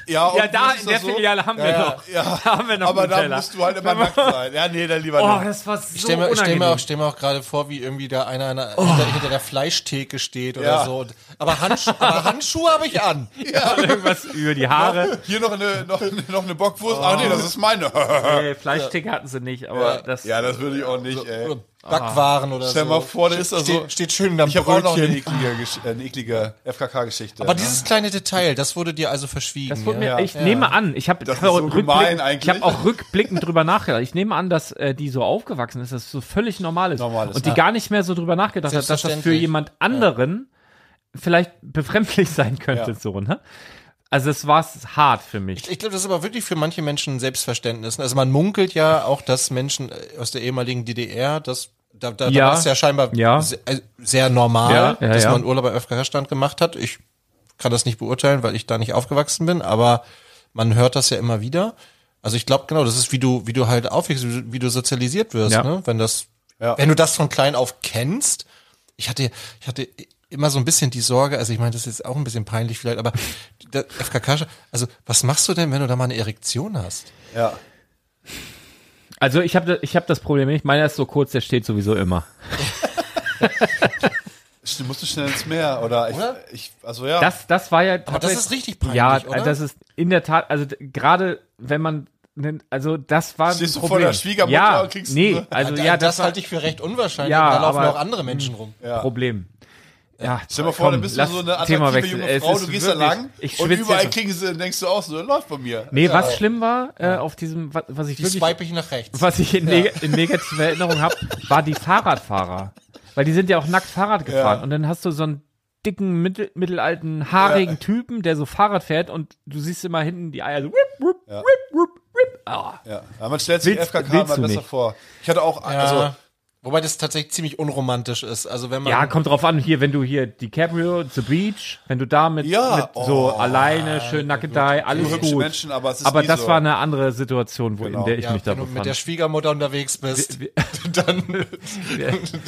Speaker 6: Ja,
Speaker 3: Ja,
Speaker 6: und
Speaker 3: da
Speaker 6: ist
Speaker 3: in der
Speaker 6: das so.
Speaker 3: Filiale haben wir
Speaker 6: ja,
Speaker 3: noch.
Speaker 6: Ja, ja.
Speaker 3: Da haben wir noch
Speaker 6: Aber da
Speaker 3: Nutella.
Speaker 6: musst du halt immer
Speaker 3: Wenn man-
Speaker 6: nackt sein. Ja, nee, dann lieber
Speaker 3: Oh,
Speaker 6: nicht.
Speaker 3: das war so
Speaker 4: Ich stelle mir, ich stell mir,
Speaker 3: unangenehm. Oh.
Speaker 4: auch- stell mir auch gerade vor, wie irgendwie da einer, einer hinter, hinter der Fleischtheke steht oder
Speaker 6: Ja.
Speaker 4: so. Und, aber, Handsch aber Handschuhe habe ich an.
Speaker 3: Ja, irgendwas über die Haare.
Speaker 6: Hier noch eine, noch, noch eine Bockwurst. Ach nee, das ist meine.
Speaker 3: Nee, Fleischtheke hatten sie nicht, aber das.
Speaker 6: Ja, das würde ich auch nicht, ey.
Speaker 4: Backwaren oder
Speaker 6: Stell
Speaker 4: so.
Speaker 6: mal vor, da ist er so.
Speaker 4: Steht- steht schön am
Speaker 6: Ich habe auch noch eine
Speaker 4: Brötchen.
Speaker 6: eklige, Gesch- äh, eine eklige FKK-Geschichte.
Speaker 4: Aber dieses kleine Detail, das wurde dir also verschwiegen.
Speaker 3: Das wurde mir,
Speaker 4: ja?
Speaker 3: ich nehme an, ich habe
Speaker 6: Das ist so gemein eigentlich.
Speaker 3: ich habe auch rückblickend drüber nachgedacht. Ich nehme an, dass äh, die so aufgewachsen ist, dass es so völlig normal ist und die
Speaker 4: ja.
Speaker 3: gar nicht mehr so drüber nachgedacht hat, dass das für
Speaker 4: Selbstverständlich.
Speaker 3: jemand anderen vielleicht befremdlich sein könnte,
Speaker 4: Ja.
Speaker 3: so ne? Also es war hart für mich.
Speaker 4: Ich, ich glaube, das ist aber wirklich für manche Menschen ein Selbstverständnis. Also man munkelt ja auch, dass Menschen äh, aus der ehemaligen DDR, das da, da,
Speaker 3: Ja.
Speaker 4: da war es ja scheinbar
Speaker 3: Ja.
Speaker 4: se- äh, sehr normal,
Speaker 3: Ja, ja,
Speaker 4: dass
Speaker 3: ja.
Speaker 4: man Urlaub bei FKH-Stand gemacht hat. Ich kann das nicht beurteilen, weil ich da nicht aufgewachsen bin, aber man hört das ja immer wieder. Also ich glaube genau, das ist wie du wie du halt aufwächst, wie du- wie du sozialisiert wirst,
Speaker 3: Ja.
Speaker 4: ne? Wenn das wenn du das von klein auf kennst, ich hatte, ich hatte immer so ein bisschen die Sorge, also ich meine, das ist jetzt auch ein bisschen peinlich vielleicht, aber der FKK, also was machst du denn, wenn du da mal eine Erektion hast?
Speaker 6: Ja.
Speaker 3: Also ich habe ich habe das Problem nicht. Meiner ist so kurz, der steht sowieso immer.
Speaker 6: Du musst du schnell ins Meer, oder? Ich, Ich, also ja.
Speaker 3: Das, das war ja.
Speaker 6: Aber das ist richtig peinlich,
Speaker 3: Ja, äh, also,
Speaker 6: oder?
Speaker 3: das ist in der Tat, also d- gerade wenn man, nen- also das war.
Speaker 6: Stehst
Speaker 3: ein
Speaker 6: du vor
Speaker 3: Problem.
Speaker 6: der Schwiegermutter
Speaker 3: ja,
Speaker 6: und kriegst-
Speaker 3: Nee, also ja,
Speaker 4: Äh, das,
Speaker 3: war-
Speaker 4: halte ich für recht unwahrscheinlich.
Speaker 3: Ja,
Speaker 4: da laufen
Speaker 3: aber- Hm.
Speaker 4: auch andere Menschen rum.
Speaker 3: Ja. Problem. Ja,
Speaker 6: Stell dir mal vor,
Speaker 3: komm,
Speaker 6: dann bist du
Speaker 3: lass
Speaker 6: so eine
Speaker 3: Thema
Speaker 6: attraktive
Speaker 3: wechseln.
Speaker 6: junge
Speaker 3: Es
Speaker 6: Frau,
Speaker 3: ist
Speaker 6: du gehst
Speaker 3: wirklich-
Speaker 6: da lang
Speaker 3: Ich
Speaker 6: und
Speaker 3: schwitze
Speaker 6: überall
Speaker 3: jetzt.
Speaker 6: kriegen sie, denkst du auch so, läuft bei mir.
Speaker 3: Nee,
Speaker 6: Ja.
Speaker 3: was schlimm war äh, auf diesem, was, was ich
Speaker 4: Die
Speaker 3: wirklich,
Speaker 4: swipe ich nach rechts.
Speaker 3: was ich in, neg
Speaker 4: Ja.
Speaker 3: in negativer Erinnerung habe, war die Fahrradfahrer, weil die sind ja auch nackt Fahrrad gefahren und dann hast du so einen dicken mittel, mittelalten haarigen Typen, der so Fahrrad fährt und du siehst immer hinten die Eier so. Wip, wip, wip, wip, wip. Ah.
Speaker 6: Ja, aber man stellt sich
Speaker 3: Willst-
Speaker 6: FKK
Speaker 3: willst
Speaker 6: mal
Speaker 3: du
Speaker 6: besser
Speaker 3: nicht.
Speaker 6: vor. Ich hatte auch, also,
Speaker 4: Wobei das tatsächlich ziemlich unromantisch ist. Also wenn man
Speaker 3: Ja, kommt drauf an, hier, wenn du hier DiCaprio, The Beach, wenn du da mit, mit so
Speaker 6: Oh,
Speaker 3: alleine, schön Naked Eye, alles
Speaker 6: Nur hübsche
Speaker 3: gut.
Speaker 6: Menschen, aber es ist nie
Speaker 3: das
Speaker 6: so. Genau,
Speaker 3: war eine andere Situation, wo, in der ich
Speaker 4: ja,
Speaker 3: mich da
Speaker 4: wenn du
Speaker 3: befand.
Speaker 4: mit der Schwiegermutter unterwegs bist, dann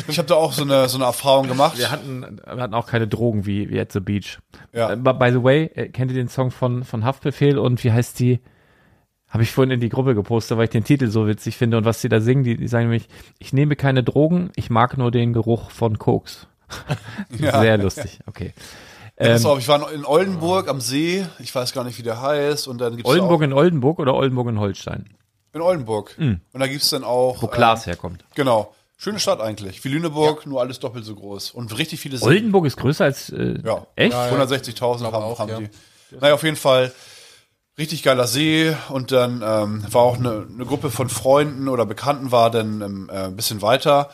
Speaker 6: Ich habe da auch so eine, so eine Erfahrung gemacht.
Speaker 3: Wir hatten, wir hatten auch keine Drogen wie, wie at the beach.
Speaker 6: Ja.
Speaker 3: Äh, By the way, äh, kennt ihr den Song von, von Haftbefehl und wie heißt die? Habe ich vorhin in die Gruppe gepostet, weil ich den Titel so witzig finde und was sie da singen, die, die sagen nämlich, ich nehme keine Drogen, ich mag nur den Geruch von Koks.
Speaker 6: Ja.
Speaker 3: Sehr lustig, okay.
Speaker 6: Ja, pass
Speaker 3: Ähm,
Speaker 6: auf, ich war in Oldenburg am See, ich weiß gar nicht, wie der heißt. Und dann gibt's
Speaker 3: Oldenburg
Speaker 6: da
Speaker 3: in Oldenburg oder Oldenburg in Holstein?
Speaker 6: auch, in Oldenburg.
Speaker 3: Mhm.
Speaker 6: Und da gibt es dann auch.
Speaker 3: Wo Klaas herkommt.
Speaker 6: Genau. Schöne Stadt eigentlich. Wie Lüneburg, nur alles doppelt so groß. Und richtig viele Seen.
Speaker 3: Oldenburg ist größer als äh,
Speaker 6: Ja.
Speaker 3: echt?
Speaker 6: 160.000 haben, haben die. Naja, auf jeden Fall richtig geiler See und dann ähm, war auch eine, eine Gruppe von Freunden oder Bekannten war dann ähm, äh, ein bisschen weiter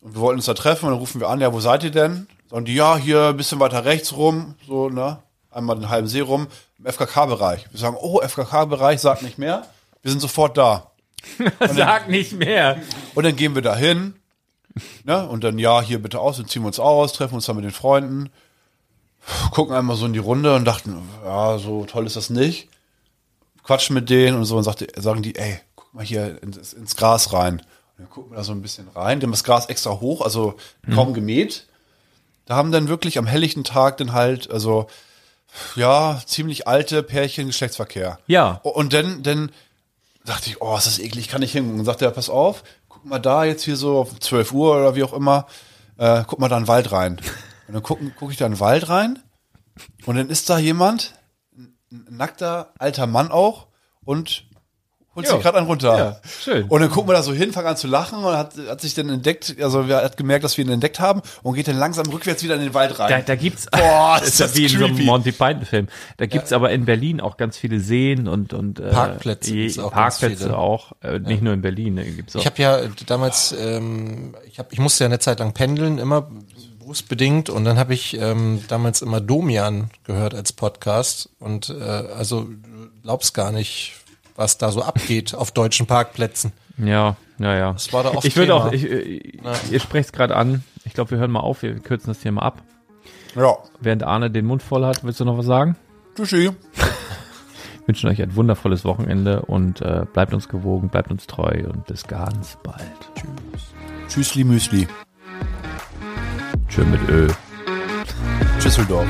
Speaker 6: und wir wollten uns da treffen und dann rufen wir an, ja, wo seid ihr denn? Und die, ja, hier ein bisschen weiter rechts rum, so, ne, einmal den halben See rum, im FKK-Bereich. Wir sagen, oh, FKK-Bereich, sagt nicht mehr, wir sind sofort da.
Speaker 3: Sag nicht mehr.
Speaker 6: Und dann gehen wir da hin. Ne? Und dann, ja, hier bitte aus, dann ziehen wir uns aus, treffen uns dann mit den Freunden, gucken einmal so in die Runde und dachten, ja, so toll ist das nicht. Quatschen mit denen und so und sagte, sagen die, ey, guck mal hier ins, ins Gras rein. Und dann gucken wir da so ein bisschen rein, denn das Gras extra hoch, also kaum gemäht. Da haben dann wirklich am helllichten Tag dann halt, also, ja, ziemlich alte Pärchen Geschlechtsverkehr.
Speaker 3: Ja.
Speaker 6: Und dann, dann dachte ich, oh, ist das eklig, kann ich hingucken. Und sagte er, pass auf, guck mal da jetzt hier so auf 12 Uhr oder wie auch immer, äh, guck mal da in den Wald rein. Und dann gucke guck ich da in den Wald rein und dann ist da jemand, ein ein nackter alter Mann auch und holt
Speaker 3: Ja.
Speaker 6: sich gerade einen runter.
Speaker 3: Ja, schön.
Speaker 6: Und dann gucken wir da so hin, fangen an zu lachen und hat, hat sich dann entdeckt, also er hat gemerkt, dass wir ihn entdeckt haben und geht dann langsam rückwärts wieder in den Wald rein.
Speaker 3: Da, da gibt's
Speaker 6: Boah,
Speaker 3: das
Speaker 6: ist
Speaker 3: ist
Speaker 6: das
Speaker 3: ja wie in so einem
Speaker 6: creepy.
Speaker 3: Monty Python Film. Da gibt's aber in Berlin auch ganz viele Seen und und äh,
Speaker 4: Parkplätze
Speaker 3: je-
Speaker 4: gibt's auch ganz
Speaker 3: Parkplätze
Speaker 4: viele.
Speaker 3: auch, äh, nicht nur in Berlin, ne, gibt's auch.
Speaker 4: Ich habe ja äh, damals, ähm, ich, hab, ich musste ja eine Zeit lang pendeln, immer berufsbedingt. Und dann habe ich ähm, damals immer Domian gehört als Podcast. Und äh, also du glaubst gar nicht, was da so abgeht auf deutschen Parkplätzen.
Speaker 3: ja, ja, ja.
Speaker 4: Das war da oft
Speaker 3: ich würde
Speaker 4: Thema.
Speaker 3: auch ich, äh, ihr sprecht es gerade an. Ich glaube, wir hören mal auf, wir kürzen das Thema ab.
Speaker 6: Ja.
Speaker 3: Während Arne den Mund voll hat, willst du noch was sagen?
Speaker 6: Tschüssi.
Speaker 3: wünschen euch ein wundervolles Wochenende und äh, bleibt uns gewogen, bleibt uns treu und bis ganz bald.
Speaker 6: Tschüssli Müsli.
Speaker 3: Tschö mit Ö.
Speaker 6: Düsseldorf.